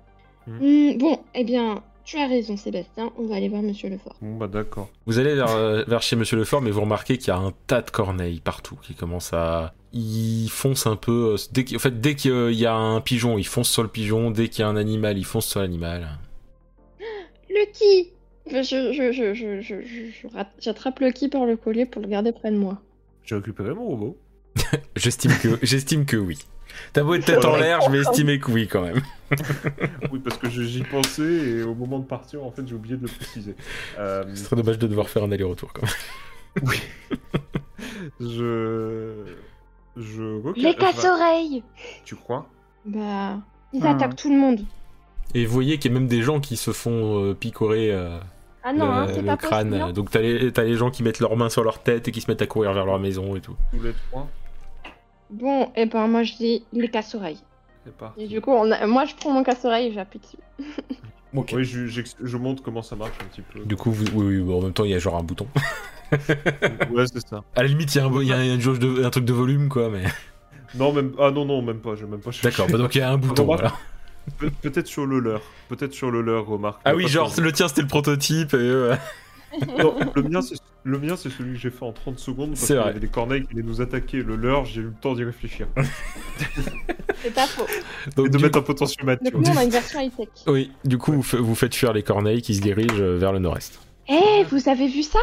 Speaker 4: Mm.
Speaker 3: Hmm, bon, eh bien, Tu as raison, Sébastien, on va aller voir Monsieur Lefort.
Speaker 4: Bon, bah d'accord.
Speaker 2: Vous allez vers, euh, vers chez Monsieur Lefort, mais vous remarquez qu'il y a un tas de corneilles partout qui commencent à. Ils foncent un peu. euh, Dès qu'il- en fait, dès qu'il y a un pigeon, ils foncent sur le pigeon. Dès qu'il y a un animal, ils foncent sur l'animal.
Speaker 3: Lucky je, je, je, je, je, je- je rat- J'attrape Lucky par le collier pour le garder près de moi.
Speaker 4: J'ai récupéré mon robot.
Speaker 2: J'estime *laughs* que, j'estime que oui. T'as beau être tête en l'air, je vais estimer que oui quand même.
Speaker 6: Oui, parce que je- j'y pensais et au moment de partir, en fait, j'ai oublié de le préciser. Euh,
Speaker 2: Ce serait dommage de devoir faire un aller-retour quand même.
Speaker 4: Je. Je. reca-
Speaker 3: Les casse-oreilles
Speaker 4: Enfin, Tu crois
Speaker 3: Bah, ils
Speaker 1: Ah.
Speaker 3: attaquent tout le monde.
Speaker 2: Et vous voyez qu'il y a même des gens qui se font euh, picorer euh,
Speaker 3: Ah non,
Speaker 2: le,
Speaker 3: hein, c'est
Speaker 2: le
Speaker 3: pas
Speaker 2: crâne.
Speaker 3: possible. hein.
Speaker 2: Donc t'as les, t'as les gens qui mettent leurs mains sur leur tête et qui se mettent à courir vers leur maison et tout.
Speaker 4: Tous les trois
Speaker 3: Bon, et ben moi je dis les casse-oreilles.
Speaker 4: C'est parti.
Speaker 3: Et du coup, on a- moi je prends mon casse-oreille et j'appuie dessus.
Speaker 2: Ok.
Speaker 4: Oui, je, j'ex- je montre comment ça marche un petit peu.
Speaker 2: Du coup, vous, oui, oui, bon, en même temps, il y a genre un bouton.
Speaker 4: ouais, c'est ça.
Speaker 2: À la limite, il y a, un, il y a une jauge de- un truc de volume, quoi, mais...
Speaker 4: Non, même. Ah non, non, même pas. J'ai même pas cherché.
Speaker 2: *laughs* D'accord, bah donc il y a un bouton, voilà.
Speaker 4: Pe- Peut-être sur le leur. Peut-être sur le leur, remarque.
Speaker 2: Ah
Speaker 4: Mais
Speaker 2: oui,
Speaker 4: pas
Speaker 2: genre,
Speaker 4: sur-
Speaker 2: le tien, c'était le prototype, et... *laughs* euh,
Speaker 4: Non, le mien, c'est le mien, c'est celui que j'ai fait en 30 secondes parce
Speaker 2: C'est
Speaker 4: qu'il y
Speaker 2: vrai.
Speaker 4: avait des corneilles qui allaient nous attaquer. Le leur, j'ai eu le temps d'y réfléchir.
Speaker 3: *laughs* C'est pas faux.
Speaker 2: donc,
Speaker 4: Et de
Speaker 2: du-
Speaker 4: mettre un potentiomètre.
Speaker 3: Donc nous on a une version high-tech.
Speaker 2: Oui, du coup, vous, fa- vous faites fuir les corneilles qui se dirigent euh, vers le nord-est.
Speaker 3: Eh, vous avez vu ça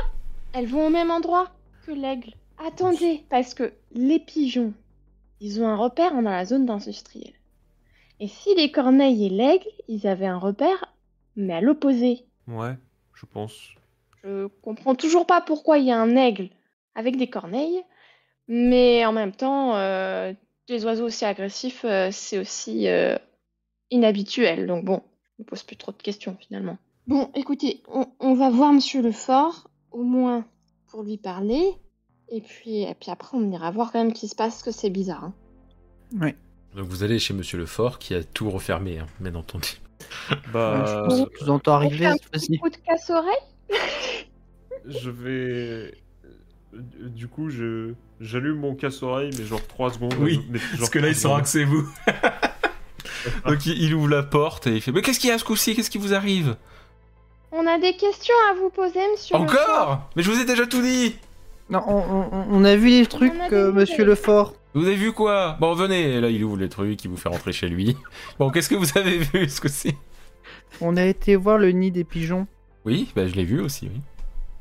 Speaker 3: Elles vont au même endroit que l'aigle. Attendez, parce que les pigeons, ils ont un repère dans la zone industrielle. Et si les corneilles et l'aigle, ils avaient un repère, mais à l'opposé.
Speaker 4: Ouais, je pense.
Speaker 3: Je comprends toujours pas pourquoi il y a un aigle avec des corneilles, mais en même temps, euh, des oiseaux aussi agressifs, euh, c'est aussi euh, inhabituel. Donc bon, je me pose plus trop de questions finalement. Bon, écoutez, on, on va voir Monsieur Lefort, au moins pour lui parler, et puis, et puis après on ira voir quand même ce qui se passe, parce que c'est bizarre. hein.
Speaker 2: Donc vous allez chez Monsieur Lefort, qui a tout refermé, hein, bien entendu. Euh,
Speaker 1: Ouais,
Speaker 4: Bah,
Speaker 1: je pense que je vous entends
Speaker 3: On
Speaker 1: arriver
Speaker 3: fait un
Speaker 1: cette fois-ci.
Speaker 3: Coup de casse-oreille
Speaker 4: je vais. Du coup, je j'allume mon casse-oreille, mais genre 3 secondes.
Speaker 2: Oui,
Speaker 4: mais genre
Speaker 2: Parce que là,
Speaker 4: 3
Speaker 2: il
Speaker 4: secondes.
Speaker 2: saura que c'est *laughs* vous Donc il, il ouvre la porte et il fait « Mais qu'est-ce qu'il y a ce coup-ci Qu'est-ce qui vous arrive
Speaker 3: On a des questions à vous poser, Monsieur Lefort.
Speaker 2: Encore Mais je vous ai déjà tout dit
Speaker 1: Non, on, on- on a vu les trucs,
Speaker 3: On a
Speaker 1: euh,
Speaker 3: des
Speaker 1: monsieur
Speaker 3: nouvelles.
Speaker 1: Lefort.
Speaker 2: Vous avez vu quoi Bon, venez Et là, il ouvre les trucs, il vous fait rentrer chez lui. *laughs* Bon, qu'est-ce que vous avez vu ce coup-ci
Speaker 1: On a été voir le nid des pigeons.
Speaker 2: Oui, bah, je l'ai vu aussi, oui.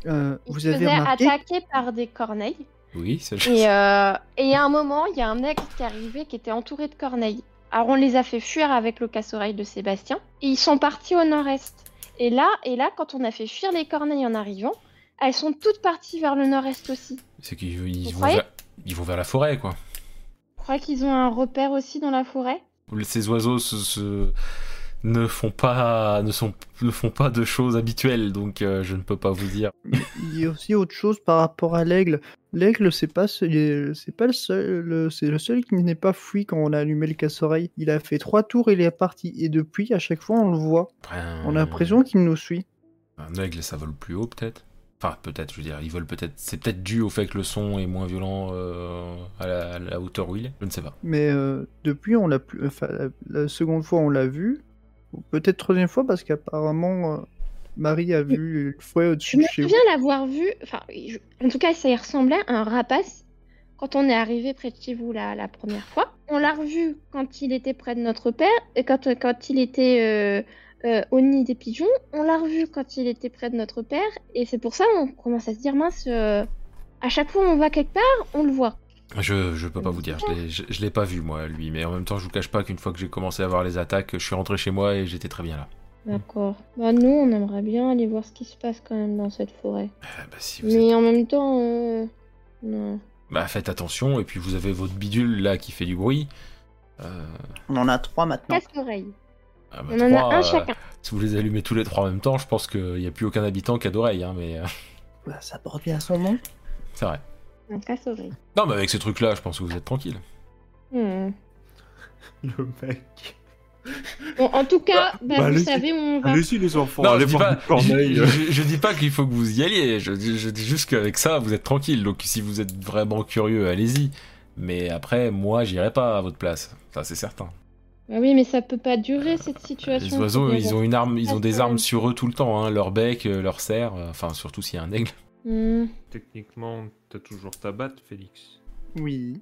Speaker 1: Euh,
Speaker 3: Ils
Speaker 1: vous
Speaker 3: se
Speaker 1: avez
Speaker 3: faisaient
Speaker 1: remarqué
Speaker 3: attaquer par des corneilles.
Speaker 2: Oui, ça je-
Speaker 3: Et, euh, et à un moment, il y a un aigle qui est arrivé qui était entouré de corneilles. Alors on les a fait fuir avec le casse-oreille de Sébastien. Et ils sont partis au nord-est. Et là, et là, quand on a fait fuir les corneilles en arrivant, elles sont toutes parties vers le nord-est aussi.
Speaker 2: C'est qu'ils ils
Speaker 3: Vous
Speaker 2: vont,
Speaker 3: croyez
Speaker 2: vers... ils vont vers la forêt, quoi.
Speaker 3: Je crois qu'ils ont un repère aussi dans la forêt.
Speaker 2: Ces oiseaux se, se- ne font pas ne sont ne font pas de choses habituelles, donc euh, je ne peux pas vous dire.
Speaker 1: Il y a aussi autre chose par rapport à l'aigle. L'aigle, c'est pas, ce- c'est pas le seul, le- c'est le seul qui n'est pas fui quand on a allumé le casse-oreille. Il a fait trois tours, il est parti. Et depuis, à chaque fois, on le voit.
Speaker 2: Après, un-
Speaker 1: On a l'impression qu'il nous suit.
Speaker 2: un aigle, ça vole plus haut, peut-être. Enfin, peut-être. Je veux dire, ils volent peut-être. C'est peut-être dû au fait que le son est moins violent euh, à, la, à la hauteur où il est. Je ne sais pas.
Speaker 1: Mais euh, depuis, on l'a plus. Enfin, la, la seconde fois, on l'a vu. Ou Peut-être troisième fois, parce qu'apparemment, euh, Marie a vu le fouet
Speaker 3: Je
Speaker 1: au-dessus
Speaker 3: me
Speaker 1: de chez vous.
Speaker 3: souviens l'avoir vu. Enfin, je- en tout cas, ça y ressemblait à un rapace quand on est arrivé près de chez vous la, la première fois. On l'a revu quand il était près de notre père, et quand, quand il était euh, euh, au nid des pigeons. On l'a revu quand il était près de notre père, et c'est pour ça qu'on commence à se dire mince. euh, à chaque fois on va quelque part, on le voit.
Speaker 2: Je je peux pas vous dire. Je l'ai- Je je l'ai pas vu moi, lui. Mais en même temps, je vous cache pas qu'une fois que j'ai commencé à avoir les attaques, je suis rentré chez moi et j'étais très bien là.
Speaker 3: D'accord. Bah nous, on aimerait bien aller voir ce qui se passe quand même dans cette forêt.
Speaker 2: Ah, bah, si vous êtes-
Speaker 3: Mais en même temps, euh, non.
Speaker 2: Bah faites attention, et puis vous avez votre bidule là qui fait du bruit. Euh,
Speaker 7: On en a trois maintenant.
Speaker 3: Casse-oreille.
Speaker 2: ah bah,
Speaker 3: On en
Speaker 2: trois,
Speaker 3: a un
Speaker 2: euh,
Speaker 3: chacun.
Speaker 2: si vous les allumez tous les trois en même temps, je pense qu'il n'y a plus aucun habitant qui a d'oreille, hein, mais euh, *laughs*
Speaker 7: Bah, ça porte bien son nom.
Speaker 2: c'est vrai.
Speaker 3: Un casse-oreille.
Speaker 2: Non, mais avec ces trucs là, je pense que vous êtes tranquille.
Speaker 3: Hmm.
Speaker 4: Le mec.
Speaker 3: Bon, en tout cas, bah,
Speaker 4: Bah,
Speaker 3: vous
Speaker 4: allez-y.
Speaker 3: savez où on va.
Speaker 4: Allez-y, les enfants.
Speaker 2: non,
Speaker 4: allez
Speaker 2: je dis,
Speaker 4: voir
Speaker 2: pas,
Speaker 4: des corneilles.
Speaker 2: je, je- je dis pas qu'il faut que vous y alliez, je, dis- je dis juste qu'avec ça, vous êtes tranquille, donc si vous êtes vraiment curieux, allez-y. Mais après, moi, j'irai pas à votre place, ça c'est certain.
Speaker 3: Bah oui, mais ça peut pas durer cette situation.
Speaker 2: Les oiseaux,
Speaker 3: c'est euh,
Speaker 2: ils ont une arme, ils ont des
Speaker 3: Attends.
Speaker 2: armes sur eux tout le temps, hein, leur bec, euh, leur serre, euh, enfin surtout s'il y a un aigle.
Speaker 3: Hmm.
Speaker 4: Techniquement, t'as toujours ta batte, Félix.
Speaker 1: Oui.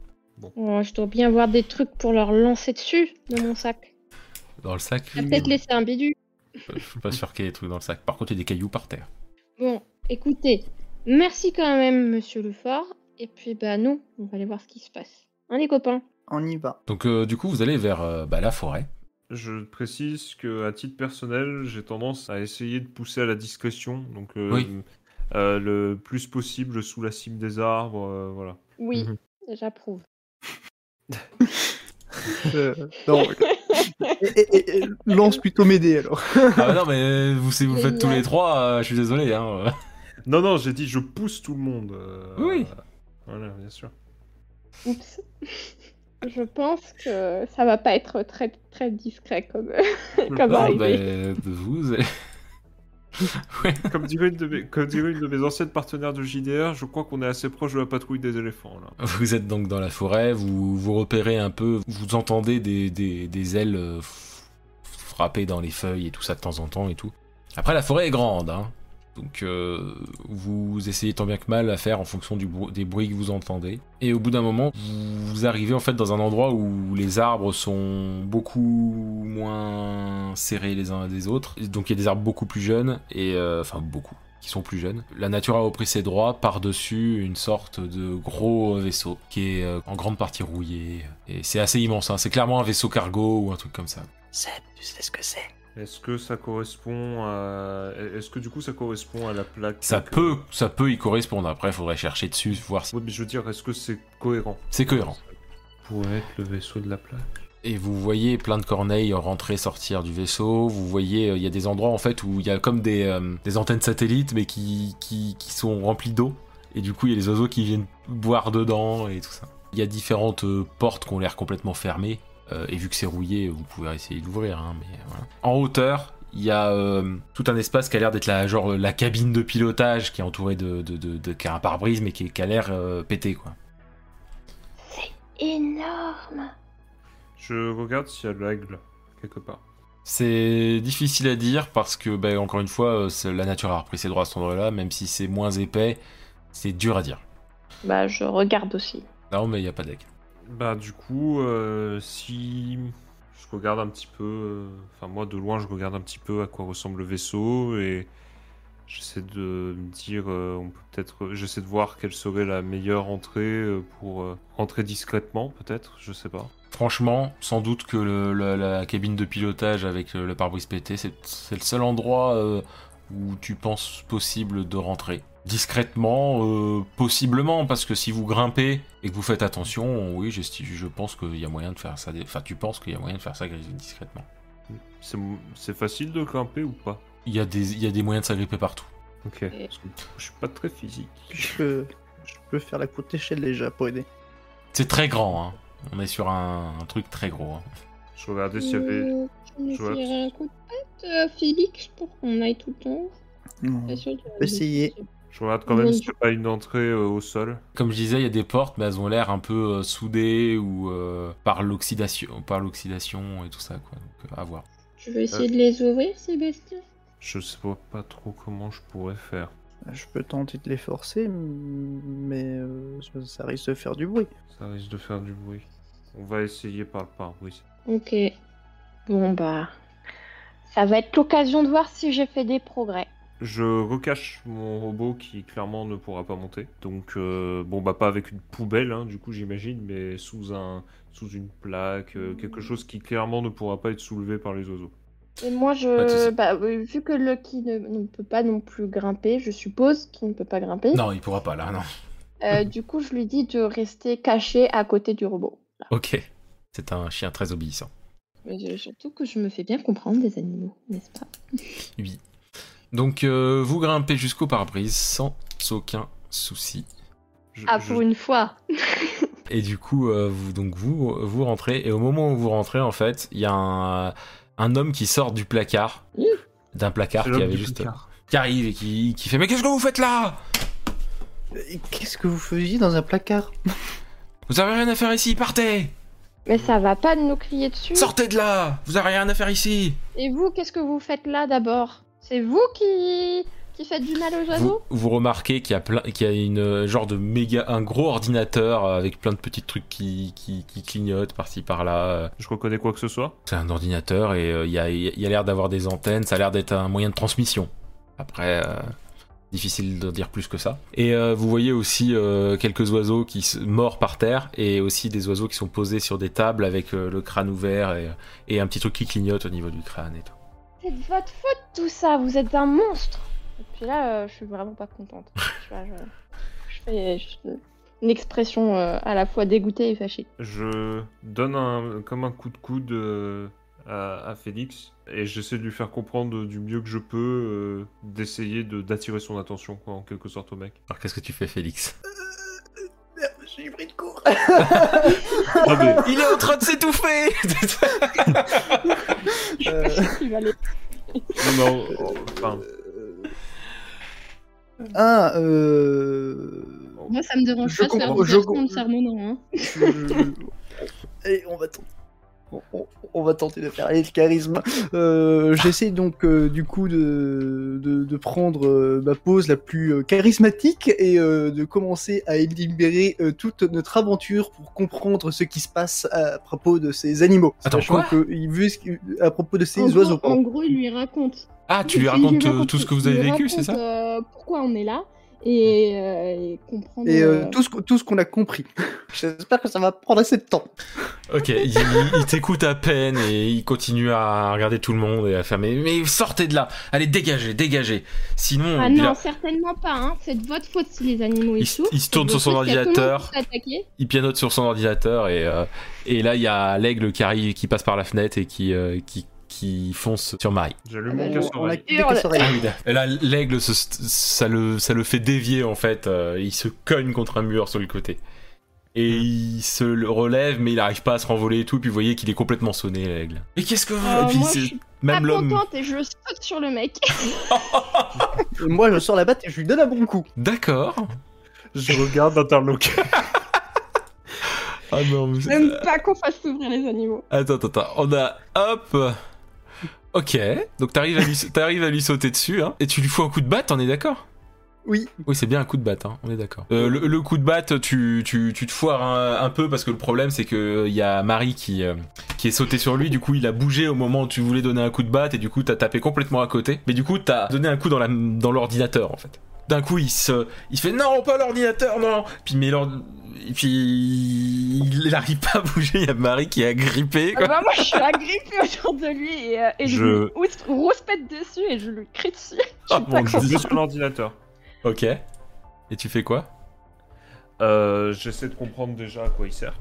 Speaker 3: Oh, je dois bien voir des trucs pour leur lancer dessus de mon sac.
Speaker 2: Dans le sac,
Speaker 3: J'ai peut-être laissé un bidule.
Speaker 2: je suis pas sûr qu'il y ait des trucs dans le sac. Par contre, il y a des cailloux par terre.
Speaker 3: Bon, écoutez, merci quand même, monsieur Lefort. Et puis, bah non, on va aller voir ce qui se passe. Hein, les copains
Speaker 1: On y va.
Speaker 2: Donc euh, du coup, vous allez vers euh, bah, la forêt.
Speaker 4: Je précise que, à titre personnel, j'ai tendance à essayer de pousser à la discrétion, donc euh,
Speaker 2: Oui.
Speaker 4: euh, le plus possible sous la cime des arbres, euh, voilà.
Speaker 3: Oui,
Speaker 4: Mhm.
Speaker 3: j'approuve.
Speaker 1: Euh, non. Et- et- et- lance plutôt m'aider alors.
Speaker 2: ah bah non, mais vous si vous le faites tous
Speaker 3: Génial.
Speaker 2: les trois, euh, je suis désolé. Hein.
Speaker 4: Non, non, j'ai dit je pousse tout le monde. euh,
Speaker 2: Oui.
Speaker 4: Voilà, bien sûr.
Speaker 3: Oups. *laughs* je pense que ça va pas être très, très discret comme, *laughs* comme
Speaker 2: *laughs* Non,
Speaker 3: arrivée.
Speaker 2: bah, vous, allez-
Speaker 4: Comme dirait, une de mes, comme dirait une de mes anciennes partenaires de JDR, je crois qu'on est assez proche de la patrouille des éléphants là.
Speaker 2: vous êtes donc dans la forêt, vous vous repérez un peu, vous entendez des, des- des ailes euh, f- frapper dans les feuilles et tout ça de temps en temps et tout. Après, la forêt est grande, hein. Donc euh, vous essayez tant bien que mal à faire en fonction du brou- des bruits que vous entendez. Et au bout d'un moment, vous, vous arrivez en fait dans un endroit où les arbres sont beaucoup moins serrés les uns des autres. Et Donc il y a des arbres beaucoup plus jeunes et euh, enfin beaucoup qui sont plus jeunes. La nature a repris ses droits par-dessus une sorte de gros vaisseau qui est euh, en grande partie rouillé. Et c'est assez immense, hein. c'est clairement un vaisseau cargo ou un truc comme ça.
Speaker 5: Seb, tu sais ce que c'est
Speaker 4: Est-ce que ça correspond à. Est-ce que du coup ça correspond à la plaque
Speaker 2: Ça
Speaker 4: que-
Speaker 2: peut, ça peut y correspondre. Après, il faudrait chercher dessus, voir si
Speaker 4: Oui, mais je veux dire, est-ce que c'est cohérent
Speaker 2: c'est cohérent.
Speaker 4: Pourrait être le vaisseau de la plaque.
Speaker 2: Et vous voyez plein de corneilles rentrer, sortir du vaisseau. Vous voyez, euh, il y a des endroits en fait où il y a comme des, euh, des antennes satellites, mais qui, qui, qui sont remplies d'eau. Et du coup, il y a les oiseaux qui viennent boire dedans et tout ça. Il y a différentes euh, portes qui ont l'air complètement fermées. Euh, et vu que c'est rouillé, vous pouvez essayer d'ouvrir. hein, mais voilà. En hauteur, il y a euh, tout un espace qui a l'air d'être la, genre, la cabine de pilotage qui est entourée de, de, de, de- qui a un pare-brise, mais qui, est- qui a l'air euh, pété quoi.
Speaker 3: Énorme
Speaker 4: Je regarde s'il y a l'aigle quelque part.
Speaker 2: C'est difficile à dire parce que, ben, encore une fois, euh, c'est- la nature a repris ses droits à cet endroit-là, même si c'est moins épais, c'est dur à dire.
Speaker 3: Bah, je regarde aussi.
Speaker 2: Non, mais il n'y a pas d'aigle.
Speaker 4: Bah du coup, euh, si je regarde un petit peu, euh, enfin moi de loin je regarde un petit peu à quoi ressemble le vaisseau et j'essaie de me dire, euh, on peut peut-être, j'essaie de voir quelle serait la meilleure entrée euh, pour euh, rentrer discrètement peut-être, je sais pas.
Speaker 2: Franchement, sans doute que le- le- la cabine de pilotage avec euh, le, le pare-brise pété, c'est c'est le seul endroit euh, où tu penses possible de rentrer. Discrètement, euh, possiblement, parce que si vous grimpez et que vous faites attention, oui, j'esti- je pense qu'il y a moyen de faire ça. Enfin, tu penses qu'il y a moyen de faire ça discrètement.
Speaker 4: C'est c'est facile de grimper ou pas
Speaker 2: Il y, a des- il y a des moyens de s'agripper partout.
Speaker 4: Ok. Parce que je suis pas très physique.
Speaker 1: Je peux, je peux faire la courte échelle déjà pour aider.
Speaker 2: C'est très grand, hein. On est sur un, un truc très gros. hein.
Speaker 4: Je regardais s'il y avait.
Speaker 3: Euh, Tu nous
Speaker 4: je vois-
Speaker 3: tirerais un coup de patte, euh, Félix, pour qu'on aille tout le temps Pas sûr de-
Speaker 1: Essayez.
Speaker 4: Je regarde quand même s'il n'y a pas une entrée euh, au sol.
Speaker 2: Comme je disais, il y a des portes, mais elles ont l'air un peu euh, soudées ou euh, par l'oxydation, par l'oxydation et tout ça, quoi. Donc, euh, à voir.
Speaker 3: Tu veux essayer de les ouvrir, Sébastien
Speaker 4: Je sais pas, pas trop comment je pourrais faire.
Speaker 1: Je peux tenter de les forcer, mais euh, ça- ça risque de faire du bruit.
Speaker 4: Ça risque de faire du bruit. On va essayer par le pare-brise.
Speaker 3: Ok. Bon, bah. Ça va être l'occasion de voir si j'ai fait des progrès.
Speaker 4: Je recache mon robot qui clairement ne pourra pas monter. Donc euh, bon bah pas avec une poubelle hein, du coup j'imagine, mais sous un sous une plaque, euh, quelque chose qui clairement ne pourra pas être soulevé par les oiseaux.
Speaker 3: Et moi,
Speaker 2: Pas de
Speaker 3: je.
Speaker 2: souci.
Speaker 3: Bah, euh, vu que Lucky ne, ne peut pas non plus grimper, je suppose qu'il ne peut pas grimper.
Speaker 2: Non, il pourra pas là, non. *laughs*
Speaker 3: euh, du coup, je lui dis de rester caché à côté du robot. Voilà.
Speaker 2: Ok. C'est un chien très obéissant.
Speaker 3: Mais je- surtout que je me fais bien comprendre des animaux, n'est-ce pas
Speaker 2: Oui. Donc, euh, vous grimpez jusqu'au pare-brise sans aucun souci.
Speaker 4: Je-
Speaker 3: Ah,
Speaker 4: je-
Speaker 3: pour une fois
Speaker 2: Et du coup, euh, vous, donc vous, vous rentrez. Et au moment où vous rentrez, en fait, il y a un, un homme qui sort du placard.
Speaker 3: Ouh.
Speaker 2: D'un placard
Speaker 4: C'est
Speaker 2: qui
Speaker 4: l'homme
Speaker 2: avait
Speaker 4: du
Speaker 2: juste.
Speaker 4: placard.
Speaker 2: Qui arrive et qui, qui fait Mais qu'est-ce que vous faites là
Speaker 1: Euh, Qu'est-ce que vous faisiez dans un placard
Speaker 2: Vous avez rien à faire ici, partez
Speaker 3: Mais ça va pas de nous crier dessus.
Speaker 2: Sortez de là Vous avez rien à faire ici
Speaker 3: Et vous, qu'est-ce que vous faites là d'abord C'est vous qui... qui faites du mal aux
Speaker 2: vous,
Speaker 3: oiseaux
Speaker 2: vous remarquez qu'il y a plein, qu'il y a une euh, genre de méga, un gros ordinateur euh, avec plein de petits trucs qui, qui, qui clignotent par-ci par-là. euh.
Speaker 4: Je reconnais quoi que ce soit
Speaker 2: C'est un ordinateur et euh, il y a, il y a l'air d'avoir des antennes. Ça a l'air d'être un moyen de transmission. Après, euh, difficile de dire plus que ça. Et euh, vous voyez aussi euh, quelques oiseaux qui se morts par terre et aussi des oiseaux qui sont posés sur des tables avec euh, le crâne ouvert et, et un petit truc qui clignote au niveau du crâne et tout.
Speaker 3: C'est de votre faute tout ça, vous êtes un monstre Et puis là, euh, je suis vraiment pas contente.
Speaker 2: *laughs*
Speaker 3: Tu vois, je... je fais je- une expression euh, à la fois dégoûtée et fâchée.
Speaker 4: Je donne un, comme un coup de coude euh, à, à Félix et j'essaie de lui faire comprendre du mieux que je peux euh, d'essayer de- d'attirer son attention, quoi, en quelque sorte, au mec.
Speaker 2: Alors qu'est-ce que tu fais, Félix
Speaker 7: Merde, j'ai pris de court.
Speaker 4: Ah, mais
Speaker 2: Il est en train de *laughs* s'étouffer
Speaker 3: Je *laughs*
Speaker 2: Euh.
Speaker 3: suis pas sûre qu'il va aller.
Speaker 4: non, non, oh, enfin,
Speaker 1: Ah, euh...
Speaker 3: Moi, ça me dérange
Speaker 1: Je
Speaker 3: pas de faire
Speaker 1: comprends-
Speaker 3: une
Speaker 1: je
Speaker 3: version de
Speaker 1: comprends-
Speaker 3: sermonnant. Hein.
Speaker 1: je- Allez, on va tenter. on- on- on va tenter de faire aller le charisme. Euh, J'essaie donc euh, du coup de, de, de prendre euh, ma pose la plus euh, charismatique et euh, de commencer à élaborer euh, toute notre aventure pour comprendre ce qui se passe à propos de ces animaux.
Speaker 2: Attends,
Speaker 1: Sachant
Speaker 2: quoi
Speaker 1: que, il veut ce qui- à propos de ces
Speaker 3: en,
Speaker 1: oiseaux.
Speaker 3: gros, en
Speaker 1: pardon.
Speaker 3: gros, il lui raconte.
Speaker 2: Ah, tu lui racontes euh, tout ce que vous avez vécu, c'est ça
Speaker 3: euh, pourquoi on est là et, euh, et comprendre.
Speaker 1: Et euh,
Speaker 3: euh,
Speaker 1: tout ce qu'on- tout ce qu'on a compris. *laughs* J'espère que ça va prendre assez de temps.
Speaker 2: Ok, il, il t'écoute à peine et il continue à regarder tout le monde et à faire mais, mais sortez de là, allez dégagez, dégagez. Sinon,
Speaker 3: Ah
Speaker 2: il, a-
Speaker 3: non, certainement pas. Hein. C'est de votre faute si les animaux
Speaker 2: il
Speaker 3: ils
Speaker 2: s-
Speaker 3: souffrent.
Speaker 2: il se tourne
Speaker 3: C'est
Speaker 2: sur
Speaker 3: de
Speaker 2: son
Speaker 3: votre faute s'il y a tout le monde qui
Speaker 2: ordinateur,
Speaker 3: s'est attaqué.
Speaker 2: il pianote sur son ordinateur et, euh, et là il y a l'aigle qui arrive, qui passe par la fenêtre et qui euh, qui, qui fonce sur Marie.
Speaker 4: j'allume
Speaker 1: On-
Speaker 4: mon
Speaker 1: on a
Speaker 4: casse-oreille.
Speaker 1: des casse-oreilles.
Speaker 2: Et là l'aigle se- ça le ça le fait dévier en fait, euh, il se cogne contre un mur sur le côté. Et il se le relève, mais il n'arrive pas à se renvoler et tout. Puis vous voyez qu'il est complètement sonné, l'aigle. Mais qu'est-ce que vous.
Speaker 3: Euh,
Speaker 2: et puis
Speaker 3: moi,
Speaker 2: c'est-
Speaker 3: je suis
Speaker 2: même
Speaker 3: pas
Speaker 2: l'homme.
Speaker 3: contente et je saute sur le *laughs* mec.
Speaker 1: Et Moi, je sors la batte et je lui donne un bon coup.
Speaker 2: D'accord.
Speaker 4: Je regarde interloqué.
Speaker 2: Ah non, mais c'est-
Speaker 3: J'aime pas qu'on fasse souffrir les animaux.
Speaker 2: Attends, attends, attends. On a. Hop Ok. Donc t'arrives à, lui... t'arrives à lui sauter dessus, hein. Et tu lui fous un coup de batte, on est d'accord
Speaker 1: Oui.
Speaker 2: Oui, c'est bien un coup de batte, hein. On est d'accord. Euh, le, le coup de batte, tu, tu, tu te foires un, un peu parce que le problème, c'est que il y a Marie qui, euh, qui est sautée sur lui. Du coup, il a bougé au moment où tu voulais donner un coup de batte et du coup, t'as tapé complètement à côté. Mais du coup, t'as donné un coup dans la dans l'ordinateur, en fait. D'un coup, il se, il se fait non, pas l'ordinateur, non. Puis mais l'ord- et puis il arrive pas à bouger. Il y a Marie qui est agrippée.
Speaker 3: Ah
Speaker 2: Quoi.
Speaker 3: bah, moi, je suis agrippée autour de lui et, euh, et je,
Speaker 4: Je-
Speaker 3: lui ous- rouspète dessus et je lui crie dessus. Je
Speaker 2: Ah,
Speaker 3: suis pas
Speaker 4: *laughs*
Speaker 2: mon
Speaker 4: Je
Speaker 3: contente.
Speaker 4: vais sur l'ordinateur.
Speaker 2: Ok. Et tu fais quoi
Speaker 4: Euh, J'essaie de comprendre déjà à quoi il sert.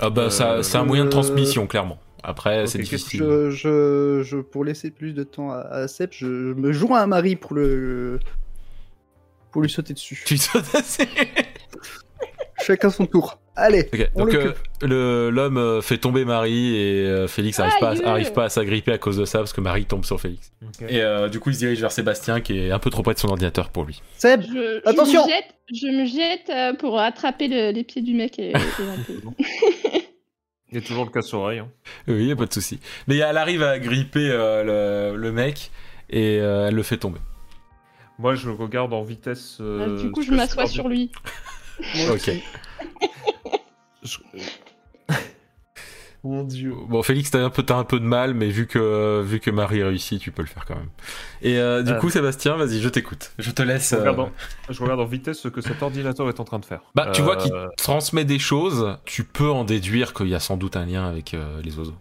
Speaker 2: Ah bah ça,
Speaker 4: Euh,
Speaker 2: c'est un moyen de
Speaker 1: euh,
Speaker 2: transmission, clairement. Après,
Speaker 4: ok,
Speaker 2: c'est
Speaker 4: qu'est-ce que
Speaker 2: difficile.
Speaker 1: Je, je, je- pour laisser plus de temps à, à Sep, je, je me joins à Marie pour le pour lui sauter dessus.
Speaker 2: Tu sautes *laughs* assez.
Speaker 1: Chacun son tour. Allez,
Speaker 2: Ok,
Speaker 1: On
Speaker 2: donc
Speaker 1: le
Speaker 2: euh, le- l'homme euh, fait tomber Marie et euh, Félix arrive pas,
Speaker 3: Aïe.
Speaker 2: à- arrive pas à s'agripper à cause de ça parce que Marie tombe sur Félix. Et euh, du coup, il se dirige vers Sébastien qui est un peu trop près de son ordinateur pour lui.
Speaker 1: Seb,
Speaker 3: Je, je
Speaker 1: Attention
Speaker 3: me jette, je me jette euh, pour attraper le- les pieds du
Speaker 2: *laughs*
Speaker 3: mec et, et un peu.
Speaker 4: Il y a toujours le casse-oreille. hein.
Speaker 2: Oui, y a pas de souci. Mais elle arrive à gripper euh, le, le mec et euh, elle le fait tomber.
Speaker 4: Moi, je le regarde en vitesse. euh,
Speaker 3: Ah, du coup, je m'assois sur lui.
Speaker 2: ok.
Speaker 4: Je-
Speaker 1: mon dieu.
Speaker 2: Bon, Félix, t'as un peu, t'as un peu de mal, mais vu que vu que Marie réussit, tu peux le faire quand même. Et euh, du
Speaker 4: Ah.
Speaker 2: coup, Sébastien, vas-y, je t'écoute. Je te laisse.
Speaker 4: Je
Speaker 2: euh,
Speaker 4: regarde, en... je regarde en vitesse ce que cet ordinateur est en train de faire.
Speaker 2: Bah, tu vois
Speaker 4: Euh,
Speaker 2: qu'il transmet des choses, tu peux en déduire qu'il y a sans doute un lien avec euh, les oiseaux.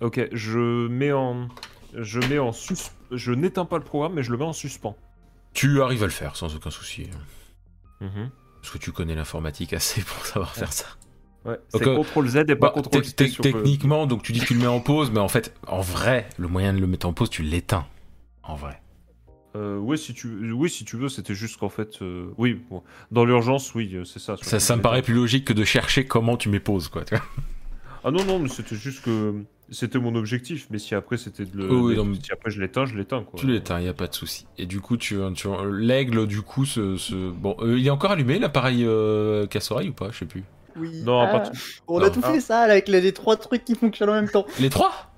Speaker 4: Ok, je mets en, je mets en sus, je n'éteins pas le programme, mais je le mets en suspens.
Speaker 2: Tu arrives à le faire sans aucun souci. hein.
Speaker 4: Mhm.
Speaker 2: Parce que tu connais l'informatique assez pour *laughs* savoir faire ça.
Speaker 4: Ouais.
Speaker 2: Ok.
Speaker 4: C'est CTRL Z et pas
Speaker 2: Bah,
Speaker 4: CTRL
Speaker 2: tec-
Speaker 4: C
Speaker 2: tec-
Speaker 4: sur le-
Speaker 2: techniquement, donc tu dis que tu le mets en pause, mais en fait, en vrai, le moyen de le mettre en pause, tu l'éteins. En vrai.
Speaker 4: Euh, ouais, si tu, oui, si tu veux, c'était juste qu'en fait, euh, oui, bon, dans l'urgence, oui, euh, c'est ça.
Speaker 2: Ça, ça me paraît plus logique que de chercher comment tu mets pause, quoi. *laughs* tu vois.
Speaker 4: Ah non, non, mais c'était juste que c'était mon objectif, mais si après c'était de le,
Speaker 2: Oui, oui,
Speaker 4: de-
Speaker 2: non, mais-
Speaker 4: si après je l'éteins, je l'éteins quoi.
Speaker 2: Tu l'éteins, il a pas de souci. Et du coup, tu, tu l'aigle, du coup, se, se- bon, euh, il est encore allumé l'appareil euh, casse-oreille ou pas Je sais plus.
Speaker 1: Oui.
Speaker 4: Non, à
Speaker 3: Ah.
Speaker 4: partir-
Speaker 1: On
Speaker 2: Non.
Speaker 1: a tout fait ça là, avec les, les trois trucs qui fonctionnent en même temps.
Speaker 2: Les trois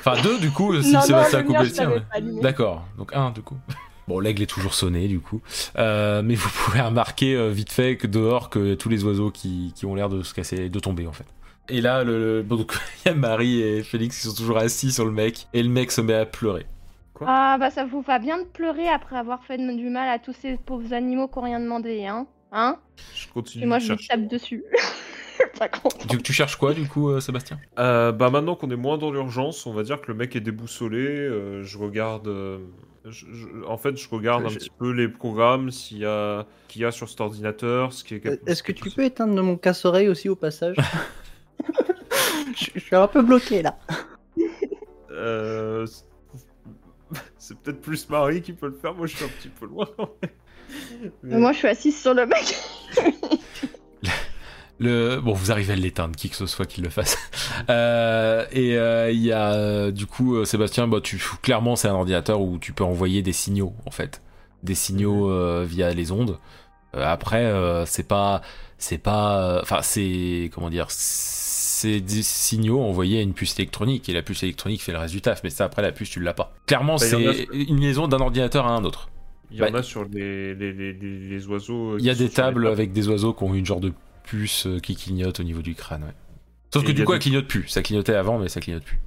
Speaker 2: Enfin, deux du coup, si
Speaker 3: non,
Speaker 2: Sébastien a
Speaker 3: le
Speaker 2: coupé
Speaker 3: mien,
Speaker 2: le
Speaker 3: je
Speaker 2: tien.
Speaker 3: l'avais
Speaker 2: ouais.
Speaker 3: pas allumé.
Speaker 2: D'accord, donc un du coup. *laughs* Bon, l'aigle est toujours sonné du coup. Euh, mais vous pouvez remarquer euh, vite fait que dehors que tous les oiseaux qui, qui ont l'air de se casser, de tomber en fait. Et là, le, le- bon, donc, *laughs* il y a Marie et Félix qui sont toujours assis sur le mec. Et le mec se met à pleurer.
Speaker 8: Ah bah ça vous va bien de pleurer après avoir fait du mal à tous ces pauvres animaux qui ont rien demandé, hein Hein
Speaker 4: je
Speaker 8: Et
Speaker 4: continue.
Speaker 8: moi
Speaker 4: de
Speaker 8: je vous
Speaker 4: chercher.
Speaker 8: tape dessus.
Speaker 3: Pas contre.
Speaker 2: Tu, tu cherches quoi du coup, euh, Sébastien
Speaker 4: Euh, bah maintenant qu'on est moins dans l'urgence, on va dire que le mec est déboussolé. euh, je regarde. euh, je- je- en fait, je regarde
Speaker 1: Je-
Speaker 4: un
Speaker 1: je-
Speaker 4: petit peu les programmes s'il y a qu'il y a sur cet ordinateur, ce qui est. cap-
Speaker 1: Euh, Est-ce que tu peux éteindre mon casse-oreille aussi au passage *laughs* je, je suis un peu bloqué là.
Speaker 4: Euh, c'est- *laughs* C'est peut-être plus Marie qui peut le faire. Moi, je suis un petit peu loin. *laughs* Mais-
Speaker 3: Moi, je suis assise sur le mec.
Speaker 2: le... Bon, vous arrivez à l'éteindre, qui que ce soit qui le fasse. *laughs* Euh, et euh, il y a euh, du coup, euh, Sébastien, bah, tu... clairement, c'est un ordinateur où tu peux envoyer des signaux en fait. Des
Speaker 4: Mhm.
Speaker 2: signaux euh, via les ondes. Euh, après, euh, c'est pas. C'est pas. euh, Enfin, c'est. Comment dire C'est des signaux envoyés à une puce électronique et la puce électronique fait le reste du taf, mais ça, après, la puce, tu l'as pas. Clairement,
Speaker 4: Bah, il y en a-
Speaker 2: c'est une liaison d'un ordinateur à un autre.
Speaker 4: Il y en
Speaker 2: Bah,
Speaker 4: a sur les, les, les, les- les oiseaux. euh,
Speaker 2: Il y a
Speaker 4: qui sont
Speaker 2: des
Speaker 4: sur les
Speaker 2: tables avec des oiseaux qui ont une genre de puce euh, qui clignote au niveau du crâne. ouais. Sauf
Speaker 4: Et
Speaker 2: que
Speaker 4: il y
Speaker 2: du
Speaker 4: a
Speaker 2: coup,
Speaker 4: des-
Speaker 2: elle clignote plus. Ça clignotait avant, mais ça clignote plus.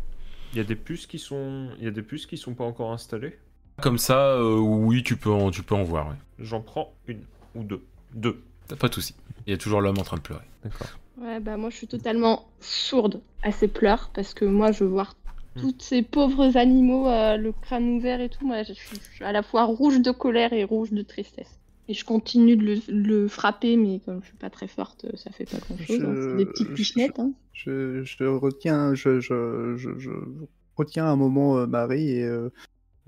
Speaker 4: Il y a des puces qui sont. Il y a des puces qui sont pas encore installées.
Speaker 2: Comme ça, euh, oui, tu peux en, tu peux en voir. ouais.
Speaker 4: J'en prends une ou deux. Deux.
Speaker 2: T'as pas de souci. Il y a toujours l'homme en train de pleurer.
Speaker 4: D'accord.
Speaker 3: Ouais, bah moi je suis totalement sourde à ces pleurs parce que moi je veux voir
Speaker 4: Hmm.
Speaker 3: tous ces pauvres animaux, euh, le crâne ouvert et tout. Moi je suis, je suis à la fois rouge de colère et rouge de tristesse. Et je continue de le, le frapper, mais comme je suis pas très forte, euh, ça fait pas grand chose. hein. C'est des petites
Speaker 1: Je-
Speaker 3: pichenettes. Hein.
Speaker 1: Je, je retiens, je, je, je, je retiens un moment euh, Marie et euh,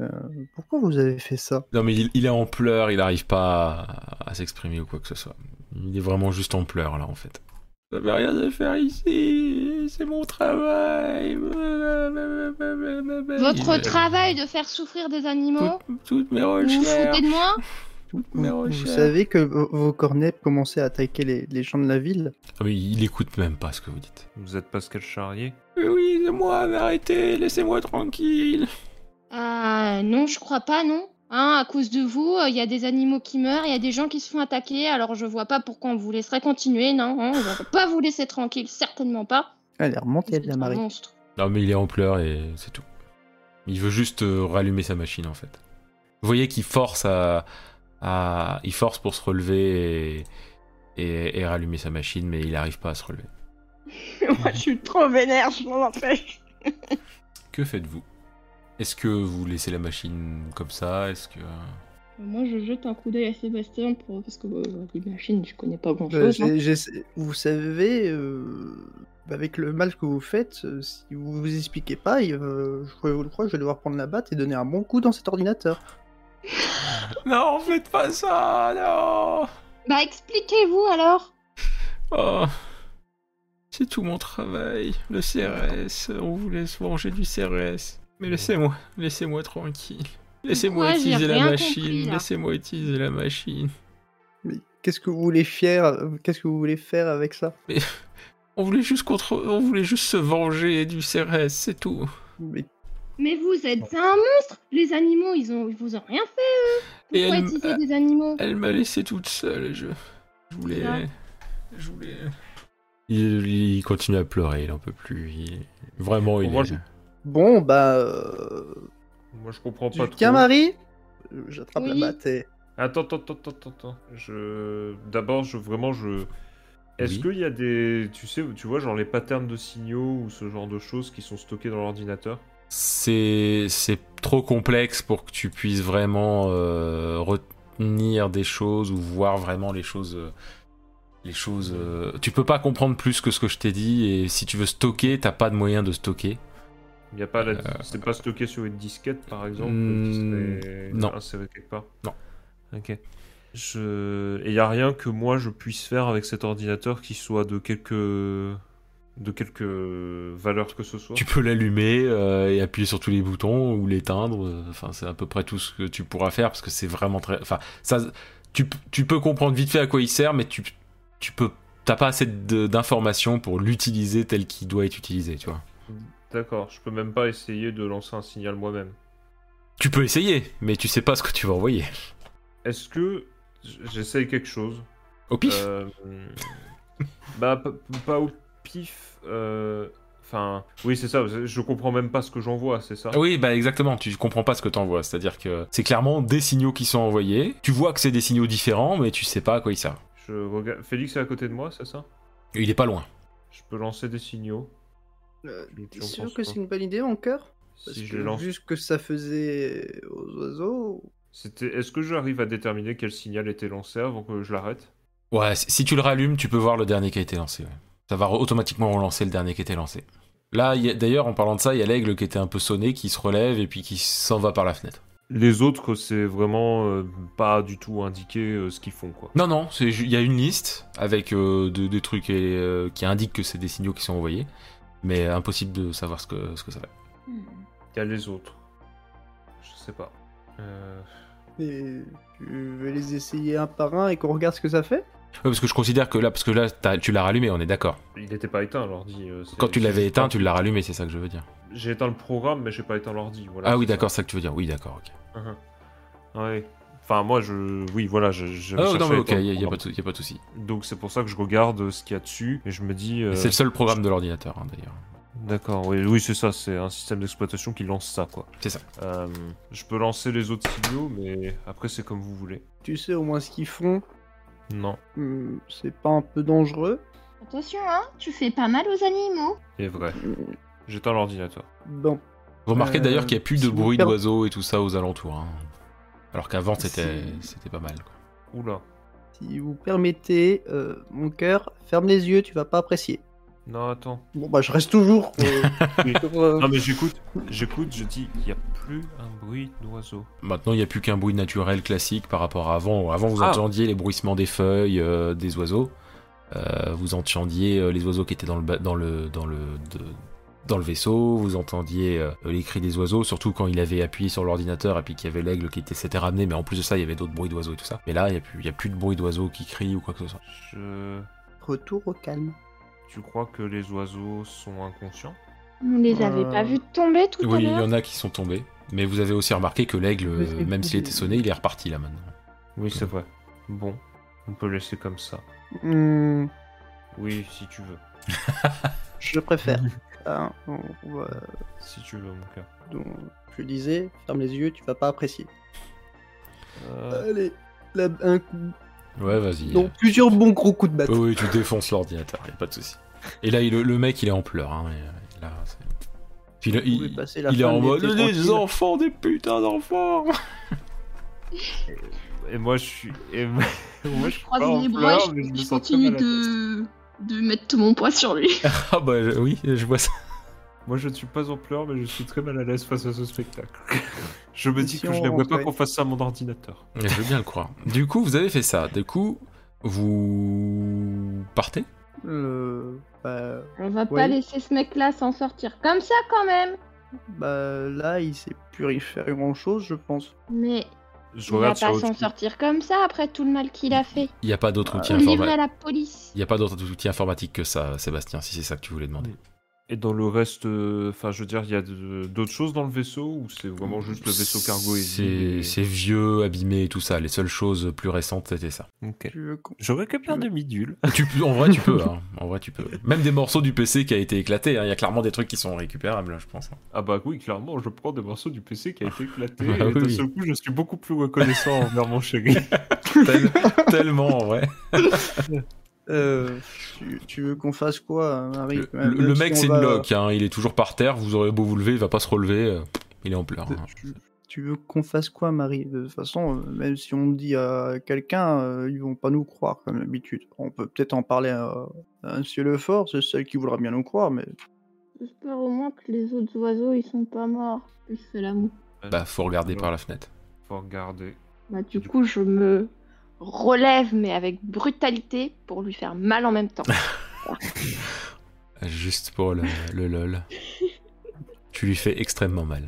Speaker 1: euh, pourquoi vous avez fait ça
Speaker 2: Non, mais il, il est en pleurs. Il n'arrive pas à, à s'exprimer ou quoi que ce soit. Il est vraiment juste en pleurs là, en fait. Vous avez rien à faire ici. C'est mon travail.
Speaker 8: Votre
Speaker 2: Il-
Speaker 8: travail de faire souffrir des animaux
Speaker 2: Toutes, toutes mes
Speaker 8: Vous vous
Speaker 2: recherches.
Speaker 8: foutez de moi
Speaker 2: toutes mes
Speaker 1: Vous, vous
Speaker 2: recherches.
Speaker 1: savez que vos vos cornets commençaient à attaquer les, les gens de la ville.
Speaker 2: Ah, mais il écoute même pas ce que vous dites.
Speaker 4: Vous êtes Pascal Charrier.
Speaker 2: Oui, c'est moi, mais arrêtez, laissez-moi tranquille.
Speaker 8: Ah non, je crois pas, non. Hein, à cause de vous, il y a des animaux qui meurent, il y a des gens qui se font attaquer, alors je vois pas pourquoi on vous laisserait continuer, non. hein, on va pas vous laisser tranquille, certainement pas.
Speaker 1: Ah, Elle est remontée de
Speaker 8: C'est
Speaker 1: la
Speaker 8: un
Speaker 1: marée.
Speaker 8: monstre.
Speaker 2: Non, mais il est en pleurs et c'est tout. Il veut juste euh, rallumer sa machine en fait. Vous voyez qu'il force à, à- il force pour se relever et, et- et rallumer sa machine, mais il n'arrive pas à se relever.
Speaker 3: *laughs* moi je suis trop vénère, je m'en empêche.
Speaker 2: Que faites-vous Est-ce que vous laissez la machine comme ça Est-ce que
Speaker 8: Euh,
Speaker 3: Moi je jette un coup d'œil à Sébastien pour... parce que euh, les machines, je connais pas grand
Speaker 1: Euh,
Speaker 3: chose.
Speaker 8: hein.
Speaker 1: j'ai- j'essa- vous savez, euh, avec le mal que vous faites, euh, si vous vous expliquez pas, il- euh, je vous le crois, je vais devoir prendre la batte et donner un bon coup dans cet ordinateur.
Speaker 2: non, faites pas ça, non.
Speaker 8: Bah expliquez-vous alors
Speaker 2: Oh, c'est tout mon travail, le CRS. On vous laisse manger du CRS. Mais laissez-moi, laissez-moi tranquille. Laissez-moi
Speaker 8: Ouais, j'ai
Speaker 2: utiliser la
Speaker 8: rien
Speaker 2: machine,
Speaker 8: compris, là.
Speaker 2: laissez-moi utiliser la machine.
Speaker 1: Mais qu'est-ce que vous voulez faire Qu'est-ce que vous voulez faire avec ça
Speaker 2: On voulait juste contre, on voulait juste se venger du CRS, c'est tout.
Speaker 1: Mais
Speaker 8: Mais vous êtes un monstre Les animaux, ils, ont, ils vous ont rien fait,
Speaker 2: Et
Speaker 8: eux Pourquoi
Speaker 2: elle-
Speaker 8: utiliser des animaux
Speaker 2: Elle m'a laissé toute seule, et je, je voulais,
Speaker 8: Ouais.
Speaker 2: je voulais. Il, il continue à pleurer, il en peut plus. il- Vraiment, il.
Speaker 4: Moi,
Speaker 2: est-
Speaker 4: je-
Speaker 1: bon, bah, euh,
Speaker 4: Moi, je comprends pas
Speaker 1: tu-
Speaker 4: trop.
Speaker 1: tiens Marie, Euh, j'attrape
Speaker 8: Oui.
Speaker 1: la batte et
Speaker 4: Attends, attends, attends, attends, attends. Je. D'abord, je vraiment, je. Est-ce
Speaker 2: Oui.
Speaker 4: qu'il y a des, tu sais, tu vois, genre les patterns de signaux ou ce genre de choses qui sont stockés dans l'ordinateur
Speaker 2: c'est c'est trop complexe pour que tu puisses vraiment euh, retenir des choses ou voir vraiment les choses euh, les choses euh, tu peux pas comprendre plus que ce que je t'ai dit et si tu veux stocker t'as pas de moyen de stocker
Speaker 4: Il n'y a
Speaker 2: Euh,
Speaker 4: pas la, c'est pas stocké sur une disquette par exemple
Speaker 2: Hmm,
Speaker 4: qui serait
Speaker 2: non.
Speaker 4: insérée quelque part.
Speaker 2: Non.
Speaker 4: Ok. Je, et il y a rien que moi je puisse faire avec cet ordinateur qui soit de quelque, de quelque valeur que ce soit.
Speaker 2: tu peux l'allumer euh, et appuyer sur tous les boutons ou l'éteindre euh, enfin c'est à peu près tout ce que tu pourras faire parce que c'est vraiment très enfin ça tu, tu peux comprendre vite fait à quoi il sert mais tu tu peux t'as pas assez de- d'informations pour l'utiliser tel qu'il doit être utilisé, tu vois.
Speaker 4: D'accord, je peux même pas essayer de lancer un signal moi-même.
Speaker 2: Tu peux essayer, mais tu sais pas ce que tu vas envoyer.
Speaker 4: Est-ce que j'essaye quelque chose
Speaker 2: Au pif
Speaker 4: Euh, bah, p- p- pas au pif. euh, Enfin, oui, c'est ça. Je comprends même pas ce que j'envoie, c'est ça.
Speaker 2: Ah Oui, bah exactement, tu comprends pas ce que t'envoies, c'est-à-dire que c'est clairement des signaux qui sont envoyés, tu vois que c'est des signaux différents, mais tu sais pas à quoi ils servent.
Speaker 4: Je regarde. Félix est à côté de moi, c'est ça
Speaker 2: Il est pas loin.
Speaker 4: Je peux lancer des signaux.
Speaker 1: Euh,
Speaker 4: Tu- tu
Speaker 1: T'es
Speaker 4: en
Speaker 1: sûr
Speaker 4: penses
Speaker 1: que
Speaker 4: quoi
Speaker 1: c'est une bonne idée en cœur Parce
Speaker 4: Si je
Speaker 1: que
Speaker 4: les lance.
Speaker 1: vu ce que ça faisait aux oiseaux,
Speaker 4: C'était. Est-ce que j'arrive à déterminer quel signal était lancé avant que je l'arrête
Speaker 2: Ouais, si si tu le rallumes, tu peux voir le dernier qui a été lancé. ouais. Ça va re- automatiquement relancer le dernier qui a été lancé. Là, il y a- d'ailleurs, en parlant de ça, il y a l'aigle qui était un peu sonné, qui se relève et puis qui s'en va par la fenêtre.
Speaker 4: Les autres, c'est vraiment euh, pas du tout indiqué euh, ce qu'ils font, quoi.
Speaker 2: Non, non, c'est ju- il y a une liste avec euh, de- des trucs et, euh, qui indiquent que c'est des signaux qui sont envoyés, mais euh, impossible de savoir ce que, ce que ça fait.
Speaker 8: Hmm.
Speaker 4: Il y a les autres. Je sais pas. Euh,
Speaker 1: et tu veux les essayer un par un et qu'on regarde ce que ça fait
Speaker 2: Ouais, parce que je considère que là, parce que là, t'as- tu l'as rallumé, on est d'accord.
Speaker 4: Il n'était pas éteint l'ordi. euh, c'est-
Speaker 2: Quand tu l'avais
Speaker 4: c'est-
Speaker 2: éteint, tu l'as rallumé, c'est ça que je veux dire.
Speaker 4: J'ai éteint le programme, mais j'ai pas éteint l'ordi. Voilà,
Speaker 2: Ah oui,
Speaker 4: c'est ça.
Speaker 2: d'accord, c'est ça que tu veux dire. Oui, d'accord, ok.
Speaker 4: Uhum. Ouais. Enfin, moi, je. Oui, voilà, je. je
Speaker 2: Oh,
Speaker 4: cherchais
Speaker 2: non,
Speaker 4: à
Speaker 2: mais ok,
Speaker 4: éteindre
Speaker 2: il
Speaker 4: le
Speaker 2: n'y a, pas
Speaker 4: programme.
Speaker 2: de sou- y a pas de souci.
Speaker 4: Donc, c'est pour ça que je regarde euh, ce qu'il y a dessus et je me dis. euh,
Speaker 2: C'est le seul programme de l'ordinateur, hein, d'ailleurs.
Speaker 4: D'accord, oui, oui c'est ça, c'est un système d'exploitation qui lance ça, quoi.
Speaker 2: C'est ça.
Speaker 4: Euh, je peux lancer les autres signaux, mais après, c'est comme vous voulez.
Speaker 1: Tu sais au moins ce qu'ils font,
Speaker 4: Non.
Speaker 1: Hum, c'est pas un peu dangereux
Speaker 3: Attention, hein, tu fais pas mal aux animaux.
Speaker 4: C'est vrai. J'éteins l'ordinateur.
Speaker 1: Bon,
Speaker 2: Vous remarquez
Speaker 1: Euh,
Speaker 2: d'ailleurs qu'il n'y a plus de
Speaker 1: si vous
Speaker 2: bruit
Speaker 1: perdez-
Speaker 2: d'oiseaux et tout ça aux alentours. hein. Alors qu'avant, c'était c'était pas mal. quoi.
Speaker 4: Oula.
Speaker 1: si vous permettez, euh, mon cœur, ferme les yeux, tu vas pas apprécier.
Speaker 4: Non, attends.
Speaker 1: Bon bah je reste toujours.
Speaker 2: *laughs*
Speaker 1: euh,
Speaker 4: Oui.
Speaker 1: sur, euh,
Speaker 4: Non, mais j'écoute, j'écoute, je dis, il n'y a plus un bruit d'oiseau.
Speaker 2: Maintenant, il n'y a plus qu'un bruit naturel classique par rapport à avant. Avant, vous
Speaker 4: Ah.
Speaker 2: entendiez les bruissements des feuilles, euh, des oiseaux. Euh, vous entendiez euh, les oiseaux qui étaient dans le, ba- dans le, dans le, de- dans le vaisseau. Vous entendiez euh, les cris des oiseaux, surtout quand il avait appuyé sur l'ordinateur et puis qu'il y avait l'aigle qui était- s'était ramené. Mais en plus de ça, il y avait d'autres bruits d'oiseaux et tout ça. Mais là, il n'y a, plus- il y a plus de bruit d'oiseaux qui crient ou quoi que ce soit.
Speaker 4: Je.
Speaker 1: Retour au calme.
Speaker 4: Tu crois que les oiseaux sont inconscients
Speaker 3: On les avait
Speaker 1: Euh,
Speaker 3: pas vus tomber tout à
Speaker 2: Oui, il y
Speaker 3: l'heure.
Speaker 2: en a qui sont tombés. Mais vous avez aussi remarqué que l'aigle,
Speaker 1: Mais c'est-
Speaker 2: euh, même s'il était sonné, il est reparti là maintenant.
Speaker 4: Oui, c'est vrai. Bon, on peut laisser comme ça.
Speaker 1: Hum,
Speaker 4: Oui, si tu veux.
Speaker 1: je préfère.
Speaker 2: *laughs*
Speaker 1: Hein, on- on va-
Speaker 4: Si tu veux, mon cœur.
Speaker 1: donc, je disais, ferme les yeux, tu vas pas apprécier.
Speaker 4: Euh,
Speaker 1: Allez, là, un coup.
Speaker 2: Ouais, vas-y.
Speaker 1: Donc plusieurs bons gros coups de batte.
Speaker 2: Oui, oui, tu défonces l'ordinateur, y a pas de souci. Et là, il- le mec, il est en pleurs. Hein, et- et là, c'est- Puis là,
Speaker 1: Vous pouvez
Speaker 2: il,
Speaker 1: passer la
Speaker 2: il est
Speaker 1: fin
Speaker 2: en
Speaker 1: de
Speaker 2: mode
Speaker 1: l'été
Speaker 2: des
Speaker 1: tranquille.
Speaker 2: enfants, des putains d'enfants.
Speaker 4: Et moi, je suis. et moi,
Speaker 3: Moi,
Speaker 4: suis
Speaker 3: je croise
Speaker 4: pas en
Speaker 3: les bras,
Speaker 4: pleurs,
Speaker 3: je,
Speaker 4: mais me
Speaker 3: je
Speaker 4: sens très
Speaker 3: continue
Speaker 4: mal à la tête.
Speaker 3: de... de mettre tout mon poids sur lui.
Speaker 2: *laughs* ah bah je- oui, je vois ça.
Speaker 4: Moi, je ne suis pas en pleurs, mais je suis très mal à l'aise face à ce spectacle. je me
Speaker 1: Et
Speaker 4: dis
Speaker 1: si
Speaker 4: que je
Speaker 1: on
Speaker 4: n'aimerais pas
Speaker 1: rentrait
Speaker 4: qu'on fasse ça à mon ordinateur.
Speaker 2: Je veux bien le croire. Du coup, vous avez fait ça. Du coup, vous partez.
Speaker 1: Euh, bah,
Speaker 3: *laughs* On va
Speaker 1: Ouais.
Speaker 3: pas laisser ce mec-là s'en sortir comme ça quand même.
Speaker 1: bah, là, il sait plus faire grand chose, je pense.
Speaker 3: Mais
Speaker 4: Je
Speaker 3: il va
Speaker 4: regarde sur
Speaker 3: pas s'en
Speaker 4: Outlook.
Speaker 3: sortir comme ça après tout le mal qu'il a fait.
Speaker 2: Il n'y a pas d'autre outil
Speaker 3: On le Euh, livre à
Speaker 2: informatique.
Speaker 3: la police.
Speaker 2: Il n'y a pas d'autre outil informatique que ça, Sébastien, si c'est ça que tu voulais demander.
Speaker 4: Et dans le reste, euh, enfin, je veux dire, il y a de- d'autres choses dans le vaisseau ou c'est vraiment juste le vaisseau cargo et
Speaker 2: C'est c'est vieux, abîmé et tout ça. Les seules choses plus récentes, c'était ça.
Speaker 4: Ok.
Speaker 1: Tu veux qu'on-
Speaker 4: Je récupère des midules.
Speaker 2: Tu peux- en vrai, tu peux. hein. En vrai, tu peux. Même des morceaux du PC qui a été éclaté. hein. Il y a clairement des trucs qui sont récupérables, là, je pense. *laughs* hein.
Speaker 4: *laughs* Ah bah oui, clairement, je prends des morceaux du PC qui a été éclaté.
Speaker 2: Bah
Speaker 4: et d'un
Speaker 2: oui.
Speaker 4: seul coup, je suis beaucoup plus reconnaissant envers mon chéri.
Speaker 2: Tel- tellement, en vrai.
Speaker 1: Euh, tu, tu veux qu'on fasse quoi, euh, Marie
Speaker 2: Le,
Speaker 1: Même
Speaker 2: le
Speaker 1: si
Speaker 2: mec,
Speaker 1: on
Speaker 2: c'est
Speaker 1: va-
Speaker 2: une loque. hein. Il est toujours par terre. Vous aurez beau vous lever, il va pas se relever. euh, Il est en pleurs. hein.
Speaker 1: Tu, tu veux qu'on fasse quoi, Marie De toute façon, euh, même si on dit à quelqu'un, euh, ils vont pas nous croire, comme d'habitude. On peut peut-être en parler à, à Monsieur Lefort, c'est celle qui voudra bien nous croire, mais
Speaker 3: J'espère au moins que les autres oiseaux ils sont pas morts. Je fais l'amour.
Speaker 2: Bah, faut regarder par la fenêtre.
Speaker 4: Faut regarder.
Speaker 3: Bah, du coup, je me relève, mais avec brutalité, pour lui faire mal en même
Speaker 4: *laughs*
Speaker 3: temps.
Speaker 2: Juste pour le, le lol. Tu lui fais extrêmement mal.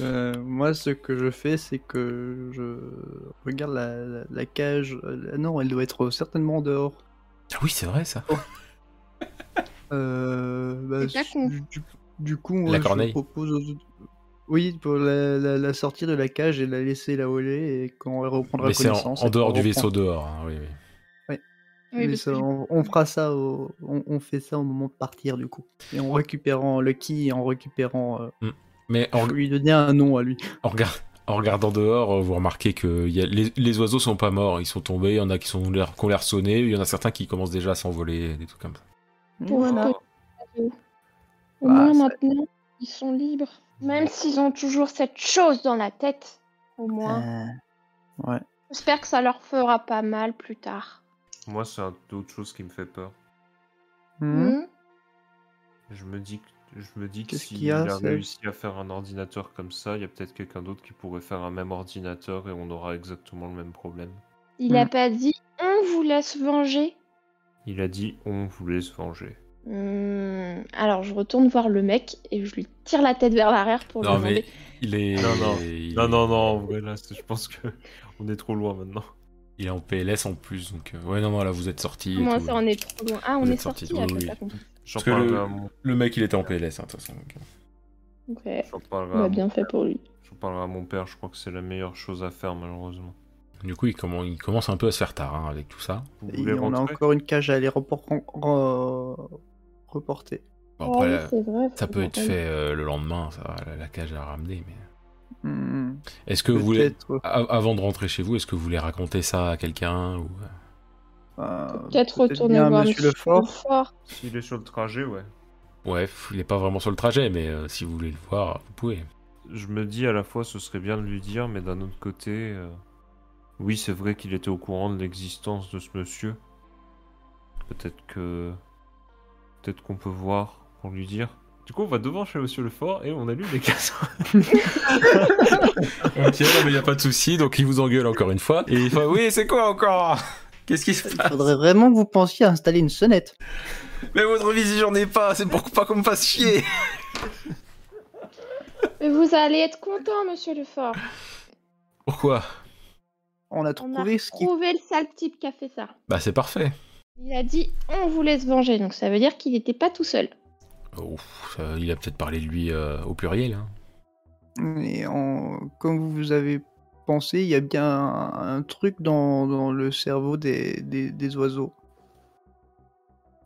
Speaker 1: Euh, moi, ce que je fais, c'est que je regarde la, la- la cage. Euh, Non, elle doit être certainement en dehors.
Speaker 2: Ah oui, c'est vrai ça.
Speaker 1: Euh, bah,
Speaker 9: C'est ta con.
Speaker 1: du, du- du coup, moi,
Speaker 2: La
Speaker 1: je
Speaker 2: corneille.
Speaker 1: propose aux autres- Oui, pour la, la- la sortir de la cage et la laisser là où elle est, et quand elle reprendra
Speaker 2: Mais c'est en,
Speaker 1: connaissance.
Speaker 2: en
Speaker 1: elle
Speaker 2: dehors du
Speaker 1: reprend-
Speaker 2: vaisseau dehors. hein, oui, oui.
Speaker 9: Oui,
Speaker 1: Mais
Speaker 9: parce que
Speaker 1: ça, on, on fera ça, au- on, on fait ça au moment de partir du coup. Et en récupérant le ki, et en récupérant, euh,
Speaker 2: Mais en,
Speaker 1: je lui donner un nom à lui.
Speaker 2: en regard- en regardant dehors, euh, vous remarquez que il y a- les, les oiseaux sont pas morts, ils sont tombés, il y en a qui sont l'air- qui ont l'air sonnés, il y en a certains qui commencent déjà à s'envoler, des trucs comme ça.
Speaker 9: Mmh.
Speaker 1: Voilà.
Speaker 3: Au
Speaker 1: Bah,
Speaker 3: moins
Speaker 1: ça-
Speaker 3: maintenant, ils sont libres.
Speaker 9: Même s'ils ont toujours cette chose dans la tête, au
Speaker 1: Ah.
Speaker 9: moins.
Speaker 3: J'espère que ça leur fera pas mal plus tard.
Speaker 4: Moi, c'est un- autre chose qui me fait peur.
Speaker 9: Mmh.
Speaker 1: Hmm.
Speaker 3: Hmm
Speaker 4: Je me dis que, je me dis que
Speaker 1: Qu'est-ce qu'il
Speaker 4: s'il
Speaker 1: y a,
Speaker 4: a,
Speaker 1: Seb
Speaker 4: réussi à faire un ordinateur comme ça, il y a peut-être quelqu'un d'autre qui pourrait faire un même ordinateur et on aura exactement le même problème.
Speaker 9: Il
Speaker 1: Hmm.
Speaker 9: a pas dit on vous laisse venger.
Speaker 4: Il a dit on voulait se venger.
Speaker 3: Hmm, Alors, je retourne voir le mec et je lui tire la tête vers l'arrière pour
Speaker 2: Non
Speaker 3: lui demander.
Speaker 2: mais il est,
Speaker 4: Non, non.
Speaker 2: il-
Speaker 4: Non, non, non, en vrai, là, c'est- je pense que *laughs* on est trop loin maintenant.
Speaker 2: il est en PLS en plus, donc euh, ouais non non là vous êtes sorti.
Speaker 3: Comment ça, on est trop loin Ah, on
Speaker 2: hein. Vous
Speaker 3: est
Speaker 2: êtes sortis,
Speaker 3: sorti. ah,
Speaker 2: oui,
Speaker 3: j'ai
Speaker 2: oui.
Speaker 3: pas compris.
Speaker 4: J'en
Speaker 2: Parce que
Speaker 4: parlerai,
Speaker 2: le-
Speaker 4: à mon-
Speaker 2: Le mec il était en PLS hein, de toute façon. donc, euh.
Speaker 3: Ok,
Speaker 4: j'en
Speaker 3: on
Speaker 4: parlerai
Speaker 3: a
Speaker 4: à mon-
Speaker 3: bien fait pour lui.
Speaker 4: j'en parlerai à mon père, je crois que c'est la meilleure chose à faire malheureusement.
Speaker 2: Du coup il commen- il commence un peu à se faire tard hein, avec tout ça.
Speaker 4: Vous
Speaker 1: Et
Speaker 4: voulez
Speaker 1: on a
Speaker 4: rentrer
Speaker 1: encore une cage à aller repor- re- reporter.
Speaker 2: Bon, après,
Speaker 3: Ah oui,
Speaker 2: là,
Speaker 3: c'est vrai,
Speaker 2: ça
Speaker 3: faut
Speaker 2: peut
Speaker 3: qu'on
Speaker 2: être
Speaker 3: parle.
Speaker 2: fait euh, le lendemain, ça, va, la, la cage à ramener. Mais
Speaker 1: Hmm.
Speaker 2: est-ce que vous voulez,
Speaker 1: Peut-être, euh,
Speaker 2: a- avant de rentrer chez vous, est-ce que vous voulez raconter ça à quelqu'un ou
Speaker 1: euh,
Speaker 3: Peut-être retourner
Speaker 1: bien
Speaker 3: voir
Speaker 1: Monsieur Lefort.
Speaker 3: Lefort.
Speaker 4: S'il est sur le trajet, ouais.
Speaker 2: Ouais, pff, il est pas vraiment sur le trajet, mais euh, si vous voulez le voir, vous pouvez.
Speaker 4: Je me dis à la fois ce serait bien de lui dire, mais d'un autre côté, euh, oui c'est vrai qu'il était au courant de l'existence de ce monsieur. Peut-être que, peut-être qu'on peut voir pour lui dire. Du coup, on va devant chez Monsieur Lefort et on allume *laughs* les cases.
Speaker 2: *laughs* Ok, non, mais y a pas de souci. Donc il vous engueule encore une fois. Et il fait oui, c'est quoi encore Qu'est-ce qui se
Speaker 1: Il faudrait vraiment que vous pensiez à installer une sonnette.
Speaker 2: Mais votre visite, j'en ai pas. C'est pour pas qu'on me fasse chier.
Speaker 9: Mais vous allez être content, monsieur Lefort.
Speaker 2: Pourquoi
Speaker 1: On a
Speaker 9: On a
Speaker 1: trouvé ce qui.
Speaker 9: trouvé le sale type qui a fait ça.
Speaker 2: Bah c'est parfait.
Speaker 9: Il a dit on vous laisse venger, donc ça veut dire qu'il n'était pas tout seul.
Speaker 2: Ouf, euh, il a peut-être parlé de lui euh, au pluriel. hein.
Speaker 1: Et en- Comme vous avez pensé, il y a bien un, un truc dans, dans le cerveau des, des- des oiseaux.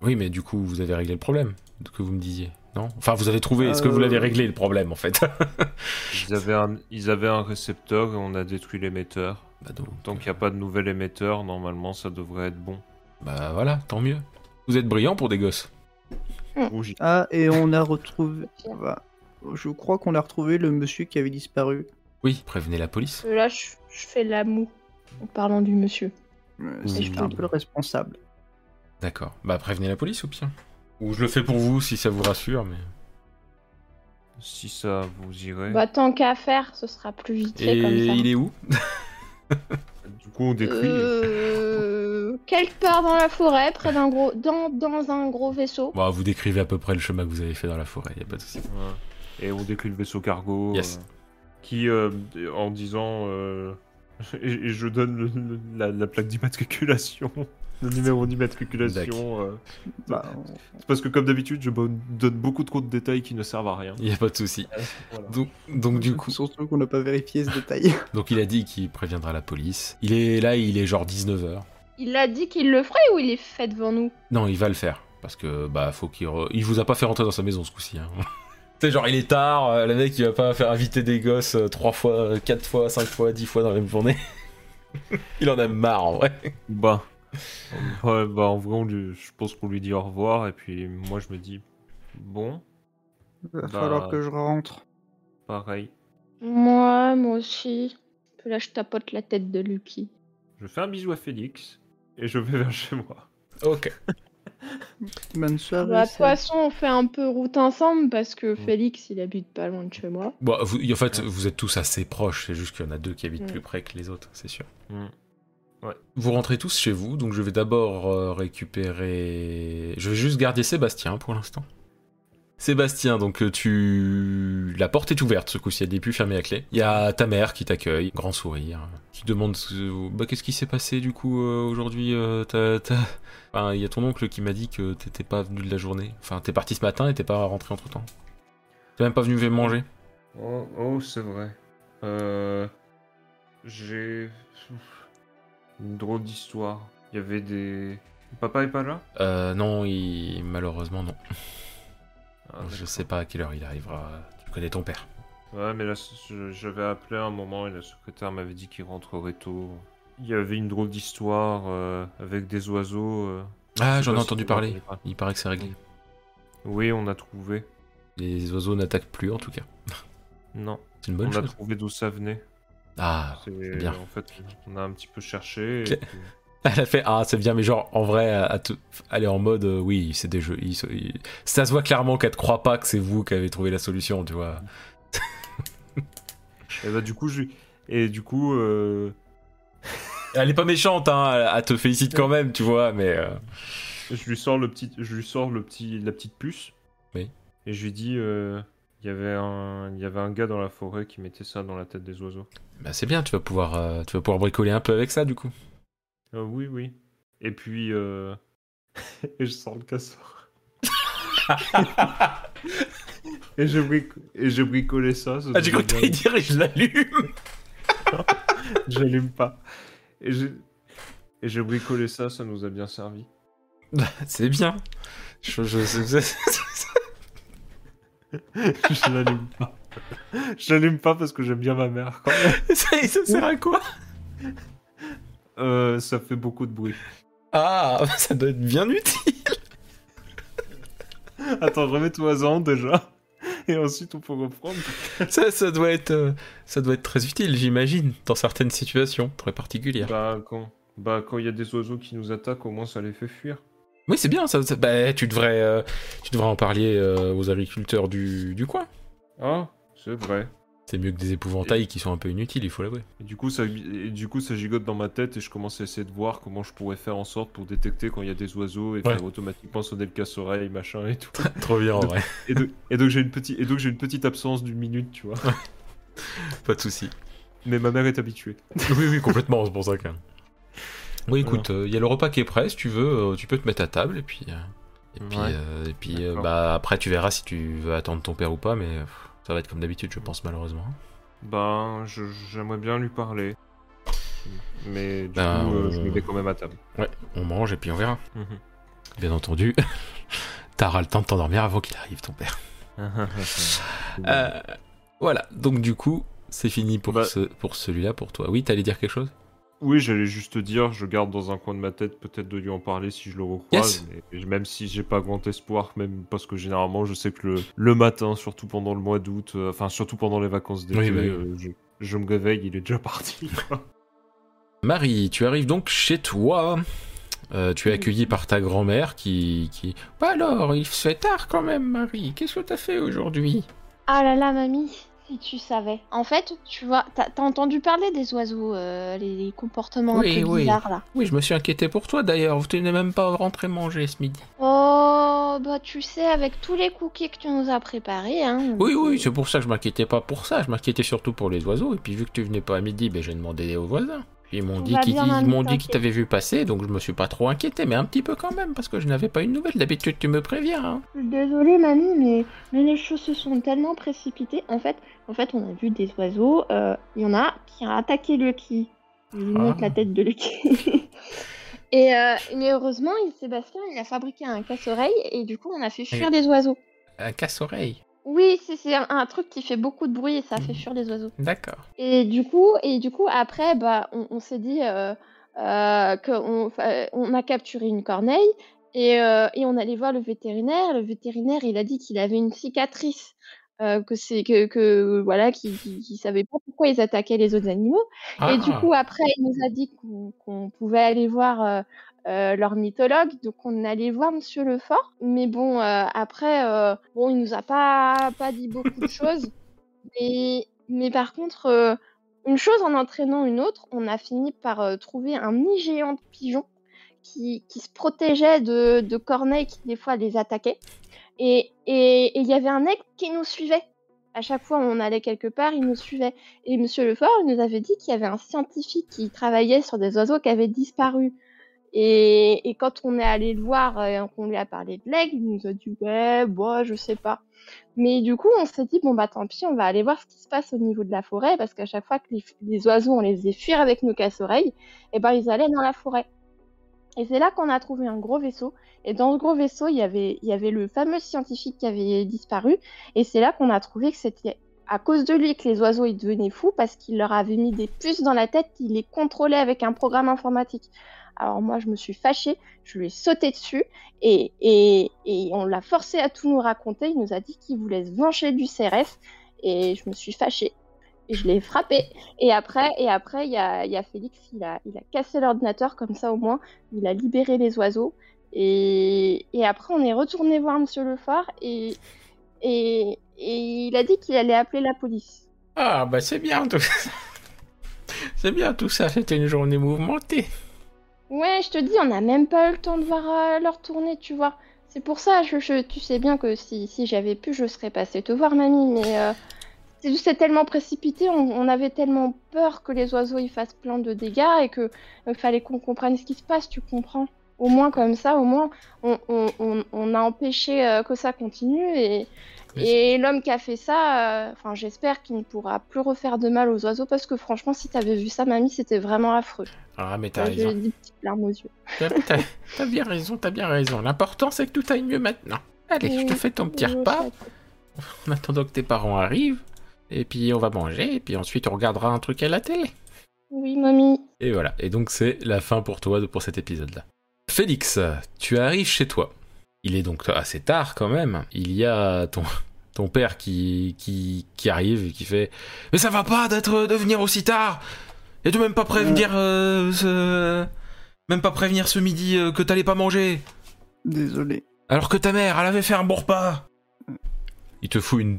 Speaker 2: Oui, mais du coup, vous avez réglé le problème de ce que vous me disiez. Non Enfin, vous avez trouvé. Est-ce que vous
Speaker 1: Euh,
Speaker 2: l'avez réglé le problème en fait *laughs*
Speaker 4: Ils avaient un, ils avaient un récepteur et on a détruit l'émetteur.
Speaker 2: Bah donc,
Speaker 4: Tant qu'il n'y a pas de nouvel émetteur, normalement ça devrait être bon.
Speaker 2: Bah voilà, tant mieux. Vous êtes brillant pour des gosses.
Speaker 4: Rougi.
Speaker 1: Ah, et on a
Speaker 3: Euh,
Speaker 1: retrouvé. Voilà. Je crois qu'on a retrouvé le monsieur qui avait disparu.
Speaker 2: Oui, prévenez la police.
Speaker 3: Là, je, je fais la moue en parlant du monsieur.
Speaker 1: Euh,
Speaker 2: Oui,
Speaker 1: C'est juste un
Speaker 2: pardon.
Speaker 1: peu le responsable.
Speaker 2: D'accord. Bah prévenez la police ou pire. Ou je le fais pour vous si ça vous rassure, mais.
Speaker 4: Si ça vous irait.
Speaker 3: Bah, tant qu'à faire, ce sera plus vite fait
Speaker 2: Et
Speaker 3: comme ça.
Speaker 2: il est où
Speaker 4: du coup, on détruit.
Speaker 3: Euh, quelque part dans la forêt, près d'un gros, dans, dans un gros vaisseau.
Speaker 2: Bah vous décrivez à peu près le chemin que vous avez fait dans la forêt, y a pas de souci.
Speaker 4: Ouais. Et on détruit le vaisseau cargo.
Speaker 2: Yes.
Speaker 4: euh, qui, euh, en disant. euh, *laughs* et, et je donne le- le- la, la plaque d'immatriculation. *laughs* Le numéro d'immatriculation. euh,
Speaker 1: Bah,
Speaker 2: Mmh.
Speaker 4: c'est parce que, comme d'habitude, je bon- donne beaucoup trop de détails qui ne servent à rien.
Speaker 2: Y a pas de souci.
Speaker 4: Voilà.
Speaker 2: Donc, donc du coup,
Speaker 1: Surtout qu'on n'a pas vérifié ce détail. *laughs*
Speaker 2: donc il a dit qu'il préviendra la police. Il est là, il est genre 19h.
Speaker 3: Il a dit qu'il le ferait ou il est fait devant nous
Speaker 2: Non, il va le faire parce que bah faut qu'il re- il vous a pas fait rentrer dans sa maison ce coup-ci. Hein. *laughs* Tu sais, genre il est tard, euh, le mec il va pas faire inviter des gosses euh, trois fois, euh, quatre fois, cinq fois, dix fois dans la même journée. *laughs* il en a marre en vrai.
Speaker 4: Bah. *laughs* ouais, bah, en vrai, on lui- je pense qu'on lui dit au revoir. Et puis, moi, je me dis. Bon,
Speaker 1: Il va
Speaker 4: Bah.
Speaker 1: falloir que je rentre.
Speaker 4: pareil.
Speaker 3: Moi, moi aussi. Puis Là, je tapote la tête de Lucky.
Speaker 4: Je fais un bisou à Félix. Et je vais vers chez moi.
Speaker 2: Ok.
Speaker 1: Bonne soirée.
Speaker 3: Bah, de toute
Speaker 1: c'est-
Speaker 3: façon, on fait un peu route ensemble parce que Félix, il habite pas loin de chez moi.
Speaker 2: Bon, Bah, vous- en fait, vous êtes tous assez proches, c'est juste qu'il y en a deux qui habitent
Speaker 3: Mm.
Speaker 2: plus près que les autres, c'est sûr.
Speaker 4: Mm. Ouais.
Speaker 2: Vous rentrez tous chez vous, donc je vais d'abord euh, récupérer. Je vais juste garder Sébastien pour l'instant. Sébastien, donc euh, tu. La porte est ouverte ce coup-ci, elle n'est plus fermée à clé. Il y a ta mère qui t'accueille, grand sourire, qui demande euh, bah, qu'est-ce qui s'est passé du coup euh, aujourd'hui euh, t'as- t'as- Enfin, Il y a ton oncle qui m'a dit que t'étais pas venu de la journée. Enfin, t'es parti ce matin et t'es pas rentré entre temps. T'es même pas venu manger.
Speaker 4: Oh, oh, c'est vrai. Euh, J'ai une drôle d'histoire. Il y avait des. Papa est pas là
Speaker 2: Euh, non, il... malheureusement non.
Speaker 4: Ah,
Speaker 2: Je
Speaker 4: d'accord.
Speaker 2: sais pas à quelle heure il arrivera. Tu connais ton père.
Speaker 4: Ouais, mais là, je- j'avais appelé à un moment et la secrétaire m'avait dit qu'il rentrerait tôt. Il y avait une drôle d'histoire euh, avec des oiseaux. euh.
Speaker 2: Ah,
Speaker 4: Je sais
Speaker 2: j'en ai
Speaker 4: pas
Speaker 2: entendu
Speaker 4: si t'en as
Speaker 2: parler. Il paraît que c'est réglé.
Speaker 4: Oui, on a trouvé.
Speaker 2: Les oiseaux n'attaquent plus en tout cas.
Speaker 4: Non,
Speaker 2: C'est une bonne
Speaker 4: on a
Speaker 2: chose.
Speaker 4: trouvé d'où ça venait.
Speaker 2: Ah,
Speaker 4: C'est-
Speaker 2: bien.
Speaker 4: En fait, on a un petit peu cherché. et
Speaker 2: Ok.
Speaker 4: puis-
Speaker 2: *laughs* Elle a fait ah c'est bien mais genre en vrai à- à tout- elle est en mode euh, oui c'est des jeux ils sont- ils- ça se voit clairement qu'elle ne croit pas que c'est vous qui avez trouvé la solution
Speaker 4: *laughs*
Speaker 2: tu vois
Speaker 4: Et bah, du coup, je lui- Et du coup, euh,
Speaker 2: elle est pas méchante hein elle, elle te félicite quand même tu vois mais euh,
Speaker 4: je lui sors le petit, je lui sors le petit, la petite puce.
Speaker 2: Oui.
Speaker 4: Et je lui dis, euh, il y avait un, il y avait un gars dans la forêt qui mettait ça dans la tête des oiseaux.
Speaker 2: bah, c'est bien tu vas pouvoir euh, tu vas pouvoir bricoler un peu avec ça du coup
Speaker 4: Euh, oui, oui. Et puis, euh, *laughs* et je sors le casseur. *laughs* et je bric- et je bricolais ça. ce
Speaker 2: ah j'ai cru que
Speaker 4: truc-là.
Speaker 2: t'allais dire et *laughs* je l'allume
Speaker 4: *laughs* J'allume pas. Et je, et je bricolais ça. Ça nous a bien
Speaker 2: *laughs*
Speaker 4: servi.
Speaker 2: c'est bien je, je- je- *laughs* je-
Speaker 4: je l'allume pas. Je l'allume pas parce que j'aime bien ma mère. quand même.
Speaker 2: ça, ça sert à quoi
Speaker 4: Euh, ça fait beaucoup de bruit.
Speaker 2: ah *laughs* ça doit être bien utile
Speaker 4: Attends, je remets tout à zéro déjà. Et ensuite, on peut reprendre.
Speaker 2: ça ça doit être euh, ça doit être très utile j'imagine dans certaines situations très particulières
Speaker 4: Bah, quand bah, quand il y a des oiseaux qui nous attaquent, au moins ça les fait fuir.
Speaker 2: Oui, c'est bien. Ça, ça- bah, tu devrais, euh, tu devrais en parler euh, aux agriculteurs du, du coin.
Speaker 4: Ah, c'est vrai.
Speaker 2: C'est mieux que des épouvantails qui sont un peu inutiles, il faut l'avouer.
Speaker 4: Et du, coup, ça, et du coup, ça gigote dans ma tête et je commence à essayer de voir comment je pourrais faire en sorte pour détecter quand il y a des oiseaux et
Speaker 2: Ouais.
Speaker 4: faire automatiquement sonner le casse-oreille, machin et tout.
Speaker 2: Trop bien, en vrai.
Speaker 4: Et donc, et donc j'ai une, petite- et donc j'ai une petite absence d'une minute, tu vois.
Speaker 2: *laughs* Pas de souci.
Speaker 4: Mais ma mère est habituée.
Speaker 2: Oui, oui, complètement. C'est pour ça que. Oui, écoute, euh, il y a le repas qui est prêt. Si tu veux, euh, tu peux te mettre à table et puis. euh, et puis,
Speaker 4: Ouais.
Speaker 2: euh, et puis euh,
Speaker 4: D'accord.
Speaker 2: bah, après, tu verras si tu veux attendre ton père ou pas, mais euh, ça va être comme d'habitude, je pense, malheureusement.
Speaker 4: Ben, je- j'aimerais bien lui parler. Mais du
Speaker 2: Ben,
Speaker 4: coup, euh,
Speaker 2: on-
Speaker 4: je me mets quand même à
Speaker 2: *laughs*
Speaker 4: table.
Speaker 2: Ouais, on mange et puis on verra.
Speaker 4: Mhm.
Speaker 2: Bien entendu, *laughs* t'auras le temps de t'endormir avant qu'il arrive, ton père. Euh, voilà, donc du coup, c'est fini pour,
Speaker 4: Bah-
Speaker 2: ce, pour celui-là, pour toi. Oui, t'allais dire quelque chose
Speaker 4: Oui, j'allais juste te dire, je garde dans un coin de ma tête peut-être de lui en parler si je le recroise, mais mais même si j'ai pas grand espoir, même parce que généralement je sais que le, le matin, surtout pendant le mois d'août, euh, enfin surtout pendant les vacances d'été,
Speaker 2: Oui, bah oui.
Speaker 4: euh, je, je me réveille, il est déjà *laughs* parti. quoi.
Speaker 2: Marie, tu arrives donc chez toi. Euh, tu es
Speaker 5: Oui.
Speaker 2: accueillie par ta grand-mère qui, qui... Bah alors, il se fait tard quand même, Marie. Qu'est-ce que t'as fait aujourd'hui
Speaker 5: Ah là là, mamie, si tu savais. En fait, tu vois, t'as t'as entendu parler des oiseaux, euh, les, les comportements
Speaker 2: Oui,
Speaker 5: un peu
Speaker 2: oui.
Speaker 5: bizarres là.
Speaker 2: Oui, je me suis inquiété pour toi d'ailleurs. Tu n'es même pas rentré manger ce midi.
Speaker 5: Oh, bah tu sais, avec tous les cookies que tu nous as préparés, hein.
Speaker 2: Oui, oui, c'est pour ça que je m'inquiétais pas pour ça. Je m'inquiétais surtout pour les oiseaux. Et puis vu que tu venais pas à midi, ben, j'ai demandé aux voisins. Puis ils m'ont dit
Speaker 5: va
Speaker 2: qu'ils
Speaker 3: hein,
Speaker 5: bien,
Speaker 2: ils
Speaker 5: mamie,
Speaker 2: m'ont dit qu'ils
Speaker 5: t'inquiète.
Speaker 2: t'avaient vu passer, donc je me suis pas trop inquiété, mais un petit peu quand même, parce que je n'avais pas une nouvelle. D'habitude, tu me préviens. hein.
Speaker 3: Je suis Désolée, mamie, mais, mais les choses se sont tellement précipitées. En fait, en fait on a vu des oiseaux. euh, Il y en a qui a attaqué Lucky. Je lui
Speaker 2: Ah.
Speaker 3: montre la tête de Lucky. *laughs* et euh, mais heureusement, il- Sébastien, il a fabriqué un casse-oreille et du coup, on a fait fuir des oiseaux.
Speaker 2: Un casse-oreille.
Speaker 3: Oui, c'est- c'est un, un truc qui fait beaucoup de bruit et ça fait fuir les oiseaux.
Speaker 2: D'accord.
Speaker 3: Et du coup, et du coup après, bah, on, on s'est dit euh, euh, qu'on fa- on a capturé une corneille et, euh, et on allait voir le vétérinaire. Le vétérinaire, il a dit qu'il avait une cicatrice, euh, que c'est que, que voilà, qu'il qu'il- qu'il savait pas pourquoi ils attaquaient les autres animaux.
Speaker 2: Ah,
Speaker 3: Et du coup, après, il nous a dit qu'on qu'on pouvait aller voir euh, euh, l'ornithologue. Donc, on allait voir Monsieur Lefort. Mais bon, euh, après, euh, bon, il nous a pas, pas dit beaucoup de choses. Mais, mais par contre, euh, une chose en entraînant une autre, on a fini par euh, trouver un nid géant de pigeons qui, qui se protégeait de, de corneilles qui, des fois, les attaquaient. Et et- et il y avait un aigle qui nous suivait. À chaque fois, on allait quelque part, il nous suivait. Et Monsieur Lefort, il nous avait dit qu'il y avait un scientifique qui travaillait sur des oiseaux qui avaient disparu. Et, et quand on est allé le voir euh, et qu'on lui a parlé de l'aigle, il nous a dit ouais, bon, je sais pas. Mais du coup, on s'est dit bon bah tant pis, on va aller voir ce qui se passe au niveau de la forêt parce qu'à chaque fois que les, f- les oiseaux on les faisait fuir avec nos casse-oreilles, et ben ils allaient dans la forêt. Et c'est là qu'on a trouvé un gros vaisseau. Et dans ce gros vaisseau, il y avait, il y avait le fameux scientifique qui avait disparu. Et c'est là qu'on a trouvé que c'était à cause de lui que les oiseaux ils devenaient fous parce qu'il leur avait mis des puces dans la tête, il les contrôlait avec un programme informatique. Alors moi, je me suis fâchée, je lui ai sauté dessus et, et, et on l'a forcé à tout nous raconter. Il nous a dit qu'il voulait se venger du CRF et je me suis fâchée. Et je l'ai frappé. Et après, et après, il y a, il y a Félix, il a, il a cassé l'ordinateur comme ça au moins. Il a libéré les oiseaux. Et, et après, on est retourné voir Monsieur Lefort et, et, et il a dit qu'il allait appeler la police.
Speaker 2: Ah, bah c'est bien tout ça. *laughs* C'est bien tout ça, c'était une journée mouvementée.
Speaker 3: Ouais, je te dis, on n'a même pas eu le temps de voir euh, leur tournée, tu vois. C'est pour ça, je, je- tu sais bien que si, si j'avais pu, je serais passée te voir, mamie, mais euh, c'est c'est tellement précipité, on, on avait tellement peur que les oiseaux y fassent plein de dégâts et que euh, fallait qu'on comprenne ce qui se passe, tu comprends Au moins comme ça, au moins, on, on- on- on a empêché euh, que ça continue et,
Speaker 2: Mais
Speaker 3: et l'homme qui a fait ça, euh, enfin, j'espère qu'il ne pourra plus refaire de mal aux oiseaux parce que franchement, si t'avais vu ça, mamie, c'était vraiment affreux.
Speaker 2: Ah, mais t'as
Speaker 3: J'ai
Speaker 2: raison.
Speaker 3: des petites larmes aux yeux.
Speaker 2: T'as- T'as t'as bien raison, t'as bien raison. L'important c'est que tout aille mieux maintenant. Allez, je te
Speaker 3: Oui,
Speaker 2: fais ton petit
Speaker 3: oui,
Speaker 2: repas
Speaker 3: chouette.
Speaker 2: en attendant que tes parents arrivent. Et puis on va manger, et puis ensuite on regardera un truc à la télé.
Speaker 3: Oui, mamie.
Speaker 2: Et voilà, et donc c'est la fin pour toi de- pour cet épisode-là. Félix, tu arrives chez toi. Il est donc assez tard quand même. Il y a ton, ton père qui, qui, qui arrive et qui fait Mais ça va pas d'être de venir aussi tard Et de même pas prévenir euh, ce... Même pas prévenir ce midi euh, que t'allais pas manger
Speaker 1: Désolé.
Speaker 2: alors que ta mère, elle avait fait un bon repas Il te fout une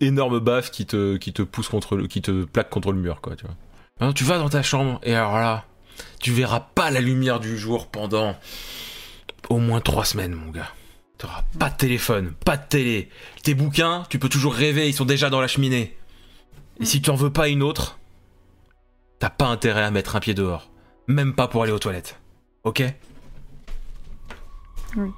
Speaker 2: énorme baffe qui te, qui te pousse contre le, qui te plaque contre le mur, quoi, tu vois. Maintenant, tu vas dans ta chambre, et alors là, tu verras pas la lumière du jour pendant au moins trois semaines, mon gars. T'auras pas de téléphone, pas de télé. Tes bouquins, tu peux toujours rêver, ils sont déjà dans la cheminée. Et si tu en veux pas une autre, t'as pas intérêt à mettre un pied dehors. Même pas pour aller aux toilettes. Ok
Speaker 10: Thank